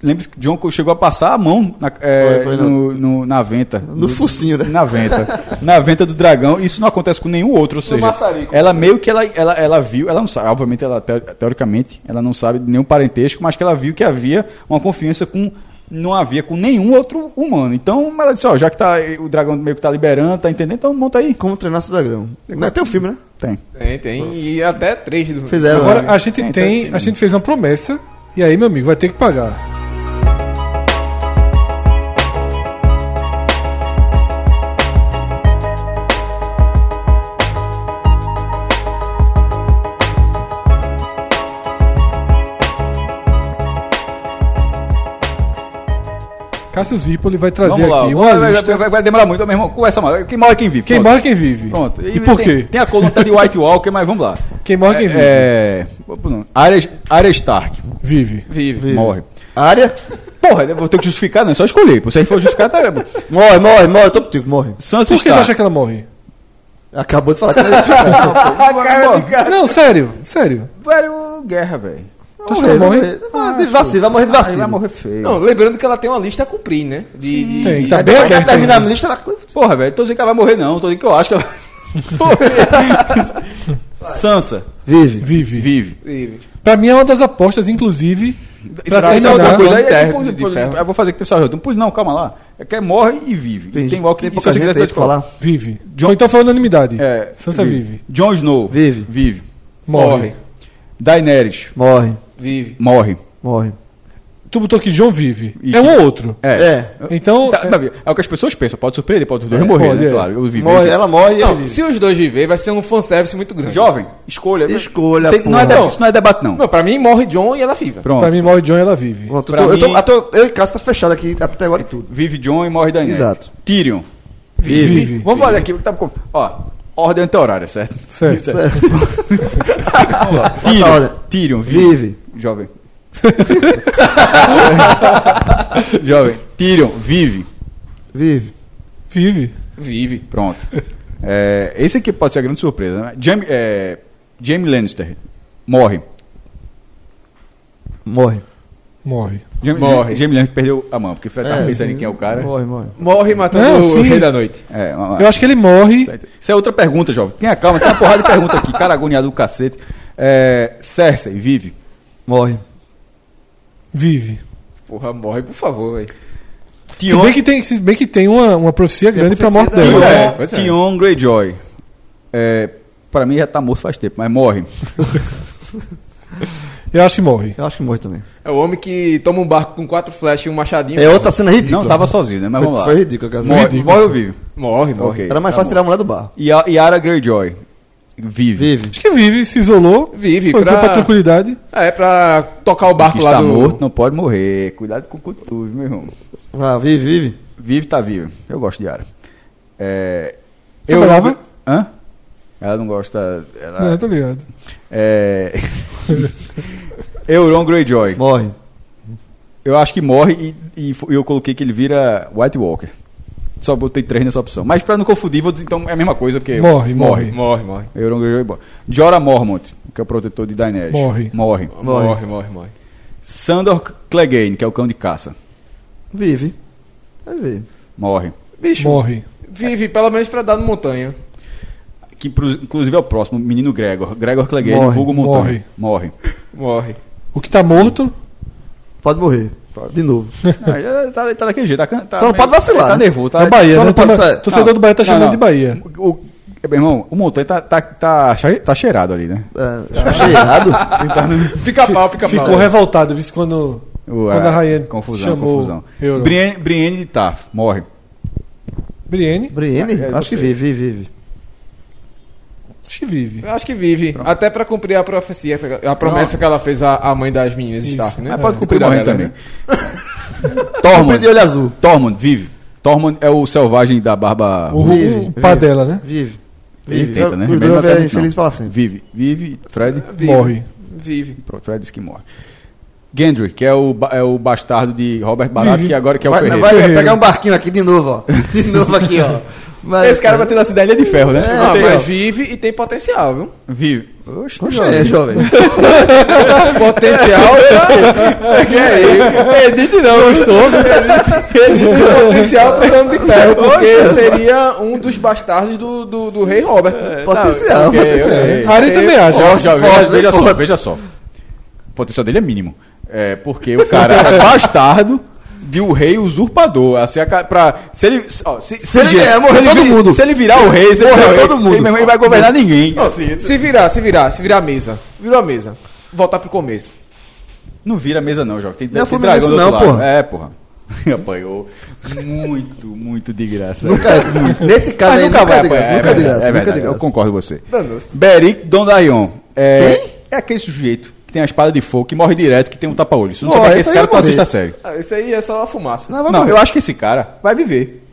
Lembra-se que John chegou a passar a mão na, é,
Foi, foi
no- no- na venta.
No focinho, né?
Na venta. na venta do dragão. Isso não acontece com nenhum outro, ou seja,
maçarico.
ela meio que ela, ela, ela viu, ela não sabe, obviamente, ela, teo- teoricamente, ela não sabe de nenhum parentesco, mas que ela viu que havia uma confiança com. Não havia com nenhum outro humano. Então ela disse: Ó, já que tá, o dragão meio que tá liberando, tá entendendo? Então monta aí.
Como treinar seu dragão. Não, tem um filme, né?
Tem.
Tem, tem. E até três do.
é.
Fizeram. né?
Agora, a gente
Então,
tem.
tem-
A gente fez uma promessa. E aí, meu amigo, vai ter que pagar. Cássio Zipoli vai trazer
Vamos lá.
aqui uma
vai, vai-
lista.
vai- vai demorar muito, meu irmão. Conversa mal. Quem morre é quem vive.
Quem
Pronto.
morre, quem vive.
Pronto.
E, por
tem,
quê?
Tem a coluna tá de White Walker, mas vamos lá.
Quem morre, quem vive.
É. Área Stark.
Vive.
Vive.
Morre.
Área.
Porra, eu vou ter que justificar, não. É só escolher. Se a gente for justificar, tá.
Morre, morre, morre. Eu tô contigo, morre.
Sansa
Por que tu acha
Stark.
que ela morre?
Acabou de falar que ela
Morre.
Não, sério, sério.
Velho, guerra, velho.
Tá
Tu acha que ela morre?
Ah, de vacilo, vai morrer de vacilo.
Vai morrer feio.
Não, lembrando que ela tem uma lista a cumprir, né? De, de-
Tem,
de-
tá
Aí
bem
depois que
aberto.
terminar a
ainda.
lista, ela...
Porra, velho, tô dizendo que ela vai morrer, não. Tô dizendo que eu acho que ela. Sansa,
Vive.
Vive.
vive.
Vive.
Pra mim é uma das apostas, inclusive.
Isso,
Pra
isso é outra
terminar,
coisa. Aí,
de
aí,
ferro,
pula,
de
pula,
ferro.
eu vou fazer que tem sarjeta. Pula, não, calma lá. É que é morre e vive. Tem, walk,
tem
e se você
pouca gente
quiser,
aí
eu
de
te falo.
falar.
Vive. Foi, então foi unanimidade.
É,
Sansa vive.
Jon Snow,
Vive.
Vive.
Morre.
Morre.
Daenerys,
Morre,
Vive.
morre.
morre.
Tu botou que John vive.
E
é um
que-
ou outro.
É.
Então,
Tá,
é-
tá, é o que as pessoas pensam. Pode surpreender, pode os dois morrer,
pode,
né?
é.
Claro, eu vivi.
Morre, ela morre e ele
Não,
vive.
se os dois viver, vai ser um fanservice muito grande.
Jovem, escolha.
Escolha,
Tem- não é
porra.
debate, Isso não é debate, não.
Não, pra mim morre John e ela vive.
Pronto.
Pra mim, morre John ela vive.
Pronto, eu
Pra
tô- eu, tô-
mim-
eu tô- eu e Cássio tá fechado aqui até agora e tudo.
Vive John e morre Daenerys.
Exato.
Tyrion.
Vive. Vive.
Vamos fazer aqui. Tá, com- ó, ordem anti-horária, certo?
Certo.
ordem.
Tyrion. Tyrion, vive. Jovem. Jovem. Tyrion, vive.
Vive.
Vive.
Vive.
Pronto. É, esse aqui pode ser a grande surpresa, né? Jamie, é, Jamie Lannister morre.
Morre.
Morre.
Jamie,
Morre.
Jamie Lannister perdeu a mão, porque o Fred tava
É,
pensando em quem é o cara.
Morre, morre.
Morre matando
Não,
o
sim.
rei da noite.
É, uma-
Eu acho que ele morre.
Isso é outra pergunta, jovem. Tenha calma, tem uma porrada de pergunta aqui. Cara agoniado do cacete. É, Cersei, vive.
Morre.
Vive.
Porra, morre, por favor, velho.
Se
Tion,
bem que tem, um- se bem que tem uma, uma profecia grande pra morte
profecia da-
dela.
Tion,
é, pois é.
Tion Greyjoy. É, pra mim já tá morto faz tempo, mas morre.
Eu acho que morre.
Eu acho que morre também.
É o homem que toma um barco com quatro flechas e um machadinho.
É outra cena ridícula.
Então, Não tava sozinho, né? Mas vamos lá.
Foi ridículo, cara.
Morre,
ridículo.
morre ou vive?
Morre, morre.
Ok.
Era mais fácil tirar a mulher do bar.
Ia- Yara Greyjoy. Vive.
Vive.
Acho que vive, se isolou.
Vive,
foi,
pra-
foi pra tranquilidade.
É, pra tocar o
Que
barco lá
está
do...
tá morto, não pode morrer. Cuidado com o cotovelo, meu irmão.
Ah, vive, vive.
Vive, tá vivo. Eu gosto de Yara. É,
Tá brava?
Hã? Ela não gosta. Ela...
Não, tô né? Tá ligado.
É. Euron Greyjoy.
Morre.
Eu acho que morre e, e fo- eu coloquei que ele vira White Walker. Só botei três nessa opção. Mas pra não confundir, vou dizer, então é a mesma coisa, porque.
Morre, morre.
Morre, morre.
Euron Greyjoy morre. Jorah Mormont, que é o protetor de Daenerys.
Morre.
Morre.
Morre.
Morre, morre, morre.
Sandor Clegane, que é o cão de caça.
Vive. Vai ver.
Morre.
Bicho,
Morre.
vive pelo menos pra dar no montanha.
Que, pro- inclusive, é o próximo, o menino Gregor. Gregor Clegane,
Morre,
vulgo montanha. Morre.
Morre.
O que tá morto,
Pode morrer. De novo.
Ah, ele tá, ele tá daquele jeito. Tá, can- tá
Só não pode vacilar,
Tá
né?
nervoso. Tá,
é Bahia.
só
Né?
não pode
Toma-
sair.
torcedor do Bahia tá chamando de Bahia.
O, o- é, meu irmão, o montanha tá, tá, tá, che- tá cheirado ali, né? Tá
É, tá cheirado.
Fica pau, fica pau.
Ficou revoltado, viu? Quando,
O,
quando
é,
a Rayane
confusão, tá,
chamou
confusão.
Euron.
Brienne, Brienne de Tarf, morre.
Brienne,
Brienne?
É, é
Acho que
você.
vive, vive, vive.
acho que vive.
Eu acho que vive. Até pra cumprir a profecia, a promessa
Pronto.
que ela fez à, à mãe das meninas
Isso.
Stark, né?
Mas pode
É.
cumprir
Cuidar
morrendo
dela,
também.
né?
Cumpre
Tormund,
de olho azul.
Tormund, vive. Tormund é o selvagem da barba.
O,
Vive,
o
vive.
Padela, né?
Vive.
Ele
Vive.
tenta, né?
Os
Mas não
dois
tenta,
é
não.
infeliz pra
assim.
sempre.
Vive, vive, Fred.
Vive.
Morre.
Vive.
Pronto, Fred disse que morre. Gendry, que é o, ba- é o bastardo de Robert Baratheon,
Vive.
que agora que é o
Vai,
ferreiro.
vai
Ferreiro.
pegar um barquinho aqui de novo, ó. De novo aqui, ó. Mas-
Esse cara vai ter nascido na Ilha de Ferro, né?
Ah,
tem, ó.
mas vive e tem potencial, viu?
Vive. Oxe,
Poxa, é, jovem.
Potencial. É que aí? Edith não, gostou. Edith tem potencial pro Dano de Ferro, porque seria um dos bastardos do, do, do Rei Robert. né?
Potencial.
Tá, Ok, ok.
É, Ari também acha.
Ó,
Forte,
é. Ah, já,
forte,
veja, veja
bem
só,
forte.
veja só. O potencial dele é mínimo. É, porque o cara é bastardo de um rei usurpador. Assim, a ca- pra, se ele. ó, se, se
ele ganhar, morrer
se ele
todo
vi-
mundo.
Se ele virar o rei, se ele
Morrer
virar o rei,
todo mundo.
Ele, mesmo não vai governar ninguém. Assim,
Se virar, se virar, se virar a mesa. Virou a mesa. Voltar pro começo.
não vira a mesa, não, jovem. Tem,
Não é
tem
Fluminense
dragão do
não,
outro lado.
porra.
É, porra. Apanhou muito, muito de graça.
Nunca- é- Nesse caso
Mas
aí,
nunca vai
de graça,
apanhar.
nunca
é verdade, é
de graça, nunca
verdade,
de graça.
Eu concordo com você.
Danou-se.
Beric Dondarrion. É, é aquele sujeito que tem a espada de fogo, que morre direto, que tem um tapa-olho. Se não
Pô,
sabe que
esse
esse
aí
cara,
vai
tu
morrer.
assista sério.
Ah, Isso aí é só fumaça.
Não, vai
Não,
morrer.
eu acho que esse cara vai viver.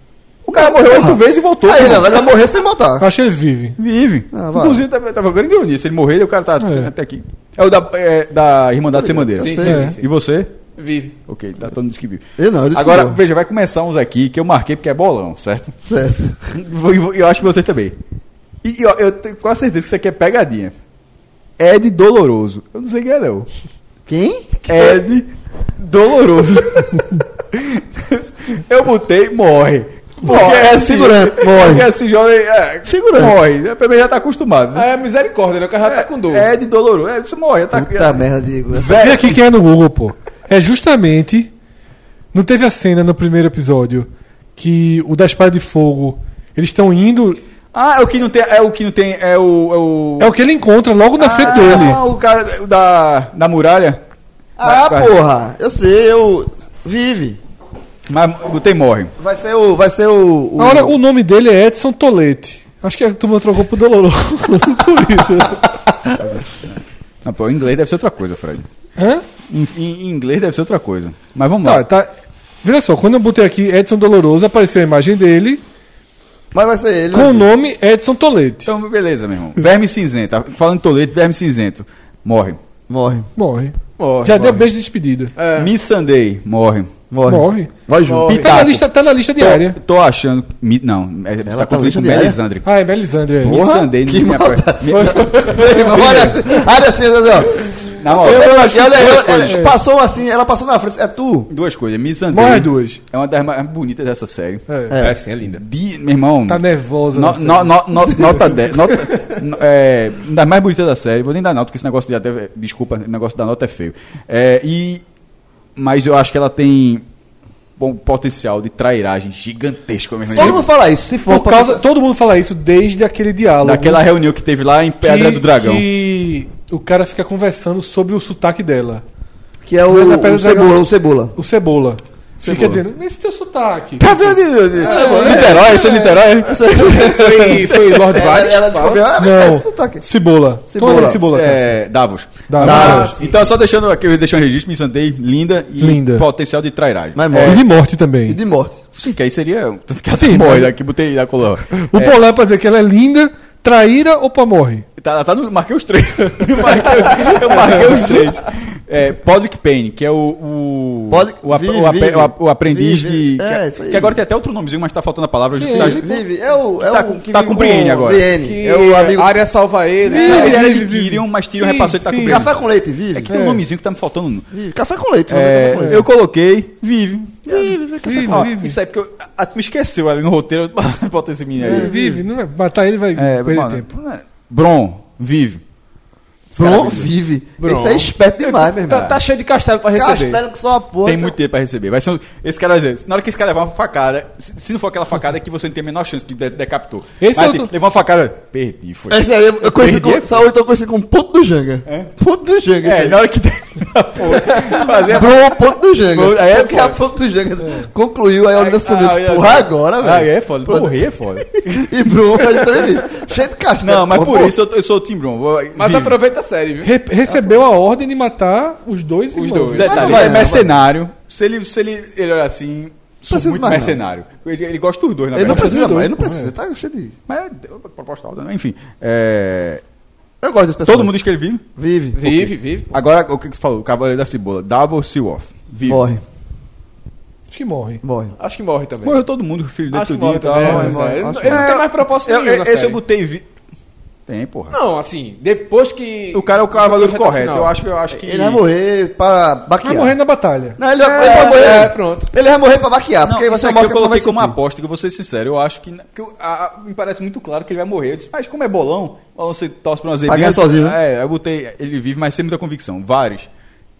O cara morreu
porra.
oito vezes e voltou.
Aí,
pô.
não, ele vai morrer sem
Eu
voltar.
acho que ele vive.
Vive.
Ah, vai.
Inclusive, tá, tava, tava agora em ironia. Se ele morrer, o cara tá
É.
até aqui. É o da, é, da Irmandade Sem Bandeira.
Sim,
sei,
sim, sim,
é.
sim.
E você?
Vive.
Ok, tá todo mundo diz que vive.
Eu não, eu disse que
Agora,
não.
veja, vai começar uns aqui que eu marquei porque é bolão, certo?
Certo.
Vou- e vou- Eu acho que vocês também. E e, ó, eu tenho quase certeza que isso aqui é pegadinha. Ed Doloroso. Eu não sei quem é, não.
Quem?
Ed Doloroso. eu botei, morre. Porque
Morre,
é assim,
figurante, morre.
Porque assim, jovem. É,
Figurante.
Morre. né? Pelo menos já tá acostumado.
Ah,
Né?
é misericórdia, né? O cara já tá com dor.
Ed Doloroso. É, você morre. Tá,
Puta merda, digo.
Vê
Velho.
aqui quem é no Google, pô. É justamente. Não teve a cena no primeiro episódio que o da espada de fogo. Eles estão indo.
Ah, é o que não tem. É o que não tem. É o. É o,
É o que ele encontra logo na frente dele.
Ah, o cara da, da muralha.
Ah,
Vai- vai.
porra. Eu sei, eu... Vive.
Mas botei morre.
Vai ser o... Vai ser o... o-
Agora, o nome dele é Edson Tolete. Acho que a turma trocou pro Doloroso por isso.
Não, pô, em inglês deve ser outra coisa, Fred.
Hã?
Em, em- em inglês deve ser outra coisa. Mas vamos
Tá,
lá.
tá. Veja só, quando eu botei aqui Edson Doloroso, apareceu a imagem dele
Mas vai ser ele. né?
com o nome Edson Tolete.
Então, beleza, meu irmão. Verme cinzento. Tá Falando Toledo, verme cinzento. Morre.
Morre.
Morre.
Morre,
Já deu
morre.
beijo de despedida.
É.
Missandei, morre.
Morre.
Morre.
Vai junto.
Morre.
Tá na,
Pitaco.
lista, tá na lista diária.
Tô, tô achando. que- Mi- não, é, você
Ela
tá confundindo
tá
com
lista diária?
Melisandre.
Ah, é Melisandre. é.
Missandei,
que
me apoia. Me-
Olha assim, olha assim, ó.
Na moral,
Eu,
duas
ela, ela-
coisas.
ela passou assim, ela passou na frente. É tu.
Duas coisas. Missandei.
Morre as duas.
É uma das mais bonitas dessa série.
É.
É.
sim, é linda.
De, meu irmão.
Tá nervosa.
No-
né?
no- no- no- nota 10. Nota, no- é, uma das mais bonitas da série. Vou nem dar nota, porque esse negócio de até. Desculpa, o negócio da nota é feio. É, e, mas eu acho que ela tem bom potencial de trairagem gigantesco mesmo. Tipo,
Todo mundo fala isso. Se for
Por
pra
causa, todo mundo fala isso desde aquele diálogo.
Daquela reunião que teve lá em
que-
Pedra do Dragão.
Que o cara fica conversando sobre o sotaque dela.
Que é o,
Mas na Pedra
o
do Dragão-
cebola, o cebola.
O Cebola. Fica
Cebola.
dizendo, esse teu sotaque.
Tá vendo? Niterói, isso é Niterói?
É, Foi, foi Lord
Ela,
Varys.
ela desconfiou. Ah, mas é
Não,
esse sotaque.
Cebola.
Cebola.
Como é Cebola, cara?
É, Davos.
Dá-
Dá-
dá-
Então, só deixando aqui, eu deixei um registro, me sandei, linda e
Linda.
potencial de trairagem.
Mas
E
morre.
de morte também.
E é de morte.
Sim, que aí seria. um Tanto que ela
Sim,
morre,
mas-
né, que botei na coluna.
O Polé é pra dizer que ela é linda, traíra ou pra morre?
Tá, tá no, marquei os três. eu, marquei, eu marquei os três. É, Podrick Payne, que é o. O,
Podrick-
o, ap-
vive,
o ape-
vive.
o ap- o aprendiz
Vive,
de.
é,
que,
isso aí.
que agora tem até outro nomezinho, mas tá faltando a palavra.
Quem é
tá-
ele?
Vive. É o. É
Tá
o
com-
que
tá
vive
com Brienne agora.
Brienne.
Que
É o amigo.
a área salva ele.
Não,
Vive,
ele era de
vive,
Tyrion, mas Tyrion
Sim,
repassou e tá
sim.
com Brienne.
Café com
É
leite,
que
vive.
tem um
É.
nomezinho que tá me faltando. no-
Vive. Café com
É,
leite. café com leite.
eu coloquei, vive.
Vive. café
Vive,
Ó,
vive.
Isso aí, porque eu, a, a- me esqueceu ali no roteiro. Bota esse menino
É,
aí.
vive, não vai matar ele, vai
É,
perder
mano,
tempo.
é, Bron, vive.
com- Bron
Maravilhoso.
vive.
Bron.
Esse é esperto demais, meu irmão.
Tá, tá cheio de castelo pra receber.
Castelo que só uma porra.
Tem muito tempo pra receber. Vai ser um- esse cara vai dizer, na hora que esse cara levar uma facada, se se não for aquela facada é que você não tem a menor chance que de- decapitou. Mas,
Esse é o
assim,
do-
Levar uma facada, perdi, foi. é
Esse aí eu conheci
Perdi.
como, só eu tô conhecido como ponto do Janga. Ponto do Janga.
É,
esse
na
aí.
hora que Fazer
Bruno é a ponto do
Bruno-
Jenga.
é,
É, que a
pô.
ponto do Jenga concluiu, aí a Olinda subiu.
Ah,
Porra,
assim,
agora,
ah,
velho.
é foda. Pra morrer é foda.
E Bruno faz isso Cheio de castelo.
Não, mas por
Pô,
isso eu, tô- eu sou o Tim Brum. Vou-
Mas
vivo.
aproveita a série, viu?
Re- recebeu a ordem de matar os dois
Os
irmãos.
dois.
Detalhe,
vai,
ele é
não,
mercenário. Se ele, se ele, ele era assim, sou
Precisa
muito
mais, não.
mercenário. Ele, ele gosta dos é. dois, na
Ele não
verdade.
precisa,
dois,
mais, ele não
pô,
precisa. Tá cheio de...
Mas deu uma proposta alta, né? enfim. é,
Eu gosto desse pessoal.
todo mundo diz que ele vive.
vive.
Vive, vive. pô.
Agora, o que que falou? O Cavaleiro da Cebola. Davos Seawoff. Vive.
Morre,
Acho que morre.
morre.
Acho que morre também.
Morreu todo mundo, o filho dele
Acho que
tudinho
morre
e tal.
também.
morre,
mas
morre.
é, Ele,
Acho
ele não
É,
tem mais propósito
Eu-
nenhum
eu-
na
esse é
série.
eu botei. vi- Tem, porra.
Não, assim, depois que...
O cara é o cavaleiro
Depois da
correto.
final.
Eu acho que. Eu acho que...
Ele vai morrer pra baquear.
Vai morrer
né?
na batalha.
Não, ele, vai- ele
É,
vai morrer.
é, pronto.
Ele vai morrer pra baquear,
Não,
porque vai
isso
ser tipo. uma
aqui eu
morte que ele não vai
coloquei como uma
sentir.
aposta, que eu vou ser sincero. Eu acho que. que eu- a- a- me parece muito claro que ele vai morrer. Eu disse, mas como é bolão, ou você torce pra umas
Vai ganhar
zebrinhas.
sozinho,
É, eu botei. Ele vive, mas sem muita convicção. Vários.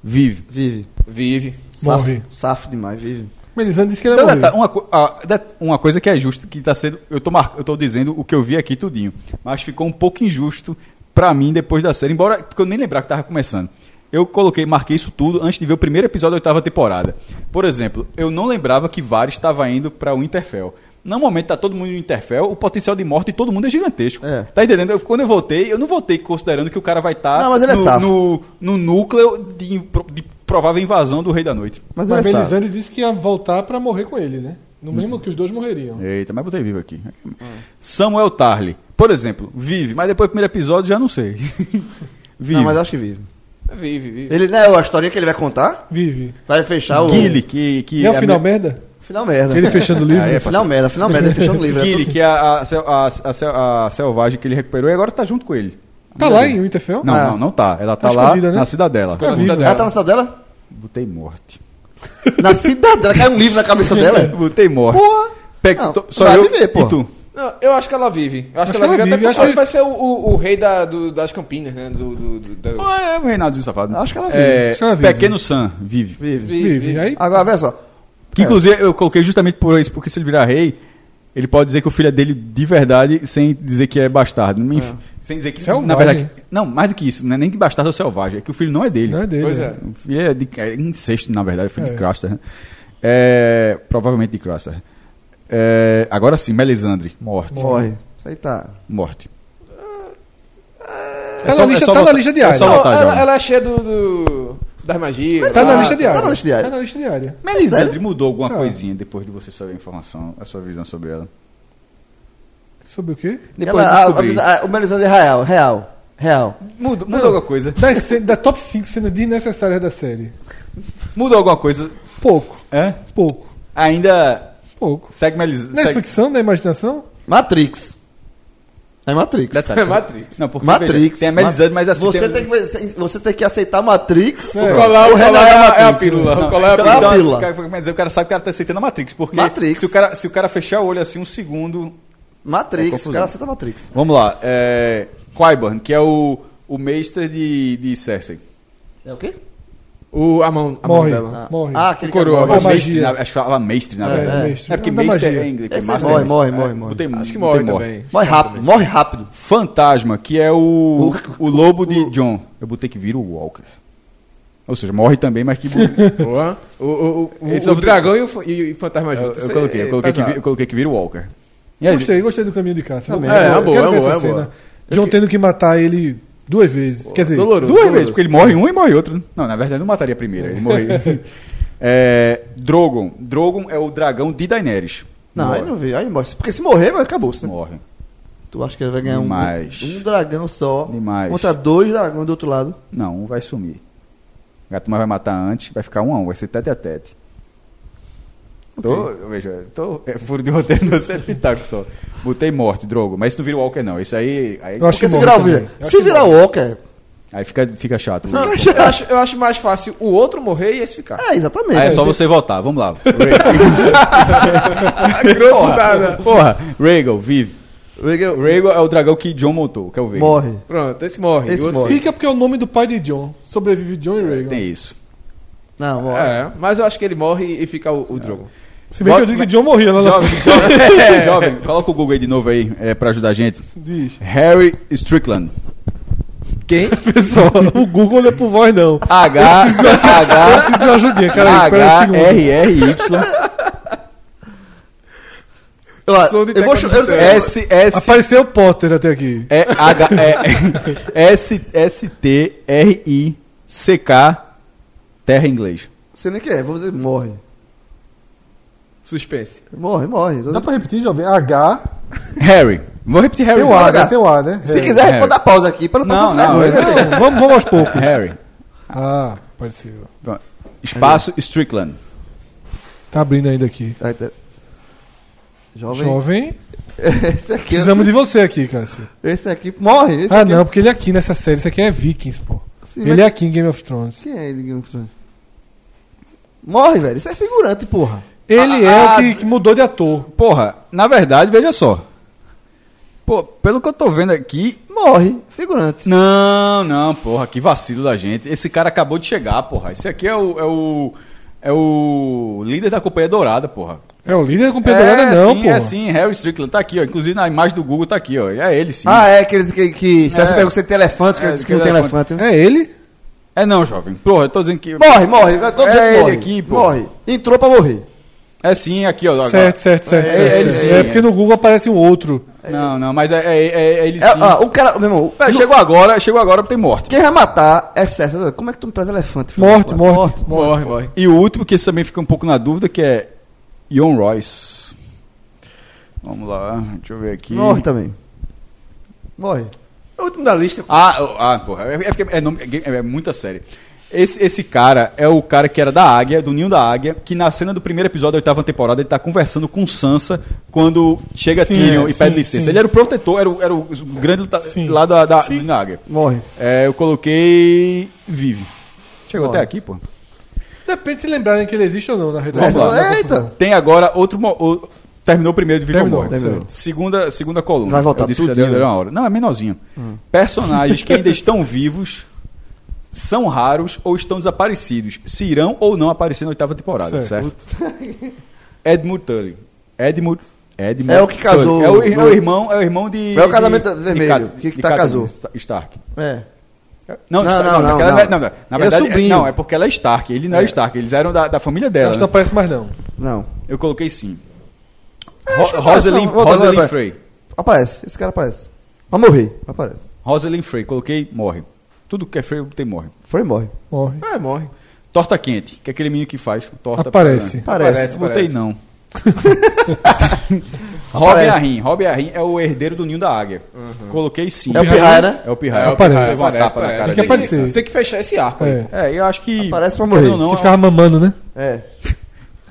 Vive.
Vive.
Vive.
Safo-
Morre.
Safo demais, vive.
Melisandre disse que ele ia
Então,
morrer.
deta- uma, co- ah, det- uma coisa que é justa, que tá sendo. Eu tô, mar- eu tô dizendo o que eu vi aqui tudinho. Mas ficou um pouco injusto pra mim depois da série, embora. Porque eu nem lembrava que tava começando. Eu coloquei, marquei isso tudo antes de ver o primeiro episódio da oitava temporada. Por exemplo, eu não lembrava que Varys estava indo pra Winterfell. No momento tá todo mundo no Winterfell, o potencial de morte de todo mundo é gigantesco.
É.
Tá entendendo? Eu- quando eu voltei, eu não voltei considerando que o cara vai estar
Não, mas ele é
no,
safo.
no, no núcleo de, impro- de provável invasão do Rei da Noite.
Mas,
Mas
ele é safo.
Melisandre disse que ia voltar pra morrer com ele, né? No mesmo que os dois morreriam.
Eita, mas botei vivo aqui. Samuel Tarly, por exemplo, vive, mas depois do primeiro episódio já não sei. vive.
Não, mas eu acho que vive.
Vive, vive.
Ele, né, a historinha que ele vai contar,
Vive.
vai fechar é o...
Gilly, que. que
E é o
a
final
me-
merda?
Final merda.
Ele fechando o livro?
Ah, é,
Final merda, final merda, ele fechando o livro.
Gilly,
né?
que é a, a, sel- a, a sel- a selvagem que ele recuperou e agora tá junto com ele.
Tá lá em Winterfell?
Não,
Ah.
não, não tá. Ela tá
Tá
lá
escondida, né?
na cidadela.
Tá viva.
Ela tá na cidadela?
Botei morte. é?
Na cidadela, cai um livro na cabeça dela.
Botei morte.
Porra.
Pe-
Não,
to- só
vai
eu
viver, pô.
e tu.
Não, eu acho que ela vive. Eu acho, que ela vive, até
acho
porque
que
ele vai ser o, o- o rei da, do- das Campinas, né? Do, do, do- da-
Ah, é o Reinadozinho Safado.
Acho que ela vive,
É,
acho que ela vive.
Pequeno Sam vive.
Vive.
Vive. Aí,
Agora, vê só.
É.
Que inclusive eu coloquei justamente por isso, porque se ele virar rei, ele pode dizer que o filho é dele de verdade sem dizer que é bastardo. Enfim, Sem dizer que.
Selvagem.
Na verdade. Não, mais do que isso, não é nem que bastardo ou selvagem, é que o filho não é dele.
não é dele.
Pois
né?
é.
O filho é, de, é incesto, na verdade, é filho
É.
de Craster. né? É, provavelmente de Craster. É, agora sim, Melisandre, morte.
Morre. Isso aí tá...
Morte.
Tá, na, lista, tá na lista diária.
É só
Não,
botar já.
ela, ela é cheia do, do- das magias.
Tá na
Ah,
lista diária.
tá na lista diária.
Tá na lista diária.
Melisandre mudou alguma
Ah.
coisinha depois de você saber a informação, a sua visão sobre ela.
Sobre o quê?
Depois
Ela- a-
eu descobri.
a- a- o Melisandre é real, real, real.
Mudou, mudou alguma coisa.
Das ce- da top 5 cenas desnecessárias da série.
Mudou alguma coisa.
Pouco.
É?
Pouco.
Ainda
Pouco.
Segue Melis...
Não é
Segue...
ficção, não é imaginação?
Matrix. É Matrix.
Detalhe.
É Matrix.
Não, porque,
Matrix.
veja, tem a Melisandre, mas assim...
Você
tem...
tem, que, você tem que aceitar Matrix.
É.
colar,
O
o
Renan
colar
é a
é a- é a
Matrix,
pílula.
Não,
o colar é a
então,
pílula.
pílula.
então, o cara- quer dizer, o cara sabe que o cara tá aceitando a Matrix. Porque
Matrix.
Se, o cara, se o cara fechar o olho assim um segundo... É
Matrix,
confusão.
o cara aceita Matrix.
Vamos lá. É... Qyburn, que é o, o mestre de, de Cersei.
É o quê?
O, a mão, a mão
Morre.
dela.
Morre.
Ah, aquele
Coroa.
cara
Fala
morre.
é
Ah, mas-
mestre,
magia.
na- acho que fala mestre, na
É,
verdade.
mestre.
É porque
É da
mestre
magia.
é em inglês,
Esse
master é
morre,
mestre.
morre,
É,
morre, morre.
não tem-
Acho que
não
morre
tem
também.
Morre rápido, morre rápido.
Fantasma, que é o, o lobo de John. Eu botei que vira o Walker. Ou seja, morre também, mas que...
Boa. O, o, o, o,
Esse é
o
o-
dragão e o, fa- e o fantasma
Eu,
junto. é
eu coloquei, eu coloquei, que, vi- eu coloquei que vira o Walker. E aí,
Gostei, gostei do caminho de casa.
Tá bem.
Eu
É,
quero
é boa,
ver
é
essa
boa, é
cena.
boa.
John tendo que matar ele duas vezes. Quer dizer,
Doloroso.
duas vezes, porque ele morre um e morre outro. Não, na verdade não mataria a primeira, ele morreu. é, Drogon. Drogon é o dragão de Daenerys.
Não,
morre.
aí não vi. Aí morre. Porque se morrer, vai- acabou. Né?
Morre.
Tu acha que ele vai ganhar um,
Demais.
um dragão só
Demais.
contra dois dragões do outro lado?
Não, um vai sumir. A turma vai matar antes, vai ficar um a um, vai ser tete a tete. Tô, eu vejo, eu tô é, furo de roteiro no Celitaco só. tá, Botei morte, Drogon. Mas isso não vira Walker, não. Isso aí. Aí,
Eu acho
Porque
que
se
morre
virar, o-
também. Eu acho
se
que
virar o Walker.
aí fica, fica chato.
Não, eu, acho, eu acho mais fácil o outro morrer e esse ficar.
É, exatamente.
Aí é só você voltar, vamos lá. porra, porra, Rhaegal, vive.
Rhaegal-
Rhaegal é o dragão que John montou, que é o Veiga.
Morre.
Pronto, esse morre.
Esse
o outro
morre.
fica porque é o nome do pai de John. Sobrevive John e Reagan.
Tem isso.
Não, morre.
É, mas eu acho que ele morre e fica o, o Drogo.
Se bem que eu
Bota-
digo que John morria né? lá na
Jovem, jovem, jovem, coloca o Google aí de novo aí, é, pra ajudar a gente.
Diz.
Harry Strickland.
Quem?
Pessoal, o Google não é por voz, não.
H,
Eu
H,
preciso de uma ajudinha, cara. Aí, pera aí um
H,
segundo.
R, R, Y,
Eu,
Som de
eu vou chu- eu- eu-
S, S,
Apareceu o Potter até aqui.
E, H, E, S, S, T, R, I, C, K, terra em inglês.
Sei nem o que é, vou dizer, morre.
Suspense.
Morre, morre.
Dá pra repetir, jovem? H,
Harry. Vou repetir Harry.
tem
um
o A,
H.
né? Tem o A, né?
Se
É.
quiser,
É.
pode dar pausa aqui pra não
Não,
passar
não,
vergonha.
Não, vamos, vamos aos poucos.
Harry.
Ah, apareceu.
Pronto. Espaço Strickland.
Tá abrindo ainda aqui.
Aí, tá. Jovem.
Jovem,
Esse aqui, é
precisamos de você aqui, Cássio.
esse aqui morre. Esse
Ah,
aqui
não, porque ele é aqui nessa série. Isso aqui é Vikings, pô.
Sim, mas-
Ele é aqui em Game of Thrones.
Quem é ele, Game of Thrones? Morre, velho. Isso é figurante, porra.
Ele é
Ah,
o que, que mudou de ator.
Porra, na verdade, veja só. Pô, pelo que eu tô vendo aqui.
Morre, figurante.
Não, não, porra, que vacilo da gente. Esse cara acabou de chegar, porra. Esse aqui é o. É o, é o líder da Companhia Dourada, porra.
É o líder com pedalada, não,
sim,
pô.
É sim, Harry Strickland tá aqui, ó. Inclusive na imagem do Google tá aqui, ó. É ele, sim.
Ah, é aqueles que. que se
É.
você pega você tem elefante, que
É,
eles que não tem
elefante.
elefante. né?
É ele?
É não, jovem. Porra, eu tô dizendo que.
Morre, morre. eu tô dizendo
É
que
ele
morre.
aqui, pô.
Morre. Entrou pra morrer.
É sim, aqui, ó. agora.
Certo, certo, certo.
É,
certo,
é ele
certo.
sim,
é
é.
porque no Google aparece um outro.
Não, não, mas é, é, é- é ele
É,
sim.
ó, o cara. Meu irmão,
Pera,
no-
chegou agora, chegou agora, tem morte.
quem vai matar é César. Como é que tu não traz elefante? filho
Morte,
da puta?
morte.
Morre, morre.
E o último, que esse também fica um pouco na dúvida, que é Ion Royce. Vamos lá, deixa eu ver aqui.
Morre também. Morre.
É o último da lista.
Ah, oh, ah porra, é, é, porque é, nome- é game- é muita série. Esse, esse cara é o cara que era da Águia, do Ninho da Águia, que na cena do primeiro episódio da oitava temporada ele tá conversando com Sansa quando chega
Sim,
Tyrion
é,
e pede
sim,
licença.
sim.
Ele era o protetor, era o, era o grande luta-
Sim.
lá da, da, do Ninho da Águia.
Morre.
É, eu coloquei Vive. Chegou
Bora.
até aqui, pô.
Depende se lembrarem que ele existe ou não, na É. realidade.
Vamos lá.
É, Eita!
Tem agora outro. mo- o- terminou o primeiro de Vitor
Terminou,
Morte.
terminou.
Segunda, segunda coluna.
Vai voltar
Eu disse que já
tudinho.
deu uma hora. Não, é menorzinho.
Hum.
Personagens que ainda estão vivos são raros ou estão desaparecidos. Se irão ou não aparecer na oitava temporada, certo?
Certo.
Edmund Tully. Edmund. Edmund
É o que casou.
Tully. É o, ir- é o irmão, é o irmão de.
É o casamento
de- de
vermelho,
Cat-
que- que
de
tá
Catelyn
casou.
Sta- Stark.
É.
Não,
Não,
Stark-
não,
naquela-
não, não.
não, Na
Ele é
verdade,
sobrinho.
não, é porque ela é Stark. Ele não era Stark, eles eram da, da família dela.
Acho que não
né?
aparece mais, não.
Não.
Eu coloquei sim. Ro Rosalind,
não, volta,
Rosalind
volta.
Frey.
Aparece. Esse cara aparece. Vai morrer. Aparece.
Rosalind Frey, coloquei, morre. Tudo que é Frey tem morre.
Foi e morre.
Morre.
É, morre.
Torta quente, que é aquele menino que faz torta.
Aparece.
pra-
Parece.
Não botei
Aparece.
não. Robin Arrim. Robin Arrim é o herdeiro do ninho da águia. Coloquei sim.
É o Pirraia, né?
É o Pirraia.
Aparece.
Levou uma tapa na cara
Tem que
dele.
aparecer.
Tem que fechar esse arco aí.
É.
É, eu acho que.
Aparece pra
querendo
morrer.
ou Não,
que
é um-
ficava mamando, né?
É.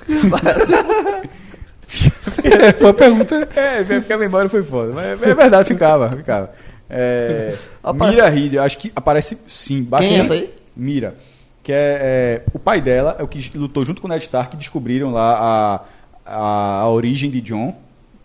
É, a pergunta
É, porque a memória foi foda. Mas é verdade, ficava, ficava. É,
Aparece-
Mira Hilliard, acho que aparece sim. bastante.
Quem é essa aí?
Mira. Que é, é, O pai dela é o que lutou junto com o Ned Stark e descobriram lá a, a, a origem de John,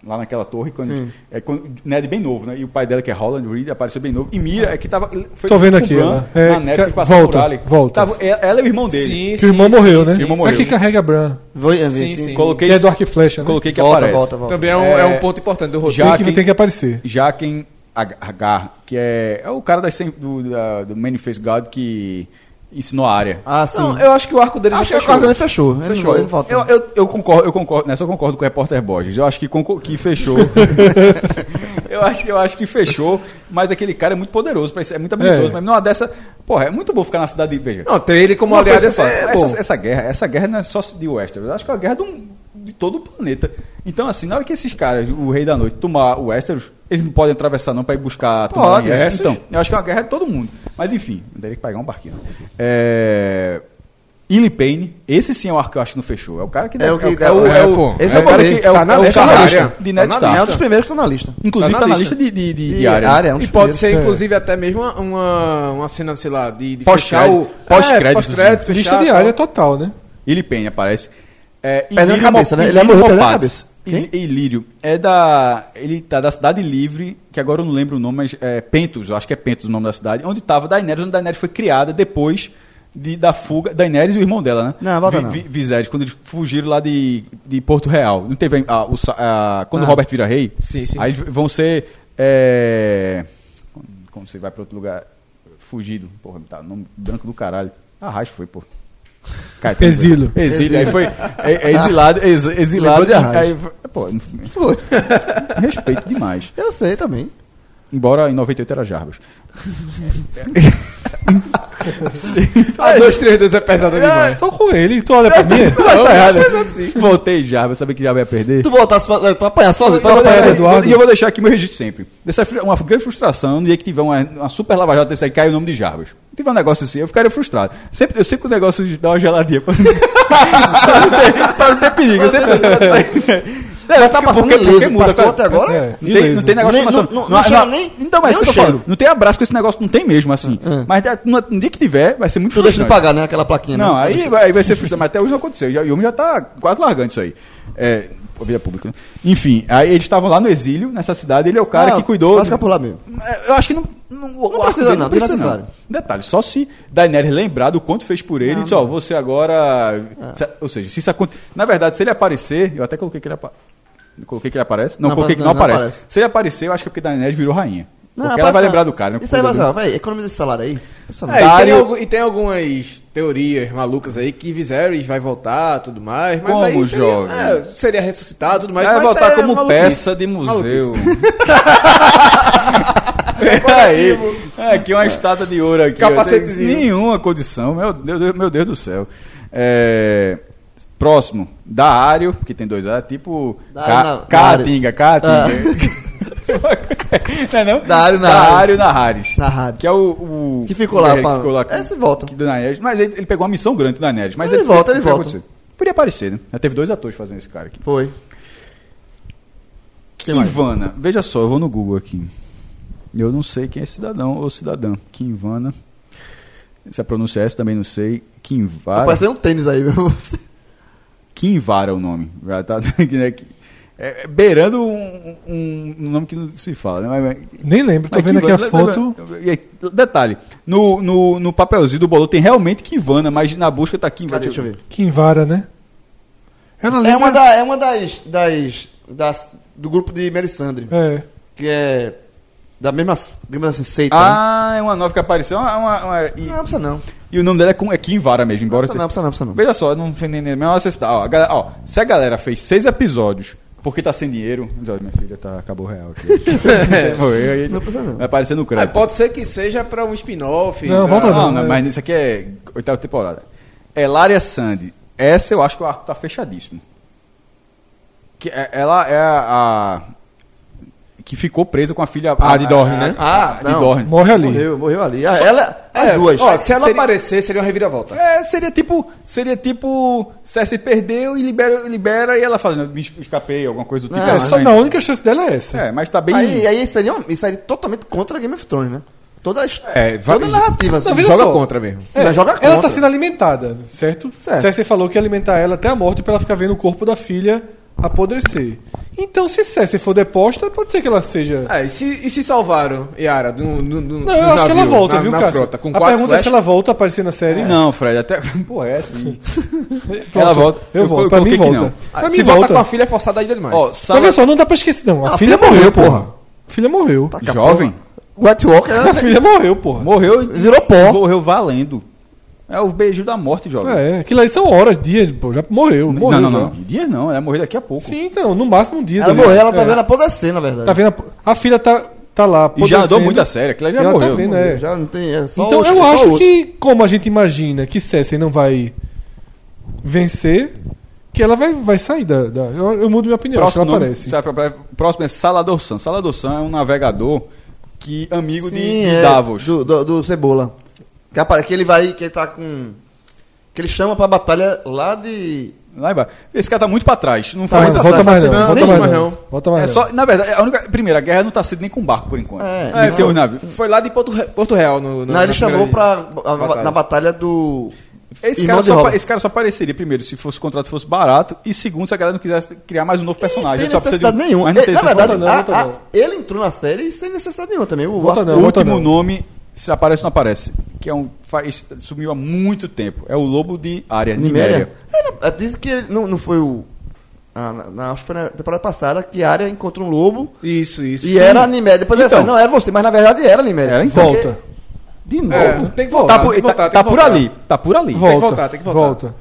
lá naquela torre. Quando, é, quando, Ned bem novo, né? E o pai dela, que é Holland Reed, apareceu bem novo. E Mira
Ah.
é que tava. Foi
Tô vendo
com
aqui,
Bran
ela. É,
na neve
que-
que passava
volta,
por Ali.
volta.
Tava, ela, ela e o irmão dele.
Sim,
que o irmão
sim,
morreu,
sim,
né?
sim.
irmão morreu.
Aqui carrega Bran.
Vou sim, sim,
Sim, sim.
Coloquei,
Que é do arco e flecha, né?
coloquei que
Volta,
aparece.
volta, volta.
Também é um,
É.
é um ponto importante do roteiro.
Já
Tem que,
quem-
tem que aparecer.
Jaquen Agar, que é, é o cara das, cem- do, da, do Manifest God que ensinou a área.
Ah, sim.
Não, eu acho que o arco dele
Acho que
já
a
fechou.
quarta dele fechou. Ele não, ele não volta.
Eu, eu, eu concordo, eu concordo, nessa eu concordo com o repórter Borges. Eu acho que, concor- que fechou. eu, acho, eu acho que fechou, mas aquele cara é muito poderoso, pra isso, é muito habilidoso.
É.
Mas numa dessa, porra, é muito bom ficar na cidade. Veja,
Não, ter ele como
uma
aliado é,
coisa que eu falo,
bom.
essa, essa guerra, essa guerra não é só de Westeros, eu acho que é uma guerra de, um- de todo o planeta. Então, assim, na hora que esses caras, o Rei da Noite, tomar o Westeros, eles não podem atravessar não para ir buscar a turma lá em
Pode,
Essos.
esses.
Então, eu acho que é uma guerra de todo mundo. Mas enfim, eu teria que pegar um barquinho. É... Illy Payne, esse sim é o arco que eu acho que não fechou. É o cara que
É o que-
é o,
é,
é o-
pô.
esse
Esse
é
é
o
o
cara
Bobby.
que é o,
Tá na
é o
lista.
carrasco
Tá
de
na
Ned
lista.
É um
Stark.
dos primeiros que tá na lista.
Inclusive
Tá
tá
na
na, lista.
lista.
de, de, de, de
E
área.
área, é um dos
E pode
primeiros.
ser,
É.
inclusive, até mesmo uma, uma, uma cena, sei lá, de, de
Pós-crédito. Pós-crédito,
É, pós-crédito, fechar.
Lista diária total, né?
Ele Payne aparece. É,
Perdendo a
Ilírio
cabeça,
Mo-
né? Ele ia
Ilírio
morrer perdendo a
Mopatis.
cabeça.
Il- Ilírio. É da. Ele tá da Cidade Livre, que agora eu não lembro o nome, mas é Pentos, eu acho que é Pentos o nome da cidade, onde tava Daenerys, onde Daenerys foi criada depois de, da fuga. Daenerys e o irmão dela, né?
Não, volta não.
Viserys, quando eles fugiram lá de, de Porto Real. Não teve. a- o sa- a- quando
Ah.
Robert vira rei,
Sim, sim.
aí eles vão ser. é, quando você vai pra outro lugar. fugido. Porra, tá, nome branco do caralho. Arras foi, pô. Cara,
Exílio.
Exílio. Aí foi é, é exilado, ex- exilado.
Lembrou de Arras.
aí, pô, foi. Respeito demais.
Eu sei também.
Embora em 98 era Jarbas.
A 232 é pesada demais.
Tô com ele, tu olha pra mim.
Mas tá errado. Voltei Jarbas, sabia que Jarbas ia perder?
Tu voltasse pra, pra apanhar sozinho, pra
Mas, é,
apanhar
mas,
sozinho.
E eu vou deixar aqui meu registro sempre. Dessa é uma grande frustração no dia que tiver uma, uma super lava jato desse aí, cai o nome de Jarbas. Se tiver um negócio assim, eu ficaria frustrado. Sempre, eu sempre que o negócio de dar uma geladinha pra, pra, não, ter, pra não ter perigo. Eu sempre. Ela
tá passando ileso, passou até agora?
É.
Não tem, não tem negócio
Nem-
de maçã.
não- não- não chama nem-
Então, mas
nem
isso que
o
eu tô falando.
cheiro.
Não tem abraço com esse negócio, não tem mesmo, assim. Mas ah, no, no dia que tiver, vai ser muito
Tu deixa de
frustrante.
pagar, né? Aquela plaquinha.
Não,
né?
aí, vai- aí vai ser frustrante. Mas até hoje não aconteceu. Já, o Yumi já tá quase largando isso aí. É, a vida pública. Né? Enfim, aí eles estavam lá no exílio, nessa cidade. Ele é o cara
Ah,
que cuidou.
Vai ficar por lá mesmo.
É, Eu acho que não. Não, o arco
precisa
dele
não, desnecessário.
Detalhe, só se Daenerys lembrar do quanto fez por ele e disse, ó, você agora. Se- ou seja, se isso acontecer. Na verdade, se ele aparecer, eu até coloquei que ele aparece. Coloquei que ele aparece? Não,
Não,
coloquei
aparece-
que não,
não
aparece.
aparece.
Se ele aparecer, eu acho que é porque Daenerys virou rainha.
Não,
porque
rapaz,
ela vai
tá-
lembrar do cara. né?
Isso aí vai
Cuida
ser,
dele.
vai, economiza esse salário aí. Essa
É, e, tem
Dário-
algu- e tem algumas teorias malucas aí que Viserys vai voltar tudo mais. Mas
Como
aí seria,
jovem?
é, seria ressuscitado tudo mais.
Vai
mas
voltar
é
como
maluquice.
peça de museu. Peraí. é, Aqui uma estátua de ouro aqui. ó.
Capacetezinho.
Tem Nenhuma condição. Meu Deus, meu Deus do céu. É, Próximo, Dário, que tem dois, é tipo
Dário Ah. na-
Ca- Caatinga, Caatinga. Não é não?
Dário na-
Dário Naharis.
Naharis.
Que é o, o-
Que ficou lá,
que
pá.
ficou lá com-
Esse volta.
que do Daenerys. Mas ele, ele pegou uma missão grande do Daenerys. Mas
Ele volta, ele
foi
volta.
acontecer. Podia aparecer, né? Já teve dois atores fazendo esse cara aqui.
Foi.
Kinvana. Veja só, eu vou no Google aqui. Eu não sei quem é cidadão ou cidadã. Kinvana. Se a pronúncia é essa, também não sei. Kinvara.
Apareceu um tênis aí, meu.
Kinvara é o nome. Já tá, né, que- é, é beirando um, um- um nome que não se fala, né? Mas- mas-
Nem lembro, tô
mas
vendo aqui a
Kinvana, lembra-
foto.
E aí, Detalhe, no, no, no papelzinho do bolô tem realmente Kinvana, mas na busca tá Kinvana.
Cadê? Deixa eu ver.
Kinvara, né? Ela lembra.
É uma, da, é uma das, das, das. Do grupo de Melisandre.
É.
Que é. Da mesma. Digamos assim, seita. né?
Ah, é uma nova que apareceu. uma- uma- uma- e,
Não, precisa não.
e o nome dela é, com- é Kinvara mesmo, embora
Precisa não, precisa não, precisa não.
Veja só, não tem nem nem a menor necessidade. Ó, a galera- ó, se a galera fez seis episódios porque tá sem dinheiro. Olha, minha filha tá, acabou o real aqui. Você morreu, aí
Não precisa não.
Vai aparecer no
Ah,
crédito.
pode ser que seja pra um spin-off.
Não,
pra-
volta
não, não,
né?
mas isso aqui é oitava temporada. Elaria Sandy. Essa eu acho que o arco tá fechadíssimo. Que é- ela é a. a- que ficou presa com a filha.
Ah,
a-
de Dorne,
a-
né?
Ah,
de
não.
Dorne.
Morre ali.
Morreu, morreu ali. Ah, ela. As
É,
duas.
ó, se ela
Seria-
aparecer, seria uma reviravolta.
É, seria tipo, seria tipo, Cersei perdeu e libera, libera e ela fala, "Não, me escapei, alguma coisa do tipo.
É,
Mas-
só, não, a única chance dela é essa.
É, mas tá bem.
Aí, aí seria, um- isso aí é totalmente contra Game of Thrones, né? Toda a, his-
É, vai-
toda a narrativa. Assim.
veja
Joga
só.
contra mesmo.
Ela joga
Ela
contra.
tá sendo alimentada, certo?
Certo.
Cersei falou que ia alimentar ela até a morte pra ela ficar vendo o corpo da filha apodrecer. Então, se Cersei for deposta, pode ser que ela seja.
Ah, e, se, e se salvaram, Yara, do, do, do, dos
Não, eu acho que ela
navios,
volta,
na,
viu,
na
Cássio?
frota, com
a
quatro
pergunta é se
flechas?
ela volta a aparecer na série.
Não, Fred, até. Porra, é assim. ela volta.
Eu volto,
co-
pra
coloquei
mim
que
volta.
não.
Ah,
Pra
se
mim
voltar
volta.
com a filha é forçada ainda demais.
Ó,
Mas
Sala
olha só, não dá pra esquecer, não. A,
A
filha,
filha
morreu,
morreu,
porra.
porra. Tá
A filha morreu.
jovem
White Walker,
A filha morreu, porra.
morreu e
Virou pó.
Morreu valendo. É o beijo da morte, jovem.
É, aquilo aí são horas, dias, pô, já morreu.
Não,
morreu
não,
já.
não, não. Dias não, ela morrer daqui a pouco.
Sim, então, no máximo um dia.
ela
tá
morreu, ela
ligado?
tá
É.
vendo apodrecer, na verdade.
Tá vendo? A, a filha tá, tá lá.
E já andou
apodrecendo.
muito a sério, aquilo ali já
Ela tá
morreu.
vendo,
morreu.
é.
Já não tem. É só
Então
os-
eu
só
acho
os-
que, como a gente imagina que Cersei não vai vencer, que ela vai, vai sair da. da- eu, eu mudo minha opinião,
Próximo,
acho que ela
nome-
aparece.
sabe, pra- pra- próximo é Salador San. Salador San é um navegador que amigo de,
Sim,
de
é,
Davos.
Do, do, do Cebola. Que, apare- que ele vai. Que ele tá com. Que ele chama pra batalha lá de.
Lá embaixo. Esse cara tá muito pra trás. Não
Tá,
faz
mas
essa-
volta mais não,
Não,
volta
nem-
mais
mas
não.
não.
Volta mais
É
não.
só, na verdade, a única, primeiro, a guerra não tá sendo nem com barco por enquanto.
É,
nem
É,
tem
foi-
os navios.
Foi lá de Porto, Re- Porto Real. No, no-
não,
na
ele chamou
primeira-
pra. a-
batalha.
Na batalha do.
Esse
Irmão
cara,
de
só,
Robert.
apa- esse cara só apareceria, primeiro, se fosse, o contrato fosse barato, e segundo, se a galera não quisesse criar mais um novo personagem.
Tem
Ele só precisa de
necessidade
um-
nenhuma.
mas não
Ele-
tem
Na
necessidade.
verdade,
Volta não,
a-
volta
a-
não.
ele entrou na série sem necessidade nenhuma também. O
Volta
Arthur-
não.
o último
não.
nome, se aparece ou não aparece, que é um, faz, sumiu há muito tempo, é o Lobo de Área, Niméria.
Niméria. Era, dizem que ele não, não foi o. ah, na, na- acho que foi na temporada passada que a área encontrou um lobo
Isso, isso.
e era a Niméria. Depois ele é
Então.
falou, não, era você, mas na verdade era a Niméria.
Era,
Porque-
então.
Volta.
De novo.
É, tem que voltar.
Tá, por,
tem que voltar,
tá,
tem
tá
que
por
voltar.
ali, tá por ali.
Volta, voltar, tem que voltar.
Volta.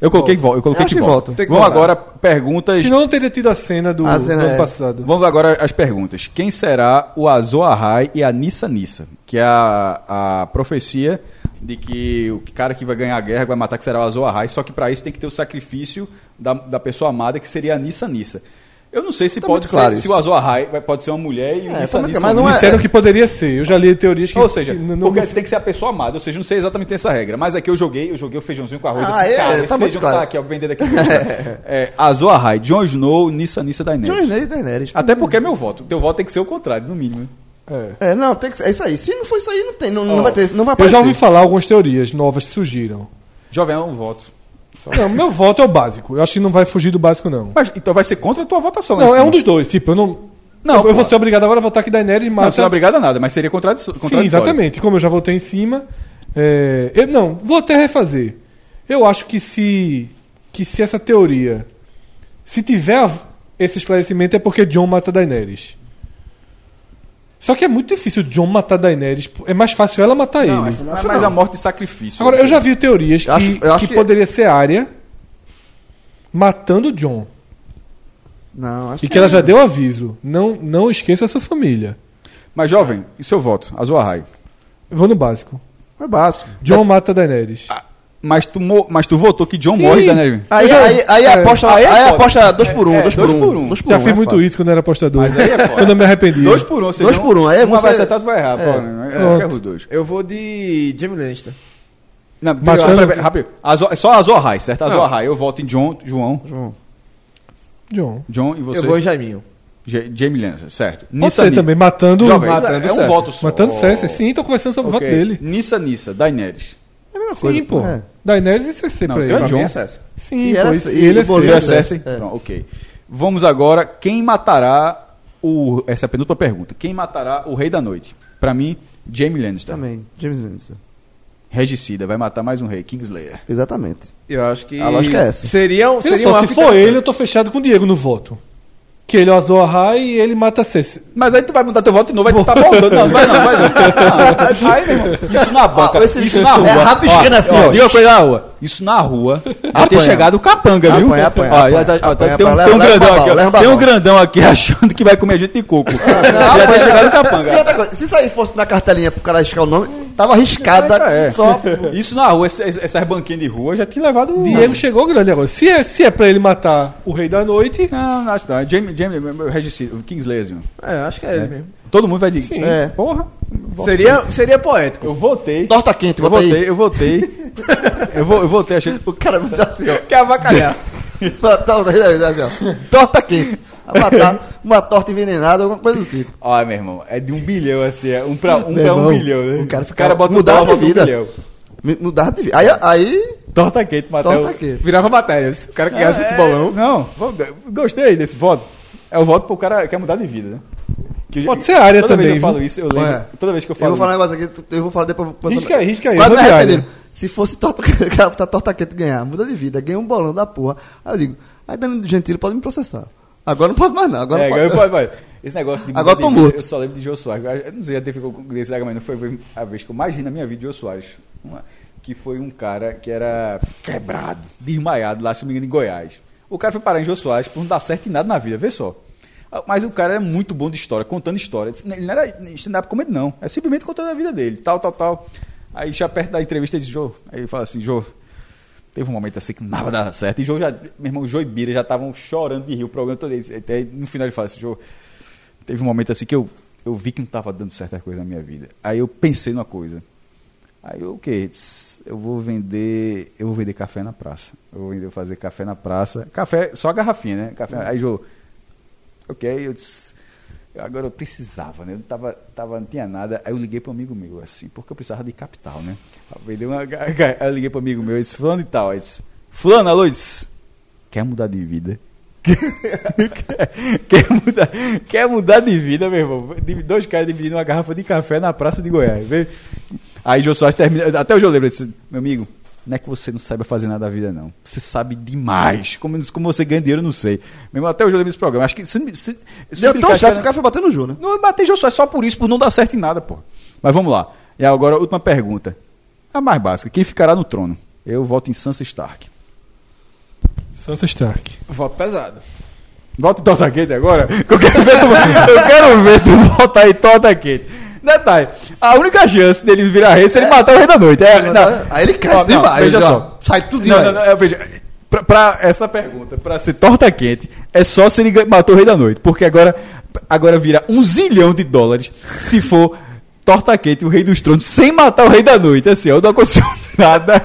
Eu coloquei que volta, eu coloquei
Acho
que
que
volta.
volta.
Tem que
Vamos
voltar.
agora perguntas.
Senão não teria tido a cena do,
A cena
do ano
é-
passado.
Vamos agora às perguntas. Quem será o Azor Ahai e a Nissa Nissa? Que é a, a profecia de que o cara que vai ganhar a guerra que vai matar que será o Azor Ahai, só que pra isso tem que ter o sacrifício da, da pessoa amada, que seria a Nissa Nissa. Eu não sei se
Tá
pode
muito claro
ser, se o
isso.
Azor Ahai vai- pode ser uma mulher e o
É,
Nissa
tá muito-
Nissa
mas
um
não é-
homem.
Disseram que poderia ser. Eu já li teorias que.
Ou seja,
que não- não-
porque tem que ser a pessoa amada. Ou seja, eu não sei exatamente essa regra. Mas aqui eu joguei, eu joguei o feijãozinho com arroz.
Ah,
assim,
é,
cara,
tá
esse
muito
feijão
claro.
tá aqui, ó, vendendo aqui. é, Azor Ahai, Jon Snow, Nissa Nissa Daenerys.
John Snow e Daenerys.
Até porque é meu voto. Teu voto tem que ser o contrário, no mínimo.
É.
É, não, tem que ser. É isso aí. Se não for isso aí, não tem. Não, não
Ó,
vai ter. Não vai
Eu
aparecer.
já ouvi falar algumas teorias novas que surgiram.
Jovem é um voto.
Não, meu voto é o básico. Eu acho que não vai fugir do básico, não.
Mas então vai ser contra a tua votação. né,
Não, é
Ciro?
um dos dois. Tipo, eu não.
Não,
eu
pô.
vou ser obrigado agora a votar que Daenerys
Não, você
mata.
não é obrigado a nada, mas seria contradição.
Sim, exatamente. Como eu já votei em cima. é, eu, não, vou até refazer. Eu acho que se. Que se essa teoria. Se tiver a- esse esclarecimento é porque John mata Daenerys. Só que é muito difícil John matar Daenerys. É mais fácil ela matar
Não, é
ele.
mas, mas mais a morte e sacrifício.
Agora, eu já vi teorias que,
Eu acho- eu acho
que
que-
poderia ser área matando John.
Não, acho
E que ela já deu aviso. Não, não esqueça a sua família.
Mas, jovem, e seu voto? Azul Arraio.
Eu Vou no básico.
é básico.
John mata Daenerys.
Mas tu, mo- mas tu votou que John
Sim.
morre, Daniel.
Aí,
já-
aí, aí
é.
aposta,
Aí
aí
é foda.
aposta dois por um,
É,
dois
dois
por um,
por um.
dois por
Já
um,
fiz
é
muito
fácil.
isso quando eu era apostador.
Mas aí é foda.
quando eu me arrependia.
Dois por um. ou seja,
Dois por um, aí
uma
você-
vai acertar, tu vai errar.
É.
provavelmente. É,
Pronto.
erra os dois.
Eu vou de Jamie Lannister.
Não,
Mas
pera-
só-
pera- rápido. Azor- é só Azor Ahai, certo? Azor
Não.
Ahai. Eu voto em John, João,
John.
John e você.
Eu vou em Jaiminho.
Ja- Jamie Lannister, certo.
Você também, matando,
Jovem,
matando,
é um voto só.
matando Cersei. Sim, tô conversando sobre
Ok.
o voto dele.
Nissa Nissa, Daenerys.
Sim, pô.
é.
Daenerys e Cersei
Não,
pra
teu
ele.
é John.
Pra mim é Cersei.
Sim,
E
pô.
era-
esse-
e
ele é
Bolívar.
Deu
Cersei.
acesso, hein?
É.
Pronto, ok. Vamos agora. Quem matará o. Essa é a penúltima pergunta. Quem matará o Rei da Noite? Pra mim, Jamie Lannister.
Também, James Lannister.
Regicida, vai matar mais um rei, Kingslayer.
Exatamente.
Eu acho que.
A lógica é essa.
Seria um.
Olha
Seria um
só,
arco
se for ele, eu
interessante.
tô fechado com o Diego no voto. Que ele é o Azor Ahai e ele mata Cersei.
Mas aí tu vai mudar teu voto de novo, aí tu tá voltando. Não, vai não, vai não. Não, Aí, meu irmão, isso na boca,
Ah, esse-
isso na rua.
é rapiscando
Ó,
assim,
ó,
ó.
diga uma coisa na rua. Isso na rua, até
Apanha.
chegado o capanga, viu?
Apanha, apanha,
Ó,
apanha,
já- já-
apanha,
tem um-
apanha.
Tem um
Leva-
grandão aqui,
leva pra
ó.
bala,
tem um
leva pra
grandão aqui achando que vai comer gente de coco. Já
apanha,
até chegado o
E
capanga.
outra coisa, se isso aí fosse na cartelinha pro cara riscar o nome, tava arriscada
É.
só.
Isso na rua, esse- esse- essas banquinhas de rua já tinha levado. um
Diego chegou grande agora. Se é, se é pra ele matar o Rei da Noite,
Não, não acho que não. Jamie, Jamie, Regicida, Kingslayer. assim, ó.
É, acho que é ele mesmo.
Todo mundo vai de.
Sim.
É. Porra.
Seria, seria poético.
Eu votei.
Torta quente,
Eu
bota aí.
votei, eu votei. eu, vou, eu votei, achei.
O cara me dá assim, ó.
Que é avacalhar.
Tá- tá- assim, ó. Torta quente. Vai matar uma torta envenenada, alguma coisa do tipo.
Ó, meu irmão, é de um bilhão, assim, é um pra um,
Meu
pra um
irmão,
bilhão, né?
o cara fica-
bota um
mudar
dólar,
de
bota um
vida.
bilhão.
Me- Mudar de vida. Aí, aí
Torta quente, Matheus.
torta quente.
Virava matérias. O cara que ganhasse esse bolão.
Não, vamos- gostei desse voto. É o voto pro cara que quer mudar de vida, né? Que eu-
Pode ser área
toda
também,
Vez eu
viu?
falo isso, eu lembro.
É.
Toda vez que eu
Eu
falo
vou falar um
isso.
negócio aqui, tu- eu vou falar depois. quando-
Risca aí, risca aí,
Quase me
vou de área.
arrependendo. é Se fosse torta, cara, tá torta quente ganhar, muda de vida, ganha um bolão da porra. Aí eu digo, aí Danilo Gentili pode me processar. Agora não posso mais não, agora
É,
não
agora
posso.
pode, pode. Esse negócio de mudar
Agora eu
de
tô
vida,
morto.
Eu só lembro de Jô Soares. Eu não sei, já teve desse mas não foi a vez que eu mais ri na minha vida de Jô Soares. Uma- que foi um cara que era quebrado, desmaiado lá, se não me engano, em Goiás. O cara foi parar em Jô Soares por não dar certo em nada na vida, vê só. Ah, Mas o cara era muito bom de história, contando história. Ele não era stand-up comedy, não. É simplesmente contando a vida dele, tal, tal, tal. Aí já perto da entrevista ele diz, Jô, aí ele fala assim, Jô, Teve um momento assim que não dava dar certo. E Jô já, meu irmão, Jô e Bira já estavam chorando de rir o programa todo. Eles- Até no final ele fala assim, Jô, teve um momento assim que eu, eu vi que não estava dando certa coisa na minha vida. Aí eu pensei numa coisa. Aí eu, o quê? Tss, Eu vou vender, eu vou vender café na praça. Eu vou vender, eu fazer café na praça. Café, só a garrafinha, né? Café. Aí Jô, ok, eu disse, agora eu precisava, né? Eu não tava, tava, não tinha nada. Aí eu liguei para um amigo meu, assim, porque eu precisava de capital, né? Aí eu dei uma ga- ga- aí eu liguei para um amigo meu, eu disse, fulano e tal, aí disse, fulano, alô, eu disse, quer mudar de vida? quer, quer mudar, quer mudar de vida, meu irmão? Divi- Dois caras dividindo uma garrafa de café na praça de Goiás. Vê? Aí Jô Soares termina. Até hoje eu lembro ele disse, meu amigo, não é que você não saiba fazer nada da vida, não. Você sabe demais. Como, como você ganha dinheiro, eu não sei. Meu irmão, até hoje eu lembro desse programa. Acho que. Se, se, se
Deu
brincar,
tão
acho
certo que
que
o cara foi bater no Ju, né?
não eu matei Josué só por isso, por não dar certo em nada, pô. Mas vamos lá. E agora, a última pergunta. A mais básica. Quem ficará no trono? Eu voto em Sansa Stark.
Sansa Stark.
Voto pesado.
Voto em Tota Kate agora? Que Eu quero ver tu, eu quero ver tu votar em Tota Kate. Detalhe, a única chance dele virar rei é se ele matar o rei da noite. É, não.
Aí ele
Ó,
cresce
não,
demais.
veja
ó.
só.
Sai tudo
Não, não, não, é, veja, pra, pra essa pergunta, pra ser torta quente, é só se ele gan- matou o rei da noite. Porque agora, agora vira um zilhão de dólares se for torta quente, o rei dos tronos, sem matar o rei da noite. Assim, ó, não aconteceu nada.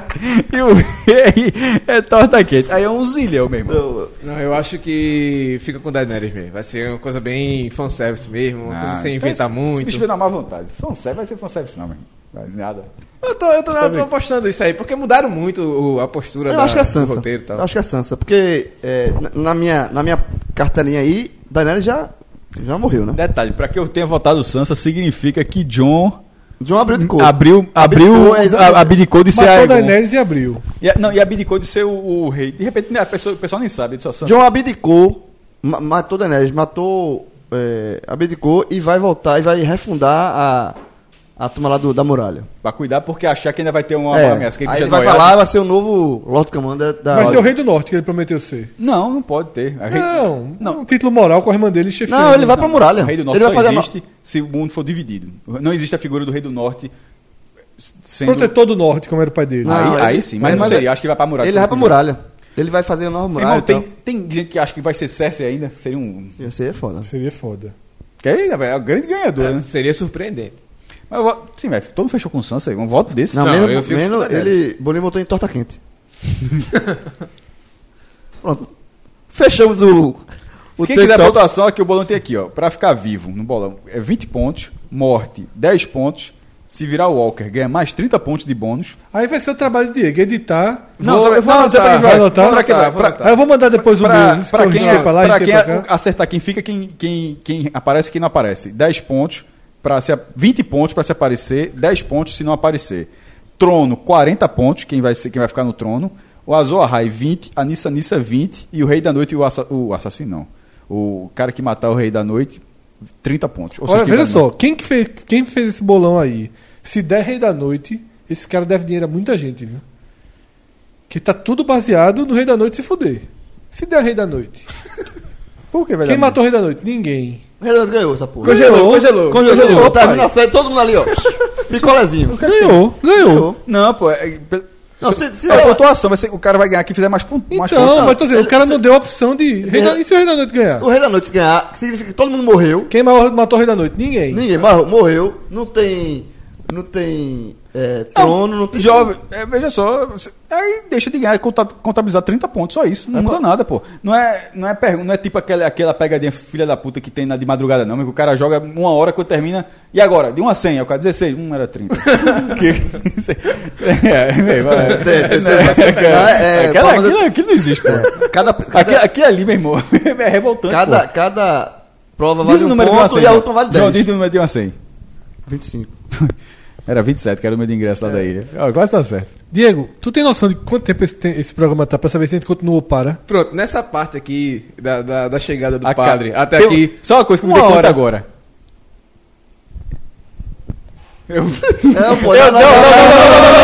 E o rei é torta quente. Aí é um zilhão mesmo.
Não, eu acho que fica com Daenerys mesmo. Vai ser uma coisa bem fanservice mesmo, uma
Ah,
coisa sem inventar
Se
muito.
me estiver na má vontade. Fanservice vai ser fanservice, não, meu irmão. Vai, Nada.
Eu tô, eu tô, eu tô apostando isso aí, porque mudaram muito o- a postura
Eu
da-
acho que é
do
Sansa.
roteiro e tal.
Eu acho que é Sansa. Porque é, na- na, minha, na minha cartelinha aí, Daenerys já, já morreu, né?
Um Detalhe, pra que eu tenha votado Sansa, significa que John
John abriu de cor.
abriu, abriu,
Abdicou, é exatamente.
a- abdicou de ser
Matou
Aegon.
Daenerys e abriu.
E, a- não, e abdicou de ser o, o rei. De repente, né, a pessoa, o pessoal nem sabe. ele Só Sansa.
John abdicou, ma- matou Daenerys, matou. É, abdicou e vai voltar e vai refundar a, a turma lá do- da muralha.
Pra cuidar, porque achar que ainda vai ter uma
É,
ameaça. Que
aí
já
ele vai
não é-
falar, vai ser o novo Lord Commander da.
Vai ser o Rei do Norte que ele prometeu ser.
Não, não pode ter. A rei-
Não,
não.
um título moral com a irmã dele chefiando.
Não, ele vai pra muralha.
O rei do norte
ele vai
só
fazer a ma-
existe se o mundo for dividido. Não existe a figura do rei do norte s- sendo...
é
Protetor do Norte, como era o pai dele.
Não.
Aí, aí
ele-
sim, mas,
mas-
não seria. Acho que vai pra muralha.
Ele vai pra muralha. Ele vai fazer a nova muralha. então?
Irmão,
e
tem,
tal.
tem gente que acha que vai ser Cersei ainda. Seria um...
Ia ser foda.
Ah, Seria foda.
Que aí, velho, é o grande ganhador, né?
Seria surpreendente.
Mas eu voto- sim, velho, todo mundo fechou com o Sansa aí. Um voto desse.
Não,
Não,
menos,
eu fico
menos
com Daenerys.
ele. Bolinho botou em torta quente. Pronto. Fechamos o.
Se
O
quem quiser a
TikTok.
pontuação, aqui o bolão tem aqui, ó. Pra ficar vivo no bolão, é 20 pontos, morte, 10 pontos. Se virar o Walker, ganha mais 30 pontos de bônus.
Aí vai ser o trabalho de Diego, editar.
Não,
Vou-
sabe-
eu vou
não, sabe pra
anotar,
quem
vou
vai?
anotar,
Pra quem vai?
vou
Pra-
anotar.
Aí eu vou mandar depois o
pra-
meu.
pra quem, é-
pra lá,
pra
risquei
quem
pra cá.
acertar quem fica, quem, quem, quem aparece quem não aparece. 10 pontos, pra se, a- 20 pontos para se aparecer, 10 pontos se não aparecer. Trono, 40 pontos, quem vai, ser, quem vai ficar no trono. O Azor Ahai, 20. A Nissa Nissa, 20. E o Rei da Noite, e o, assa, o assassino, não. O cara que matar o Rei da Noite, 30 pontos. Ou seja,
Olha,
quem
veja
vai-
só, quem que fez, quem fez esse bolão aí? Se der rei da noite, esse cara deve dinheiro a muita gente, viu? Que tá tudo baseado no rei da noite se fuder. Se der rei da noite.
Por que, velho?
Quem matou o rei da noite? Ninguém.
O Renan ganhou essa porra.
Congelou, congelou.
Congelou, tá vindo a série, todo mundo ali, ó. Picolezinho.
Ganhou, ganhou.
Não, pô. É, é-
Não, se- se-
é a pontuação, vai ser- o cara vai ganhar quem fizer mais, pon- mais pontos.
Então, mas tô dizendo, o cara não deu a opção de. Rei
É.
da- E se o rei da noite ganhar?
O Rei da Noite ganhar, que significa que todo mundo morreu.
Quem é maior matou o rei da noite? Ninguém.
Ninguém morreu, morreu. Não tem. Não tem. é, trono, não tem.
Jovem, é, veja só, você- aí deixa de ganhar, conta- contabilizar 30 pontos, só isso. Não muda nada, pô. Não é, não é, pergun- não é tipo aquela, aquela pegadinha filha da puta que tem na de madrugada, não. mas que O cara joga uma hora quando termina. E agora? De 1 a 100, é o cara 16, 1 era 30. que, é, é,
É, é, é, é, é, é,
aquela,
pra fazer-
aquilo, aquilo não existe, pô.
É, Cada. cada,
Aqui, aqui ali, meu irmão, é revoltante.
cada,
pô.
cada prova
Diz
vale
o
um
número de 1 a
ponto
100.
e a última vale
João, diz
10.
o número de 1 a 100.
25.
Era 27, que era o meu de ingresso lá
É.
da ilha. Ó, Quase tá certo.
Diego, tu tem noção de quanto tempo esse, tem- esse programa tá pra saber se a gente continua ou para?
Pronto, nessa parte aqui da, da, da chegada do
A ca-
padre até
Tem-
aqui.
Só uma coisa que me dei
Uma
conta
hora.
agora. Eu,
Não, pô, não, não,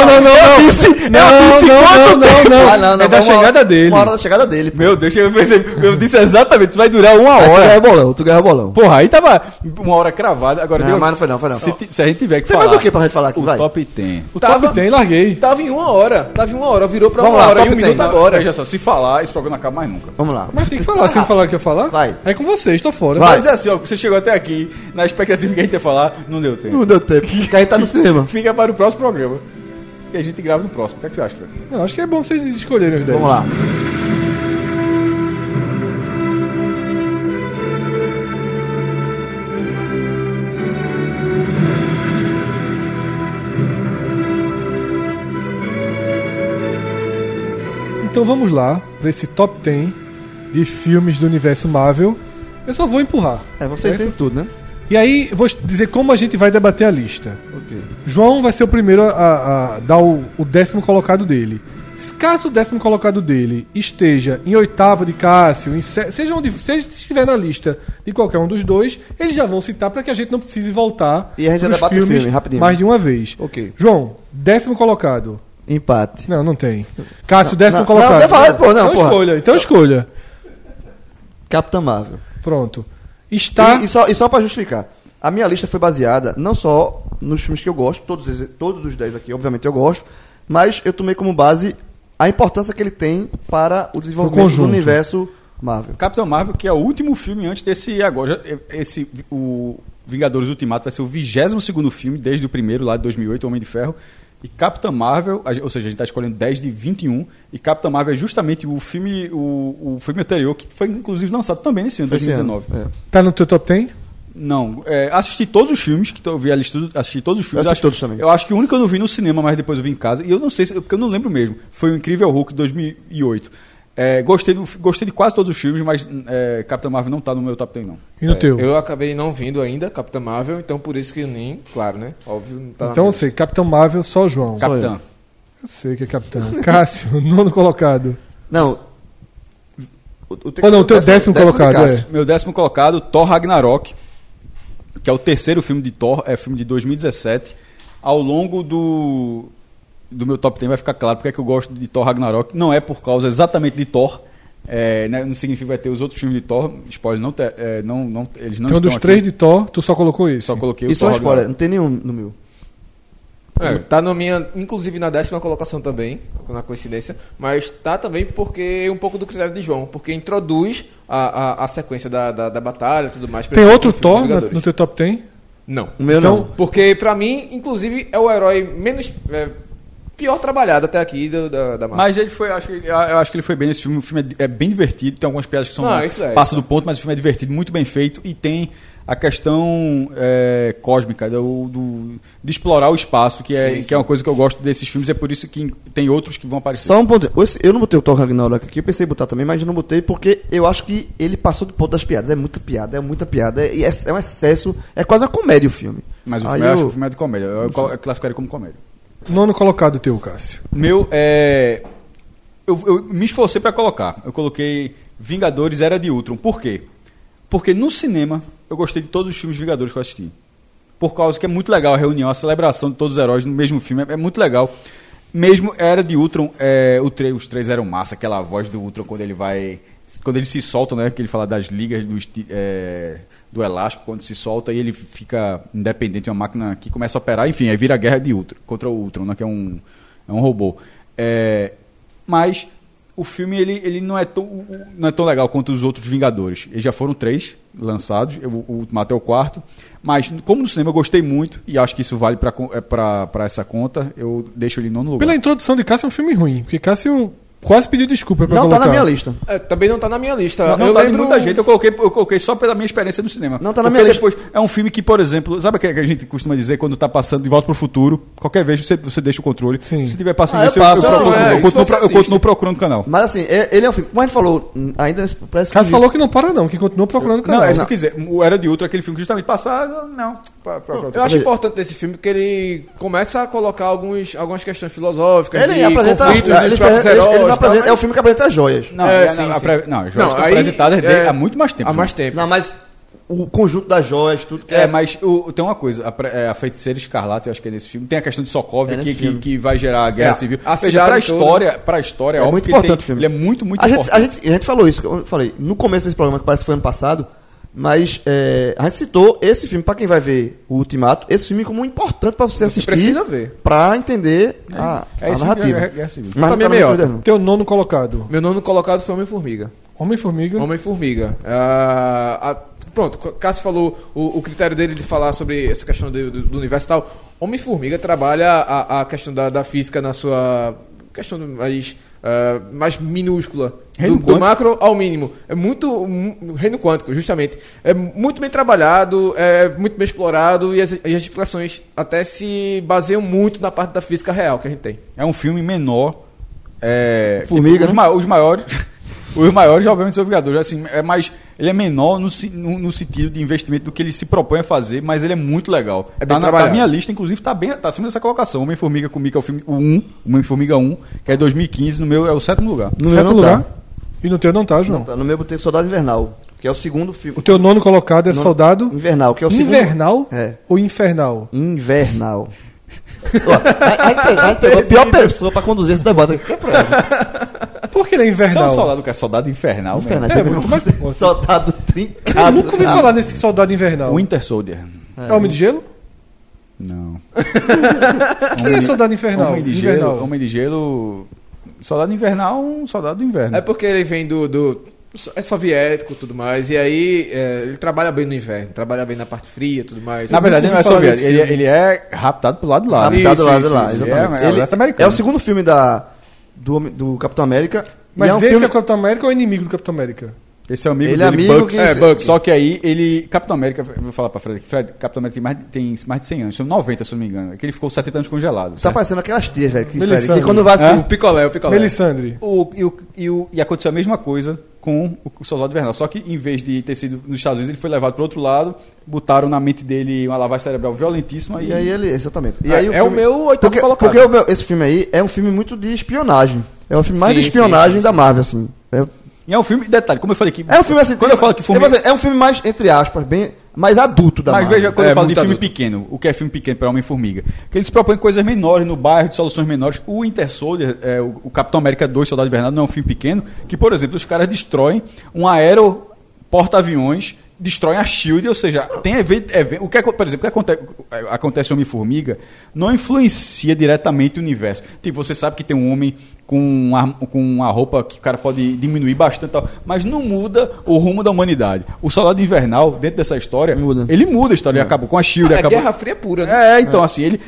não, não, Eu disse, eu disse quanto tempo?
Ah, não, não,
é da
uma-
chegada dele.
Uma hora da chegada dele.
Meu Deus, eu percebi, eu disse exatamente, isso vai durar uma
Aí Tu
hora.
ganha é bolão, tu ganha bolão.
Porra, aí tava uma hora cravada, agora
Não,
deu-
mas não foi não, foi não.
Se, ti- se a gente tiver que
Tem
falar...
mais o que pra gente falar aqui,
O
vai?
top tem.
O
Tava-
top tem, larguei.
Tava em uma hora, tava em uma hora, virou pra
Vamos
uma
lá,
hora e um
top ten.
minuto agora.
Veja só, se falar, esse programa não acaba mais nunca.
Vamos lá.
Mas tem que falar, se eu falar o que eu falar,
Vai.
é com vocês, tô fora.
Mas é assim, ó, você chegou até aqui, na expectativa que a gente ia falar, não deu tempo.
Não deu tempo, porque a gente tá no cinema.
Fica para o próximo programa. E a gente grava no próximo. O que, é que você acha, Fred?
Não, acho que é bom vocês escolherem os 10.
Vamos lá.
Então vamos lá pra esse top 10 de filmes do universo Marvel. Eu só vou empurrar.
É, você
certo?
entende tudo, né?
E aí vou dizer como a gente vai debater a lista. João vai ser o primeiro a, a dar o, o décimo colocado dele. Caso o décimo colocado dele esteja em oitavo de Cássio, em sé- seja onde seja, se estiver na lista de qualquer um dos dois, eles já vão citar para que a gente não precise voltar
E a gente já
pros
debate o filme, rapidinho.
mais de uma vez.
Ok.
João, décimo colocado.
Empate.
Não, não tem. Cássio, décimo
não,
colocado.
não, eu falei, pô, não,
então
porra.
escolha, então escolha.
Capitã Marvel.
Pronto.
Tá.
Está.
E, e só, e só pra justificar, a minha lista foi baseada não só nos filmes que eu gosto, todos, eles- todos os 10 aqui, obviamente eu gosto, mas eu tomei como base a importância que ele tem para o desenvolvimento do
conjunto.
universo Marvel.
Capitão Marvel, que é o último filme antes desse agora. já- Esse, o Vingadores Ultimato vai ser o 22 filme, desde o primeiro, lá de 2008, Homem de Ferro. E Capitã Marvel, a gen- ou seja, a gente está escolhendo 10 de 21, e Capitã Marvel é justamente o filme, o, o filme anterior, que foi inclusive lançado também nesse ano,
Foi esse
2019.
ano, é.
Tá no teu top 10?
Não, é, assisti todos os filmes, que to- eu vi a lista, tudo, assisti todos os filmes.
assisti
acho,
todos também.
Eu acho que o único que eu não vi no cinema, mas depois eu vi em casa, e eu não sei, se, porque eu não lembro mesmo, foi o Incrível Hulk de 2008. É, gostei, do- gostei de quase todos os filmes, mas é, Capitão Marvel não tá no meu top 10, não.
É,
E no teu?
Eu acabei não vindo ainda, Capitã Marvel, então por isso que nem, claro, né? Óbvio, não tá na
Então eu
minha
sei,
lista.
Capitão Marvel, só João.
Capitã.
Eu sei que é Capitão. Cássio, nono colocado.
Não. O, o
Ou não, o teu décimo
de
colocado,
Cássio.
Meu décimo colocado, Thor Ragnarok, que é o terceiro filme de Thor, é filme de 2017. Ao longo do, do meu top 10 vai ficar claro porque é que eu gosto de Thor Ragnarok. Não é por causa exatamente de Thor. é, né, não significa que vai ter os outros filmes de Thor. Spoiler, não, te- é, não, não, eles não
então
estão
dos três
aqui.
de Thor, tu só colocou isso.
Só coloquei o
Isso é
Thor
uma spoiler,
Ragnarok.
não tem nenhum no meu.
É, tá na minha, inclusive na décima colocação também, na coincidência, mas tá também porque um pouco do critério de João, porque introduz a, a, a sequência da, da, da batalha e tudo mais.
Tem outro
filme dos
Thor na-
Vingadores.
no teu top 10?
Não.
O meu
Então,
não.
Porque pra mim, inclusive, é o herói menos. é, pior trabalhado até aqui do- da, da Marvel.
Mas ele foi, acho que, ele- eu acho que ele foi bem nesse filme. O filme é, é bem divertido, tem algumas piadas que são
Ah, isso é,
passa do ponto, mas o filme é divertido, muito bem feito e tem a questão é, cósmica do, do- de explorar o espaço, que é,
Sim,
que é uma coisa que eu gosto desses filmes. É por isso que tem outros que vão aparecer.
Só um ponto. Esse- Eu não botei o Thor Ragnarok aqui, eu pensei em botar também, mas eu não botei porque eu acho que ele passou do ponto das piadas. É muita piada, é muita piada. É, é- é um excesso. É quase uma comédia o filme.
Mas o
Aí
filme, eu... acho que
eu-
o filme é de comédia. Eu co- eu classificaria como comédia.
Nono colocado teu, Cássio.
Meu, é. Eu, eu me esforcei pra colocar. Eu coloquei Vingadores Era de Ultron. Por quê? Porque no cinema eu gostei de todos os filmes Vingadores que eu assisti. Por causa que é muito legal a reunião, a celebração de todos os heróis no mesmo filme. É, é muito legal. Mesmo Era de Ultron, é, o tre- os três eram massa. Aquela voz do Ultron quando ele vai. Quando ele se solta, né? Que ele fala das ligas do, esti- é, do elástico, quando se solta e ele fica independente, é uma máquina que começa a operar. Enfim, aí vira a guerra de Ultron, contra o Ultron, né, que é um, é um robô. É, mas o filme ele, ele não, é tão, o- o- não é tão legal quanto os outros Vingadores. Eles já foram três lançados, eu- o Ultimato é o quarto. Mas, como no cinema eu gostei muito, e acho que isso vale pra con- é, pra pra essa conta, eu deixo ele em nono lugar.
Pela introdução de Cássio é um filme ruim, porque Cássio quase pediu desculpa pra
Não
colocar.
tá na minha lista.
É, também não tá na minha lista.
Não, não
eu
tá
lembro
de muita gente, eu coloquei, eu coloquei só pela minha experiência no cinema.
Não tá na
Porque
minha
depois É um filme que, por exemplo, sabe o que que a gente costuma dizer quando tá passando de volta pro futuro? Qualquer vez você, você deixa o controle.
Sim.
Se tiver passando
Ah, eu
isso,
passo,
eu,
não,
continuo,
é,
eu,
isso
continuo,
você
pro- eu
assiste.
continuo procurando o canal.
Mas assim, é- ele é um filme. Como a gente falou, hum, ainda nesse- parece que.
Cássio
não
falou
existe.
que não para não, que continua procurando
Não,
canal.
é isso que eu quis dizer. O Era de Ultron é aquele filme que justamente passado, não. Pra, pra- pra-
Eu acho importante desse filme porque ele começa a colocar alguns, algumas questões filosóficas
Ele
de
apresenta. é,
conflitos dos
eles-
próprios
eles-
heróis.
eles
e tal, né?
apresentam- É o
mas-
filme que apresenta as joias.
Não,
É,
é,
sim,
não,
sim,
apre-
sim.
não, as joias
Não,
estão
aí,
apresentadas de-
é,
há muito mais tempo.
Há mais
gente.
tempo.
Não, mas o conjunto das joias, tudo que
É, mas o- tem uma coisa, a, pre- é, a Feiticeira Escarlata, eu acho que é nesse filme, tem a questão de Sokovia,
É nesse
que, que,
filme.
que vai gerar a guerra
É,
civil.
a
Ou seja,
cidade
pra
toda.
história, pra história,
É
óbvio
muito
que ele
importante
tem-
o filme.
Ele é muito, muito
a
importante.
gente, a, gente, a gente falou isso, que eu falei, no começo desse programa, que parece que foi ano passado, mas é, a gente citou esse filme, pra quem vai ver o Ultimato, esse filme como importante pra você assistir.
precisa ver.
Pra entender a,
É
a
isso que
narrativa.
é- é assim.
Mas
Pra
não
mim
tá
é
no
melhor.
meu dedo.
Teu nono colocado.
Meu nome colocado foi Homem-Formiga.
Homem-Formiga.
Homem-Formiga. Ah, a- pronto, C- Cássio falou o, o critério dele de falar sobre essa questão do, do, do universo e tal. Homem-Formiga trabalha a, a questão da, da física na sua questão mais, ah, mais minúscula. Do,
Reino
do
quântico.
macro ao mínimo. É muito. mu- Reino quântico, justamente. É muito bem trabalhado, é muito bem explorado e as, e as explicações até se baseiam muito na parte da física real que a gente tem.
É um filme menor. É,
Formiga,
tipo, os,
né?
ma- os maiores. Os maiores, obviamente, são Vingadores. Assim, é mais. ele é menor no, se- no- no sentido de investimento do que ele se propõe a fazer, mas ele é muito legal.
É bem
tá na, tá
trabalhado.
minha lista, inclusive, tá bem, tá acima dessa colocação. Homem-Formiga comigo é o filme o 1, Homem-Formiga 1, que é 2015, no meu é o sétimo lugar.
No
Você
meu
não
lugar.
tá.
um. E no teu não tá, João.
Tá no meu botei Soldado Invernal, que é o segundo filme.
O teu nono colocado é
Nono-
Soldado
Invernal, que é o segundo.
Invernal
É.
ou Infernal?
Invernal. Ó, a, a gente pegou- a gente pegou a pior pessoa pra conduzir esse debate é aqui.
Por que ele é
Só o
Invernal?
soldado que é soldado infernal, velho.
Invernal.
É, muito mais... Eu
Soldado trincado. tá?
nunca ouvi falar nesse Soldado Invernal.
Winter Soldier.
É Homem de Gelo?
Não.
Quem é Soldado Infernal?
Homem de
Invernal.
gelo. Homem de gelo. Soldado invernal, um soldado do inverno.
É porque ele vem do. do é soviético e tudo mais. E aí é, ele trabalha bem no inverno, trabalha bem na parte fria e tudo mais.
Na verdade, ele não é
ouvi falar
soviético.
desse
Ele, ele é raptado pro lado de lá. né?
Tá do
Isso,
lado
isso,
lá,
isso.
exatamente.
É, é,
Ele-
o leste americano.
é o segundo filme da, do, Homem- do Capitão América.
Mas
e é um
esse
filme...
é o Capitão América ou é inimigo do Capitão América?
Esse é o amigo
Ele é
dele,
amigo
Buck.
que-
É,
se-
Buck. Só que aí ele... Capitão América... eu Vou falar pra Fred. aqui. Fred, Capitão América tem mais, tem mais de 100 anos. São 90, se eu não me engano. É que ele ficou 70 anos congelado.
Tá
certo?
parecendo aquelas tias, velho. Que,
Melissandre.
velho, que quando vai assim,
O picolé, o picolé.
Melisandre.
O- e, o- e o- e aconteceu a mesma coisa com o, o Soldado Invernal. Só que em vez de ter sido nos Estados Unidos, ele foi levado para outro lado, botaram na mente dele uma lavagem cerebral violentíssima e,
E aí ele, exatamente. E
É-
aí
é o meu oitavo
porque,
colocado.
Porque o meu- esse filme aí é um filme muito de espionagem. É um filme mais
Sim,
de espionagem
sim, sim,
da
sim.
Marvel, assim. É,
e é um filme, detalhe, como eu falei que
é um filme assim.
Quando eu falo que filme-
vou dizer, É um filme mais, entre aspas, bem mais adulto da
Mas
Marvel.
veja, quando
É,
eu falo de
muito
filme
adulto.
pequeno, o que é filme pequeno para Homem-Formiga? Que eles propõem coisas menores no bairro, de soluções menores. O Inter Soldier, é, o, o Capitão América 2, Soldado Invernal, não é um filme pequeno, que, por exemplo, os caras destroem um aero porta-aviões, destroem a SHIELD, ou seja, tem evento, evento- o que, acon- por exemplo, o que acontece, acontece em Homem-Formiga não influencia diretamente o universo. Tipo, você sabe que tem um homem com uma, com uma roupa que o cara pode diminuir bastante, e tal, mas não muda o rumo da humanidade. O Soldado Invernal, dentro dessa história,
Muda.
ele muda a história, ele acabou com a Shield,
É
acabou.
Guerra Fria pura, né?
É, então, assim, ele.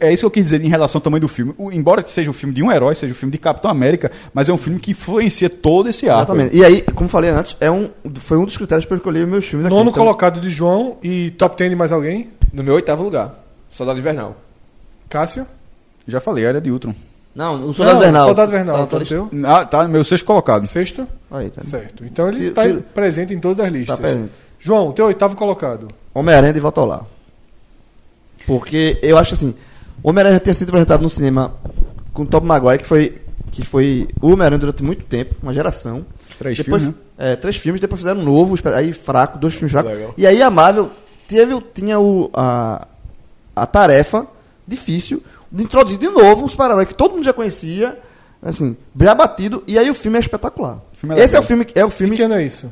É, é isso que eu quis dizer em relação ao tamanho do filme. O- embora seja o filme de um herói, seja o filme de Capitão América, mas é um filme que influencia todo esse arco.
Exatamente. E aí, como falei antes, é um, foi um dos critérios para escolher meus filmes aqui.
Nono
Então,
colocado de João e top 10 de mais alguém?
No meu oitavo lugar. Soldado Invernal.
Cássio?
Já falei, era de Ultron.
Não, o Soldado
Não,
Vernal.
Soldado Vernal. Tá
Tá,
no teu?
Ah, tá, meu sexto colocado.
Sexto?
Aí, tá.
Certo. Então ele
Tiro-
tá
tiro-
presente em todas as listas.
Tá presente.
João, teu oitavo colocado.
Homem-Aranha de Volta ao Lar. Porque eu acho assim, Homem-Aranha já tinha sido apresentado no cinema com o Tobey Maguire, que foi, que foi o Homem-Aranha durante muito tempo, uma geração.
Três
depois,
filmes, né?
É, três filmes, depois fizeram um novo, espe- aí fraco, dois filmes fracos.
Legal.
E aí a Marvel teve, o- tinha o, a, a tarefa difícil de introduzir de novo um super-herói que todo mundo já conhecia, assim, bem abatido, e aí o filme é espetacular.
O filme é
Esse é
legal.
o filme, que- é o filme,
Que ano é isso?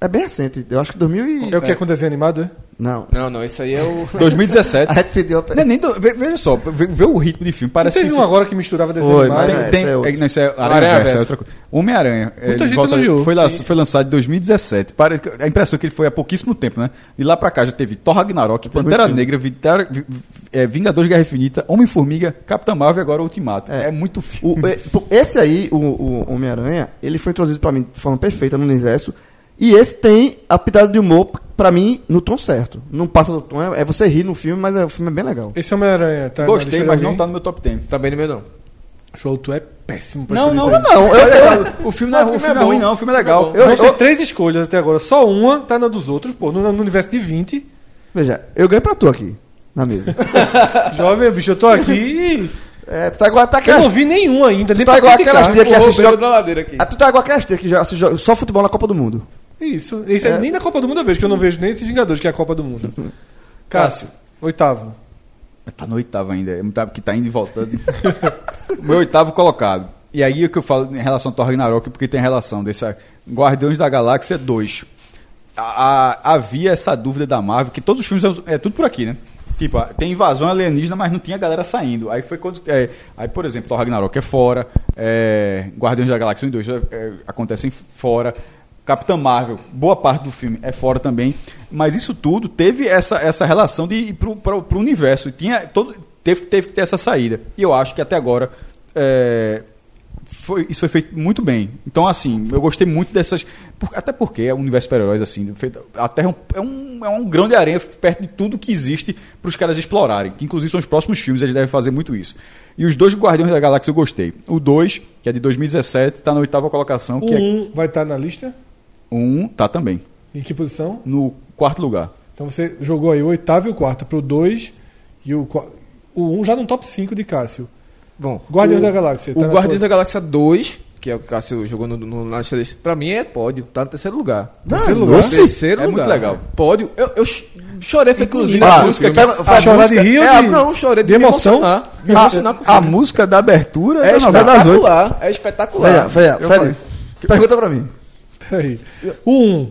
é bem recente, eu acho que 2000 e...
É o que é com desenho animado, é?
Não,
Não, não, isso aí é o.
2017.
a gente pediu... a-
Não é nem do- ve- veja só, ve- vê o ritmo de filme. Parece
teve
que
um agora que misturava desenho
Foi,
animado.
mas- Ah,
Tem, tem,
essa é outra.
é, não, isso é Aranha
Aranha
Versa, é
Versa.
outra coisa. Homem-Aranha. ele
gente
volta-
elogiou.
Foi, la-
Sim.
foi lançado em 2017. Parece, que- a impressão é que ele foi há pouquíssimo tempo, né? E lá pra cá já teve Thor Ragnarok, Pantera
filme.
Negra, Vitar, vi- vi- é, Vingadores Guerra Infinita, Homem-Formiga, Capitão Marvel e agora Ultimato. É,
É.
muito filme.
O- e- pô, esse aí, o, o Homem-Aranha, ele foi introduzido pra mim de forma perfeita no universo. E esse tem a pitada de humor, pra mim, no tom certo. Não passa do tom, é, é você rir no filme, mas é, o filme é bem legal.
Esse Homem-Aranha, tá? na lista
Gostei,
de
mas não
alguém?
tá no meu top 10.
Também no meu não.
João, tu é péssimo pra
Não, não,
escolher
não.
isso.
não, eu- eu- o filme não é,
O
o
filme
filme
é
não é ruim,
bom.
não. O filme é
O filme é
legal.
bom.
A
Eu,
gente tem
eu-
três escolhas até agora. Só uma tá na dos outros, pô. No, no universo de 20.
veja, eu ganhei pra tu aqui, na mesa.
Jovem, bicho, eu tô aqui e.
é, tu tá igual, tá
Eu
aquelas,
não vi nenhum ainda, nem
tá
pra
igual
criticar.
aquelas- Tem que
Empurrou
assistir
o bêbado
a-
da ladeira aqui.
Ah, tu tá igual aquelas tias que já se joga só futebol na Copa do Mundo.
Isso. Esse é-
É.
nem da Copa do Mundo eu vejo, que eu não vejo nem esses Vingadores, que é a Copa do Mundo. Cássio, oitavo.
Tá no oitavo ainda, é um oitavo que tá indo e voltando. O meu oitavo colocado. E aí o que eu falo em relação ao Thor Ragnarok, porque tem relação desse Guardiões da Galáxia 2. A- a- havia essa dúvida da Marvel, que todos os filmes é, é tudo por aqui, né? Tipo, ah, tem invasão alienígena, mas não tinha galera saindo. Aí foi quando. é, aí, por exemplo, Thor Ragnarok é fora, é, Guardiões da Galáxia 1 e 2 é, é, acontecem fora. Capitã Marvel, boa parte do filme é fora também. Mas isso tudo teve essa, essa relação de ir pro, pro, pro universo. Tinha todo, teve, teve que ter essa saída. E eu acho que até agora. é, foi, isso foi feito muito bem. Então, assim, eu gostei muito dessas. por- até porque é um universo de super-heróis, assim. feito- a Terra é um, é um, é um grão de areia perto de tudo que existe para os caras explorarem. Que, inclusive, são os próximos filmes, eles devem fazer muito isso. E os dois Guardiões da Galáxia eu gostei. O 2, que é de 2017, está na tá oitava colocação,
O
que é.
um vai estar tá na lista?
O 1 um, tá também.
Em que posição?
no quarto lugar.
Então você jogou aí o oitavo e o quarto pro dois e o qua- o um já no top 5 de Cássio.
Bom,
Guardião
o-
da Galáxia.
O
tá na
Guardião
tua-
da Galáxia 2, que é o que o Cássio jogou no, no, na lista dele, pra mim é pódio, tá no terceiro lugar.
Terceiro
Ah,
lugar.
nossa.
terceiro
é
lugar.
muito legal.
Pódio, eu, eu ch- chorei, foi
Inclusive,
menino.
a
Ah,
música
pega-
que-
faz
Chorar
música-
de rir ou
É,
de...
não, chorei de,
de emoção?
me emocionar.
Ah,
Me emocionar com o
A
filme.
música da abertura
É
da novela das oito.
espetacular, é espetacular.
Veja, veja,
Eu
Fred, pergunta pra mim.
Peraí. O 1. Um.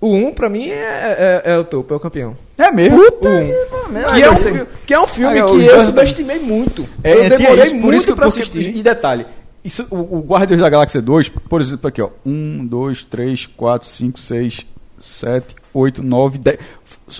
O 1, pra mim, é, é, é o topo, é o campeão.
É mesmo?
O 1. Que, é um fi- que é um filme
Ah, eu-
que
os
eu
dois-
subestimei muito.
É,
eu
é, tinha
demorei
isso, por isso que
muito
eu
pra
porque-
assistir.
E detalhe, isso, o, o Guardiões da Galáxia 2, por exemplo, aqui, ó. 1, 2, 3, 4, 5, 6, 7, 8, 9, 10.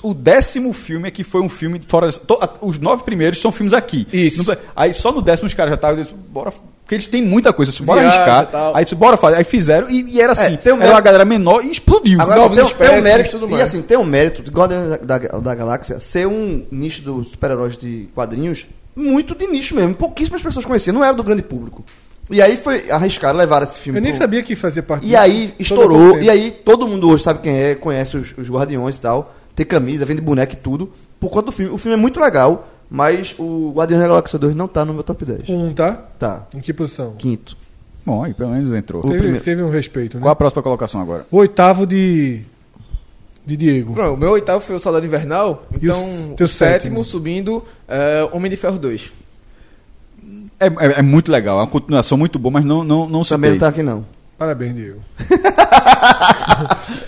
O décimo filme é que foi um filme de fora. to- a- os nove primeiros são filmes aqui.
Isso.
Não- aí só no décimo os caras já estavam. Bora. Porque eles têm muita coisa, assim, bora
Viagem e
arriscar.
tal.
Aí disse, bora fazer. Aí fizeram e, e era assim.
tem um
era uma
mérito.
galera menor e explodiu.
Agora,
Novas
tem, um- tem um
espécies,
mérito,
tudo
e
mais.
assim, tem um mérito de Guardião da, da, da Galáxia ser um nicho dos super-heróis de quadrinhos muito de nicho mesmo. Pouquíssimas pessoas conheciam, não era do grande público. E aí foi arriscar levar esse filme.
Eu nem
pro-
sabia que fazia parte
um. E
disso.
aí
Todo
estourou,
tempo.
e aí todo mundo hoje sabe quem é, conhece os, os Guardiões e tal, tem camisa, vende boneco e tudo, por conta do filme. O filme é muito legal, mas o Guardião da Galáxia 2 não tá no meu top 10.
Um, tá?
Tá,
Em que posição?
quinto.
Bom, aí pelo menos entrou.
Teve,
primeiro.
teve um respeito, né?
Qual a próxima colocação agora?
O oitavo de. De Diego.
Pronto, o meu oitavo foi o Saudade Invernal,
E o
então
s-
o,
teu sétimo?
sétimo subindo é Homem de Ferro 2.
É, é- é muito legal, é uma continuação muito boa, mas não, não, não citei.
Também não tá aqui não.
Parabéns, Diego.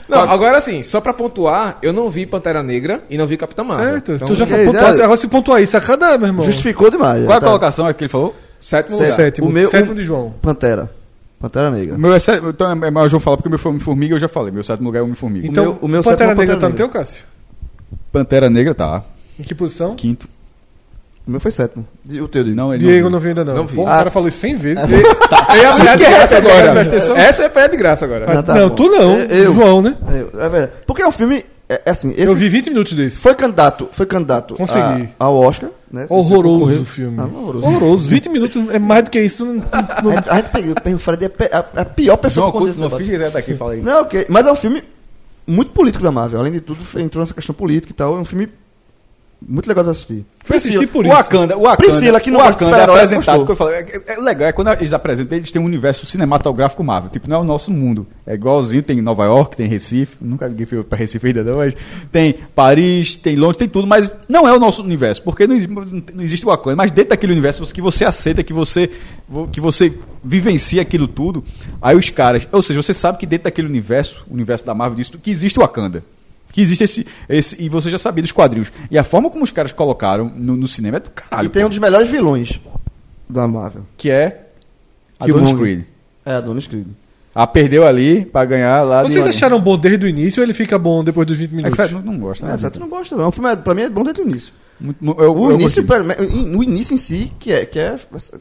Não, agora sim, só pra pontuar, eu não vi Pantera Negra e não vi Capitã Marvel.
certo?
Então,
tu já
é,
foi pontuar.
é.
Agora se pontua aí, sacada, meu irmão.
Justificou demais.
Qual a
tá.
colocação é que ele falou?
sétimo
Certo.
lugar.
Sétimo.
O meu-
sétimo
o-
de João.
Pantera. Pantera Negra.
O meu é sé- Então é melhor o João falar, porque o meu foi Homem-Formiga, eu já falei. Meu sétimo lugar é Homem-Formiga.
Então, o
meu- o meu
Pantera
sétimo é
Negra
Pantera
tá no
Negra.
teu, Cássio?
Pantera Negra tá.
Em que posição?
Quinto.
O meu foi sétimo. E o teu, Diego?
Não, ele
Diego não viu ainda, não.
Não vi.
Pô, o
Ah. tá,
cara falou isso 100 vezes. Eu
Ah,
ia apanhar de
Essa
graça
É agora.
agora.
Essa é praia de graça agora.
Ah, tá
não,
bom.
tu não.
Eu- eu-
João, né?
É, é verdade. Porque é um filme. É, é assim, esse
Eu vi 20 minutos desse.
foi candidato. Foi candidato
Consegui.
a- ao Oscar, né?
Horroroso o filme.
Ah,
horroroso.
horroroso.
20 minutos é mais do que isso. não-
A
não-
gente, a gente pega, pega o Fred é pe- a, a pior pessoa
João,
pra contar esse
não
debate.
fiz direto daqui, falei.
Não, ok. Mas é um filme muito político da Marvel. Além de tudo, foi- entrou nessa questão política e tal. É um filme muito legal de assistir.
Foi assistir por
o
isso.
Wakanda, o Wakanda,
Priscila, que não
o
gosta de
Wakanda é
super-herói,
apresentado,
gostou.
que eu falei, é, é legal, é quando eles apresentam, eles têm um universo cinematográfico Marvel, tipo, não é o nosso mundo, é igualzinho, tem Nova York, tem Recife, nunca ninguém foi pra Recife ainda não, mas tem Paris, tem Londres, tem tudo, mas não é o nosso universo, porque não, exi- não existe o Wakanda, mas dentro daquele universo que você aceita, que você, que você vivencia aquilo tudo, aí os caras, ou seja, você sabe que dentro daquele universo, o universo da Marvel, disso, que existe o Wakanda que existe esse, esse. E você já sabia dos quadrinhos. E a forma como os caras colocaram no, no cinema é do
Ah,
caralho.
e tem
pô.
um dos melhores vilões da Marvel.
Que é. A
Killmonger.
Dona Creed.
É, a Dona Creed.
Ah, perdeu ali pra ganhar lá. de-
Vocês acharam bom desde o início ou ele fica bom depois dos
É
20
que
minutos?
Fred não, não gosta,
É,
né?
o Fred não gosta, não. O filme, é- pra mim, é bom desde o início.
Muito- mu- eu-
O
eu
início,
gostei.
pra, o início em si, que é, que é,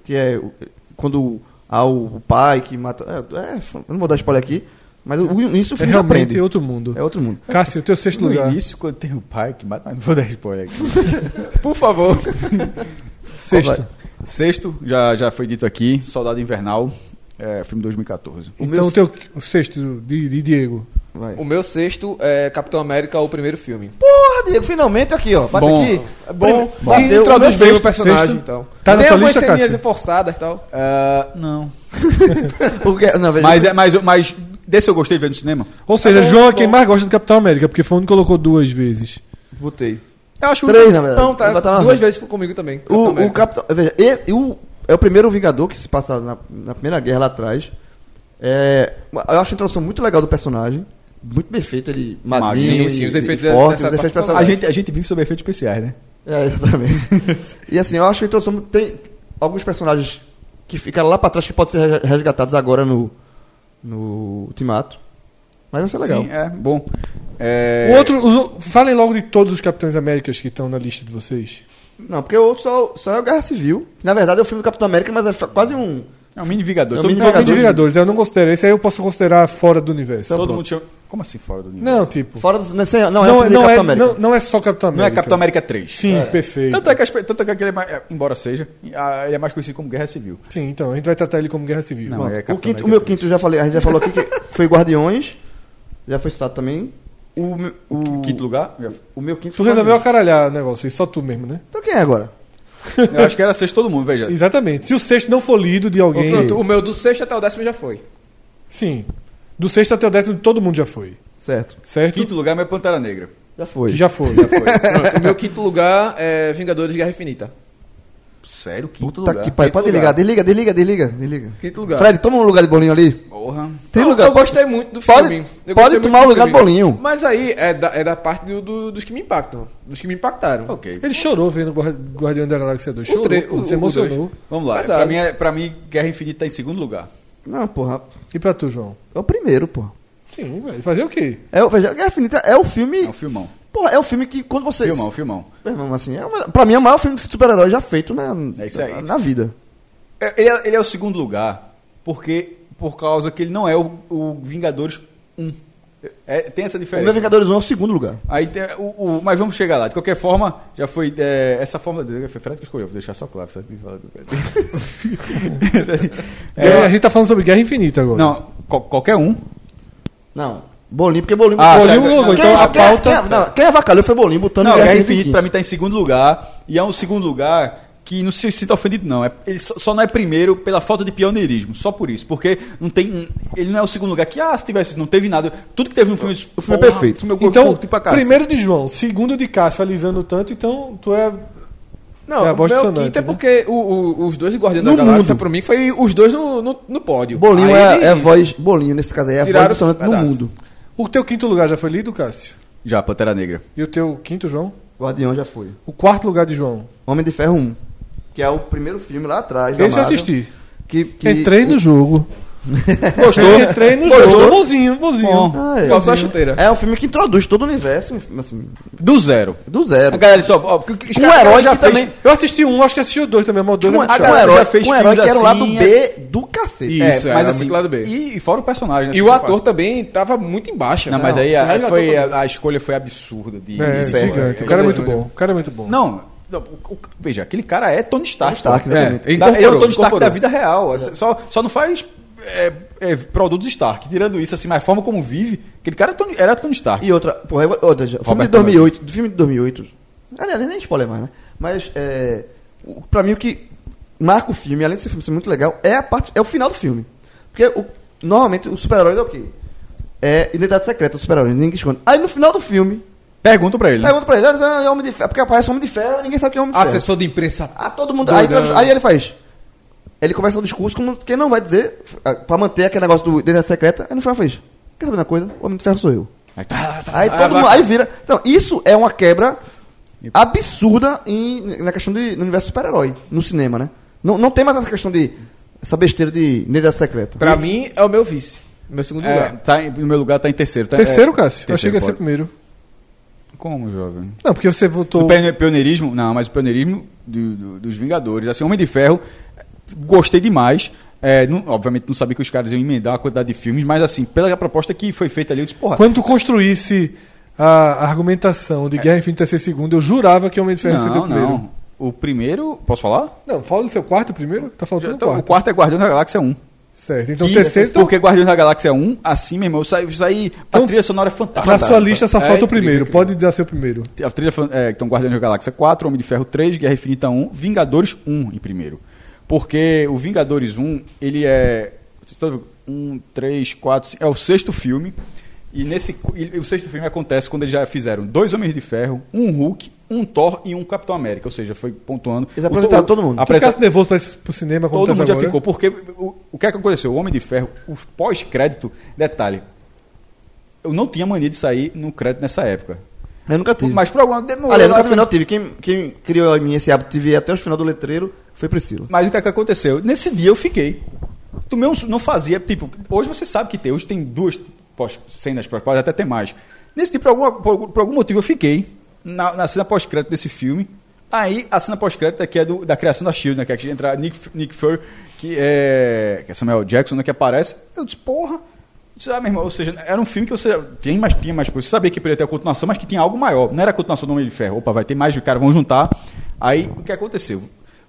que é o- quando há o pai que mata. É, é, eu não vou dar spoiler aqui, mas o início o
É
filme já
realmente
aprende.
outro mundo.
É outro mundo.
Cássio, teu sexto
No
lugar.
início, quando tem o pai que mata. Mas não vou dar spoiler aqui.
Por favor.
Sexto.
Vai.
Sexto, já, já foi dito aqui, Soldado Invernal. É, filme 2014.
O
então,
meu-
o teu o sexto de, de Diego.
Vai.
O meu sexto é Capitão América, o primeiro filme.
Porra, Diego, finalmente aqui, ó. Bate
Bom.
aqui.
É bom,
Prime-
bom.
bateu.
introduz bem o
Sexto,
personagem
sexto.
e tal.
Tá na
Tem
tua
algumas
lista,
ceninhas
Cássio?
forçadas e tal.
Ah, não.
Porque- não, veja,
Mas, é, mas, eu- mas desse eu gostei de ver no cinema.
Ou seja,
bom,
João é
tá
quem
bom.
mais gosta do Capitão América, porque foi um que colocou duas vezes.
botei.
Eu acho
Três, na verdade.
Não, tá.
Vou botar na
Duas
rua.
vezes comigo também. Capitão
O, o
América.
Capitão. Veja, e- e o- é o primeiro Vingador que se passa na, na Primeira Guerra lá atrás. É, eu acho a introdução muito legal do personagem. Muito bem feito, ele magrinho,
Sim, sim,
e-
os
e
efeitos
forte,
dessa
os efeitos
parte-
personagens.
A gente, a gente vive sob efeitos especiais, né?
É, exatamente. e assim, eu acho que a introdução tem alguns personagens que ficaram lá pra trás que podem ser re- resgatados agora no, no Ultimato. Mas vai ser legal.
Sim, é, bom. É...
O outro, os- falem logo de todos os Capitães Américas que estão na lista de vocês.
Não, porque o outro só, só é o Guerra Civil. que, Na verdade é o filme do Capitão América, mas é fa- quase um.
É um mini Vingador.
É um
Todo
mini
mundo-
Não,
Vingadores.
de Vingadores, eu não considero. Esse aí eu posso considerar fora do universo.
Todo
pronto.
mundo chama. Como assim fora do universo?
Não, tipo.
Fora do. Não, é, sem- não,
Não,
é o
não,
filme do Capitão
é,
América.
não, não é só Capitão
Não
América.
é Capitão América 3.
Sim, perfeito.
Tanto é que, as pe- tanto é que aquele é mais- é, embora seja, a- ele é mais conhecido como Guerra Civil.
Sim, então, a gente vai tratar ele como Guerra Civil.
Não, é
Bom,
o,
Capitão
quinto,
América
o meu
três.
quinto eu já falei, a gente já falou aqui que foi Guardiões. Já foi citado também. O, me- o,
Quinto lugar?
o meu quinto
Tu resolveu
lugar.
acaralhar o negócio, e só tu mesmo, né?
Então quem é agora?
Eu acho que era sexto todo mundo, veja.
Exatamente. Se o sexto não for lido de alguém.
Pronto, o meu do sexto até o décimo já foi.
Sim. Do sexto até o décimo, todo mundo já foi.
Certo.
Certo?
Quinto lugar, mas Pantera Negra.
Já foi.
Já foi.
Foi. Pronto, o meu quinto lugar é Vingadores Guerra Infinita.
Sério, quinto
Puta
lugar.
Tá que pariu.
Quinto
Pode
lugar.
ligar, desliga, desliga, desliga, desliga.
Quinto lugar.
Fred, toma um lugar de bolinho ali.
Porra.
Tem
eu,
lugar.
eu gostei muito do
Pode-
filme. Eu
pode
gostei muito
tomar o lugar do
filme.
bolinho.
Mas aí é da, é da parte do- do- dos que me impactam. Dos que me impactaram.
Ok.
Ele chorou vendo Guar- Guardião da Galáxia 2. Chorou,
tre-
pô,
o-
se
o dois.
emocionou.
Vamos lá.
Pesado.
Pra mim, é- pra mim, Guerra Infinita tá em segundo lugar.
Não, porra.
E pra tu, João?
É o primeiro, porra.
Sim, velho. Fazer o quê?
É, o- veja, Guerra Infinita é o filme.
É um filmão.
Porra, é o filme que quando você.
Filmão, filmão.
Meu irmão, assim, é o melhor- pra mim é o maior filme de super-herói já feito na,
É isso aí.
na vida.
É, Ele é, ele é o segundo lugar porque por causa que ele não é o, o Vingadores 1. É, tem essa
O meu
diferença.
Vingadores 1 é o segundo lugar.
Aí tem o, o- mas vamos chegar lá. De qualquer forma, já foi. é, essa forma. Foi Fred que escolheu, vou deixar só claro. Sabe?
É, a gente tá falando sobre Guerra Infinita agora.
Não, qual- qualquer um.
Não. Bolinho, porque Bolinho.
Ah,
Bolinho
certo.
colocou.
Então, a
quem, é-
pauta-
Quem, não, quem avacalhou foi Bolinho, botando
Não,
Guerra
Guerra
Infinita em
Infinita
quinto.
pra mim tá em segundo lugar. E é um segundo lugar que não se sinta ofendido, não. É, ele só, só não é primeiro pela falta de pioneirismo. Só por isso. Porque não tem. Ele não é o segundo lugar que, ah, se tivesse. Não teve nada. Tudo que teve no filme. eu disse,
O filme é
porra,
perfeito.
o filme eu curti
Então,
pra caralho.
primeiro de João, segundo de Cássio, alisando tanto, então tu é.
Não,
É a
o
voz
meu
dissonante,
quinto é
né?
porque o- o- os dois de Guardião
No
da Galáxia,
mundo.
pra mim, foi os dois no, no, no pódio.
Bolinho
Aí
é,
ele-
é a voz. Bolinho, nesse caso aí, é a voz
Tiraram
impressionante no
pedaço.
mundo.
O teu quinto lugar já foi lido, Cássio?
Já, Pantera Negra.
E o teu quinto, João?
Guardião já foi.
O quarto lugar de João.
Homem de Ferro 1. Que é o primeiro filme lá atrás. da
Esse eu
Marvel,
assisti.
Que, Tá que...
Entrei no jogo. Gostou? Entrei no
Gostou?
jogo. Bonzinho, bonzinho.
Bom.
Ah, é.
Qual só a chuteira?
É um filme que introduz todo o universo, assim,
Do zero.
do zero.
A galera só. Ó, que- que- os
Um
caras
herói
já
que
fez-
também-
Eu assisti um, acho que assisti o dois também, mas o dois é
Um,
muito
a
cara
chato.
já
galera
fez
fez um herói que
filmes
era o lado
assim,
B do cacete.
Isso,
é,
era
mas
muito
assim.
lado B.
E, e fora o personagem. né,
E
que
o
eu
ator
falo.
também tava muito embaixo.
Não, mas
né?
aí
Esse
a,
resgatou
foi,
também.
a, a escolha foi absurda de.
É,
de-
gigante.
é,
O cara é muito
Gigante.
bom. O cara é muito bom.
Não, não, o- o- veja, aquele cara é Tony Stark.
Stark,
pô.
exatamente.
É,
Da- ele é o
incorporou,
Tony Stark da
incorporou.
vida real. Assim, Só, só não faz é, é, produtos Stark. Tirando isso, assim, mas a forma como vive, aquele cara é Tony- era Tony Stark.
E outra, porra, eu- outra, já- filme de
Roberto
2008, do filme de 2008. Aliás, nem spoiler mais, né? Mas é, o- pra mim o que marca o filme, além desse filme ser muito legal, é a parte é o final do filme. Porque o- normalmente os super-heróis é o quê? É identidade secreta, os super-heróis, ninguém que esconde. Aí no final do filme,
Pergunta pra ele. né?
pergunta pra ele, ah, é homem de ferro, porque aparece homem de ferro, ninguém sabe quem é homem de ferro.
Assessor de imprensa.
Ah, todo mundo. Aí,
Doidão.
aí ele faz. Ele começa um discurso como quem não vai dizer, ah, pra manter aquele negócio do identidade secreta, aí no final fez. Quer saber uma coisa? O homem de ferro sou eu.
Aí tá, tá.
Aí todo mundo, aí vira. Então, isso é uma quebra absurda em- na questão de, no universo super-herói, no cinema, né? Não, não tem mais essa questão de. Essa besteira de neira secreta.
Pra mim, é o meu vice. Meu segundo
É,
lugar.
tá em- no meu lugar tá em terceiro. Tá,
Terceiro,
é,
Cássio. Eu achei que ia ser
pode.
primeiro.
Como, jovem?
Não, porque você
O
votou.
pione- pioneirismo, não, mas o pioneirismo do- do- dos Vingadores, assim, Homem de Ferro, gostei demais. É, não- obviamente não sabia que os caras iam emendar a quantidade de filmes, mas assim, pela proposta que foi feita ali, eu disse, porra,
Quando tu construísse a argumentação de Guerra Infinita ser segundo, eu jurava que Homem de Ferro ia ser teu
É. não,
primeiro.
não. O primeiro, posso falar?
Não, fala do seu quarto primeiro? Tá faltando
Já
o
tá-
quarto.
O quarto é Guardião da Galáxia 1.
Certo. Então o
Que- é
terceiro. Então,
Porque Guardião da Galáxia 1, assim, meu irmão, eu saí, eu saí a
Então,
trilha sonora é
na
fantástica.
sua lista só
É
falta o
incrível,
primeiro.
incrível.
Pode dar seu primeiro.
A trilha, fan- é, então, Guardiões da Galáxia 4, Homem de Ferro 3, Guerra Infinita 1, Vingadores 1 em primeiro. Porque o Vingadores 1, ele é. 1, 3, 4, É o sexto filme. E nesse cu- e o sexto filme acontece quando eles já fizeram dois Homens de Ferro, um Hulk, um Thor e um Capitão América. Ou seja, foi pontuando.
Eles apresentaram
O-
todo mundo.
Por
Apresenta-
ficasse nervoso pra ir pro cinema como
Todo
tá
mundo já
agora?
ficou, porque o, o que é que aconteceu? O Homem de Ferro, os pós-crédito, detalhe, eu não tinha mania de sair no crédito nessa época.
Eu nunca tive.
Mas por alguma demorou.
Aliás, nunca
mas-
tive, não tive. Quem, quem criou em mim esse hábito de ver até o final do letreiro foi Priscila.
Mas o que é que aconteceu? Nesse dia eu fiquei. Tomei um, su- não fazia, tipo, hoje você sabe que tem, hoje tem duas pós- cenas pós pode até tem mais. Nesse dia, por, alguma- por, algum- por algum motivo, eu fiquei na, na cena pós-crédito desse filme. Aí, a cena pós-crédito é que é do- da criação da SHIELD, né? Que é que entra Nick, F- Nick Fury, que é, que é Samuel Jackson, né? Que aparece. Eu disse, porra... Eu disse, Ah, meu irmão, ou seja, era um filme que você tem mais, tinha mais coisa. Você sabia que poderia ter a continuação, mas que tinha algo maior. Não era a continuação do Homem de Ferro. Opa, vai ter mais, cara, vão juntar. Aí, o que aconteceu?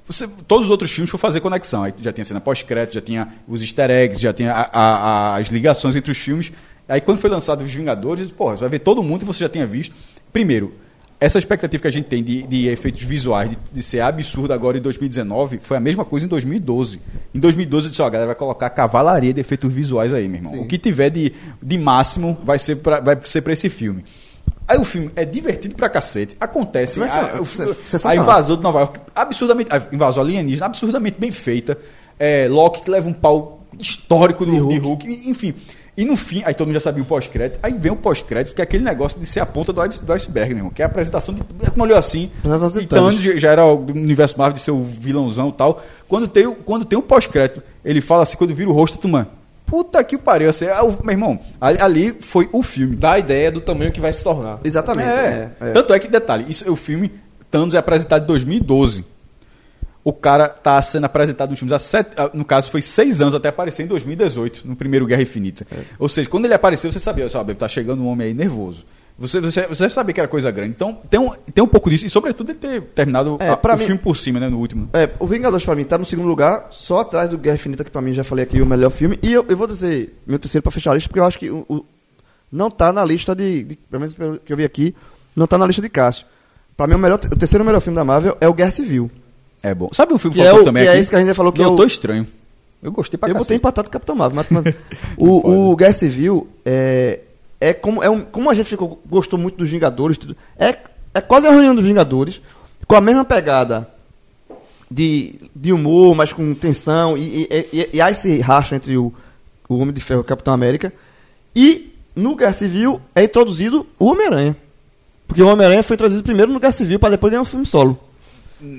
Você- todos os outros filmes foram fazer conexão. Aí já tinha cena pós-crédito, já tinha os easter eggs, já tinha a- a- a- as ligações entre os filmes. Aí quando foi lançado Os Vingadores, eu disse, porra, você vai ver todo mundo e você já tinha visto. Primeiro, essa expectativa que a gente tem de, de efeitos visuais, de, de ser absurda agora em 2019, foi a mesma coisa em 2012. Em 2012 eu disse, ó, a galera vai colocar cavalaria de efeitos visuais aí, meu irmão. O que tiver de, de máximo vai ser pra, vai ser pra esse filme. Aí o filme é divertido pra cacete. Acontece.
Vai ser-
a, o
sen-
filme- a
sensacional.
invasão de Nova York, absurdamente. A invasão alienígena, absurdamente bem feita. É, Loki que leva um pau histórico do de Hulk. Enfim. E no fim, aí todo mundo já sabia o pós-crédito. Aí vem o pós-crédito, que é aquele negócio de ser a ponta do ice- do iceberg, meu irmão. Que é a apresentação de. Não olhou assim.
Apresentação de
Então,
Thanos.
Thanos já- já era o do universo Marvel de ser o vilãozão e tal. Quando tem, o- quando tem um pós-crédito, ele fala assim, quando vira o rosto, tu, mano. Puta que pariu. Assim, ah, o- meu irmão, ali, ali foi o filme.
Dá a ideia do tamanho que vai se tornar.
Exatamente.
É,
é, é.
Tanto é que, detalhe, isso, o filme Thanos é apresentado em 2012. O cara tá sendo apresentado nos filmes há sete, ah, no caso foi seis anos até aparecer em 2018, no primeiro Guerra Infinita.
É.
Ou seja, quando ele apareceu, você sabia, sabe, tá chegando um homem aí nervoso. Você, você, você sabia que era coisa grande. Então tem um, tem um pouco disso, e sobretudo ele ter terminado
É,
a-
pra
o
mim-
filme por cima, né, no último.
É, o Vingadores pra mim tá no segundo lugar, só atrás do Guerra Infinita, que pra mim já falei aqui o melhor filme. E eu, eu vou dizer meu terceiro pra fechar a lista, porque eu acho que o, o- não tá na lista de, de- Pelo menos pelo que eu vi aqui, não tá na lista de Cássio. Pra mim, o, melhor, o terceiro melhor filme da Marvel é o Guerra Civil.
É bom. Sabe o filme
Que é o- que é esse que a gente já falou que
Não,
é o-
tô estranho. Eu gostei pra
eu botei
cacete.
empatado com o Capitão Marvel, mas, mas- o, o Guerra Civil é, é como é um, como a gente ficou, gostou muito dos Vingadores, tudo, é é quase a reunião dos Vingadores com a mesma pegada de, de humor, mas com tensão e, e, e, e há esse racha entre o, o Homem de Ferro e o Capitão América e no Guerra Civil é introduzido o Homem-Aranha. Porque o Homem-Aranha foi introduzido primeiro no Guerra Civil para depois ganhar um filme solo.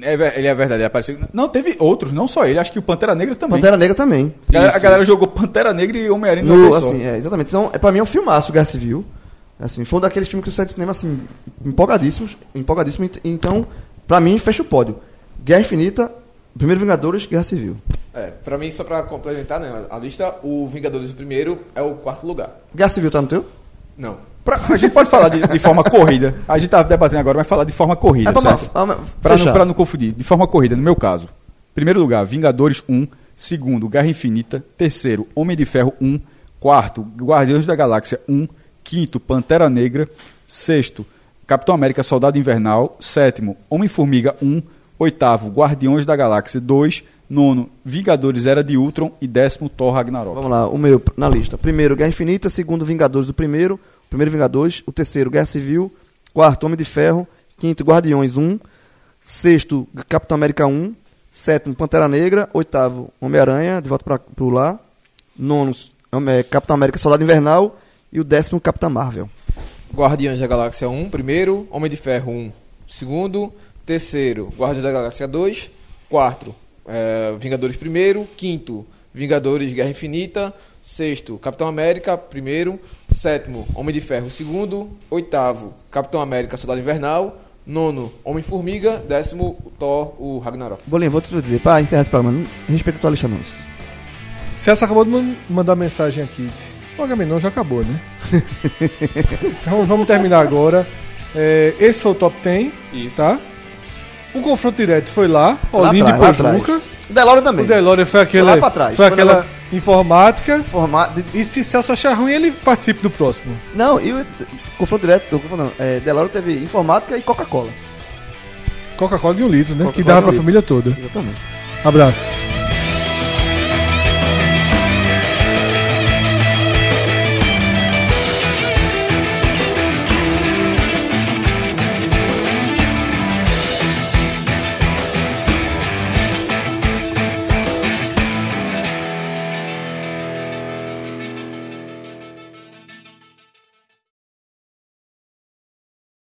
É ver- ele é verdade, ele apareceu. Não, teve outros, não só ele. Acho que o Pantera Negra também.
Pantera Negra também.
A galera, a
Isso,
galera
isso.
jogou Pantera Negra e Homem-Aranha
No-
no,
assim, é, exatamente. Então, é, pra mim é um filmaço, Guerra Civil. Assim, foi um daqueles filmes que eu saí do cinema, assim, empolgadíssimos, empolgadíssimo. Ent- Então, pra mim, fecha o pódio. Guerra Infinita, Primeiro Vingadores, Guerra Civil.
É, pra mim, só pra complementar né, a lista, o Vingadores primeiro é o quarto lugar.
Guerra Civil tá no teu?
Não.
Pra- a gente pode falar de, de forma corrida. A gente tá debatendo agora, mas falar de forma corrida,
É pra,
certo?
pra,
Pra
fechar.
não, pra não confundir. De forma corrida, no meu caso. Primeiro lugar, Vingadores 1. Segundo, Guerra Infinita. Terceiro, Homem de Ferro 1. Quarto, Guardiões da Galáxia 1. Quinto, Pantera Negra. Sexto, Capitão América Soldado Invernal. Sétimo, Homem-Formiga 1. Oitavo, Guardiões da Galáxia 2. Nono, Vingadores Era de Ultron. E décimo, Thor Ragnarok.
Vamos lá, o meu na lista. Primeiro, Guerra Infinita. Segundo, Vingadores do primeiro. Primeiro, Vingadores. O terceiro, Guerra Civil. Quarto, Homem de Ferro. Quinto, Guardiões 1. Sexto, Capitão América 1. Sétimo, Pantera Negra. Oitavo, Homem-Aranha, de volta pra, pro lá. Nono, Homem- é, Capitão América Soldado Invernal. E o décimo, Capitão Marvel.
Guardiões da Galáxia 1, primeiro. Homem de Ferro 1, segundo. Terceiro, Guardiões da Galáxia 2. Quarto, é, Vingadores primeiro. Quinto, Vingadores Guerra Infinita. Sexto, Capitão América, primeiro. Sétimo, Homem de Ferro, segundo. Oitavo, Capitão América Soldado Invernal. Nono, Homem-Formiga. Décimo, Thor, o Ragnarok.
Bolinha, vou te dizer, pra encerrar esse programa, não- respeita a tua lista, não.
Celso acabou de man- mandar mensagem aqui. Disse, o Agamenon já acabou, né? então vamos terminar agora. É, esse foi o top 10.
Isso.
Tá? O confronto direto foi lá,
Lá
Olinda e
atrás, lá
Pajuca.
O Delora
O
também.
Delore foi aquela.
lá pra trás.
Foi
Foi um
aquela
negócio-
informática.
Forma- de-
E se Celso achar ruim, ele participe do próximo.
Não, e o confronto direto, não, confronto não, é, Delora teve informática e Coca-Cola.
Coca-Cola de um litro, né? que
Coca-Cola
dava
de um
pra família
litro.
toda.
Exatamente.
Abraço.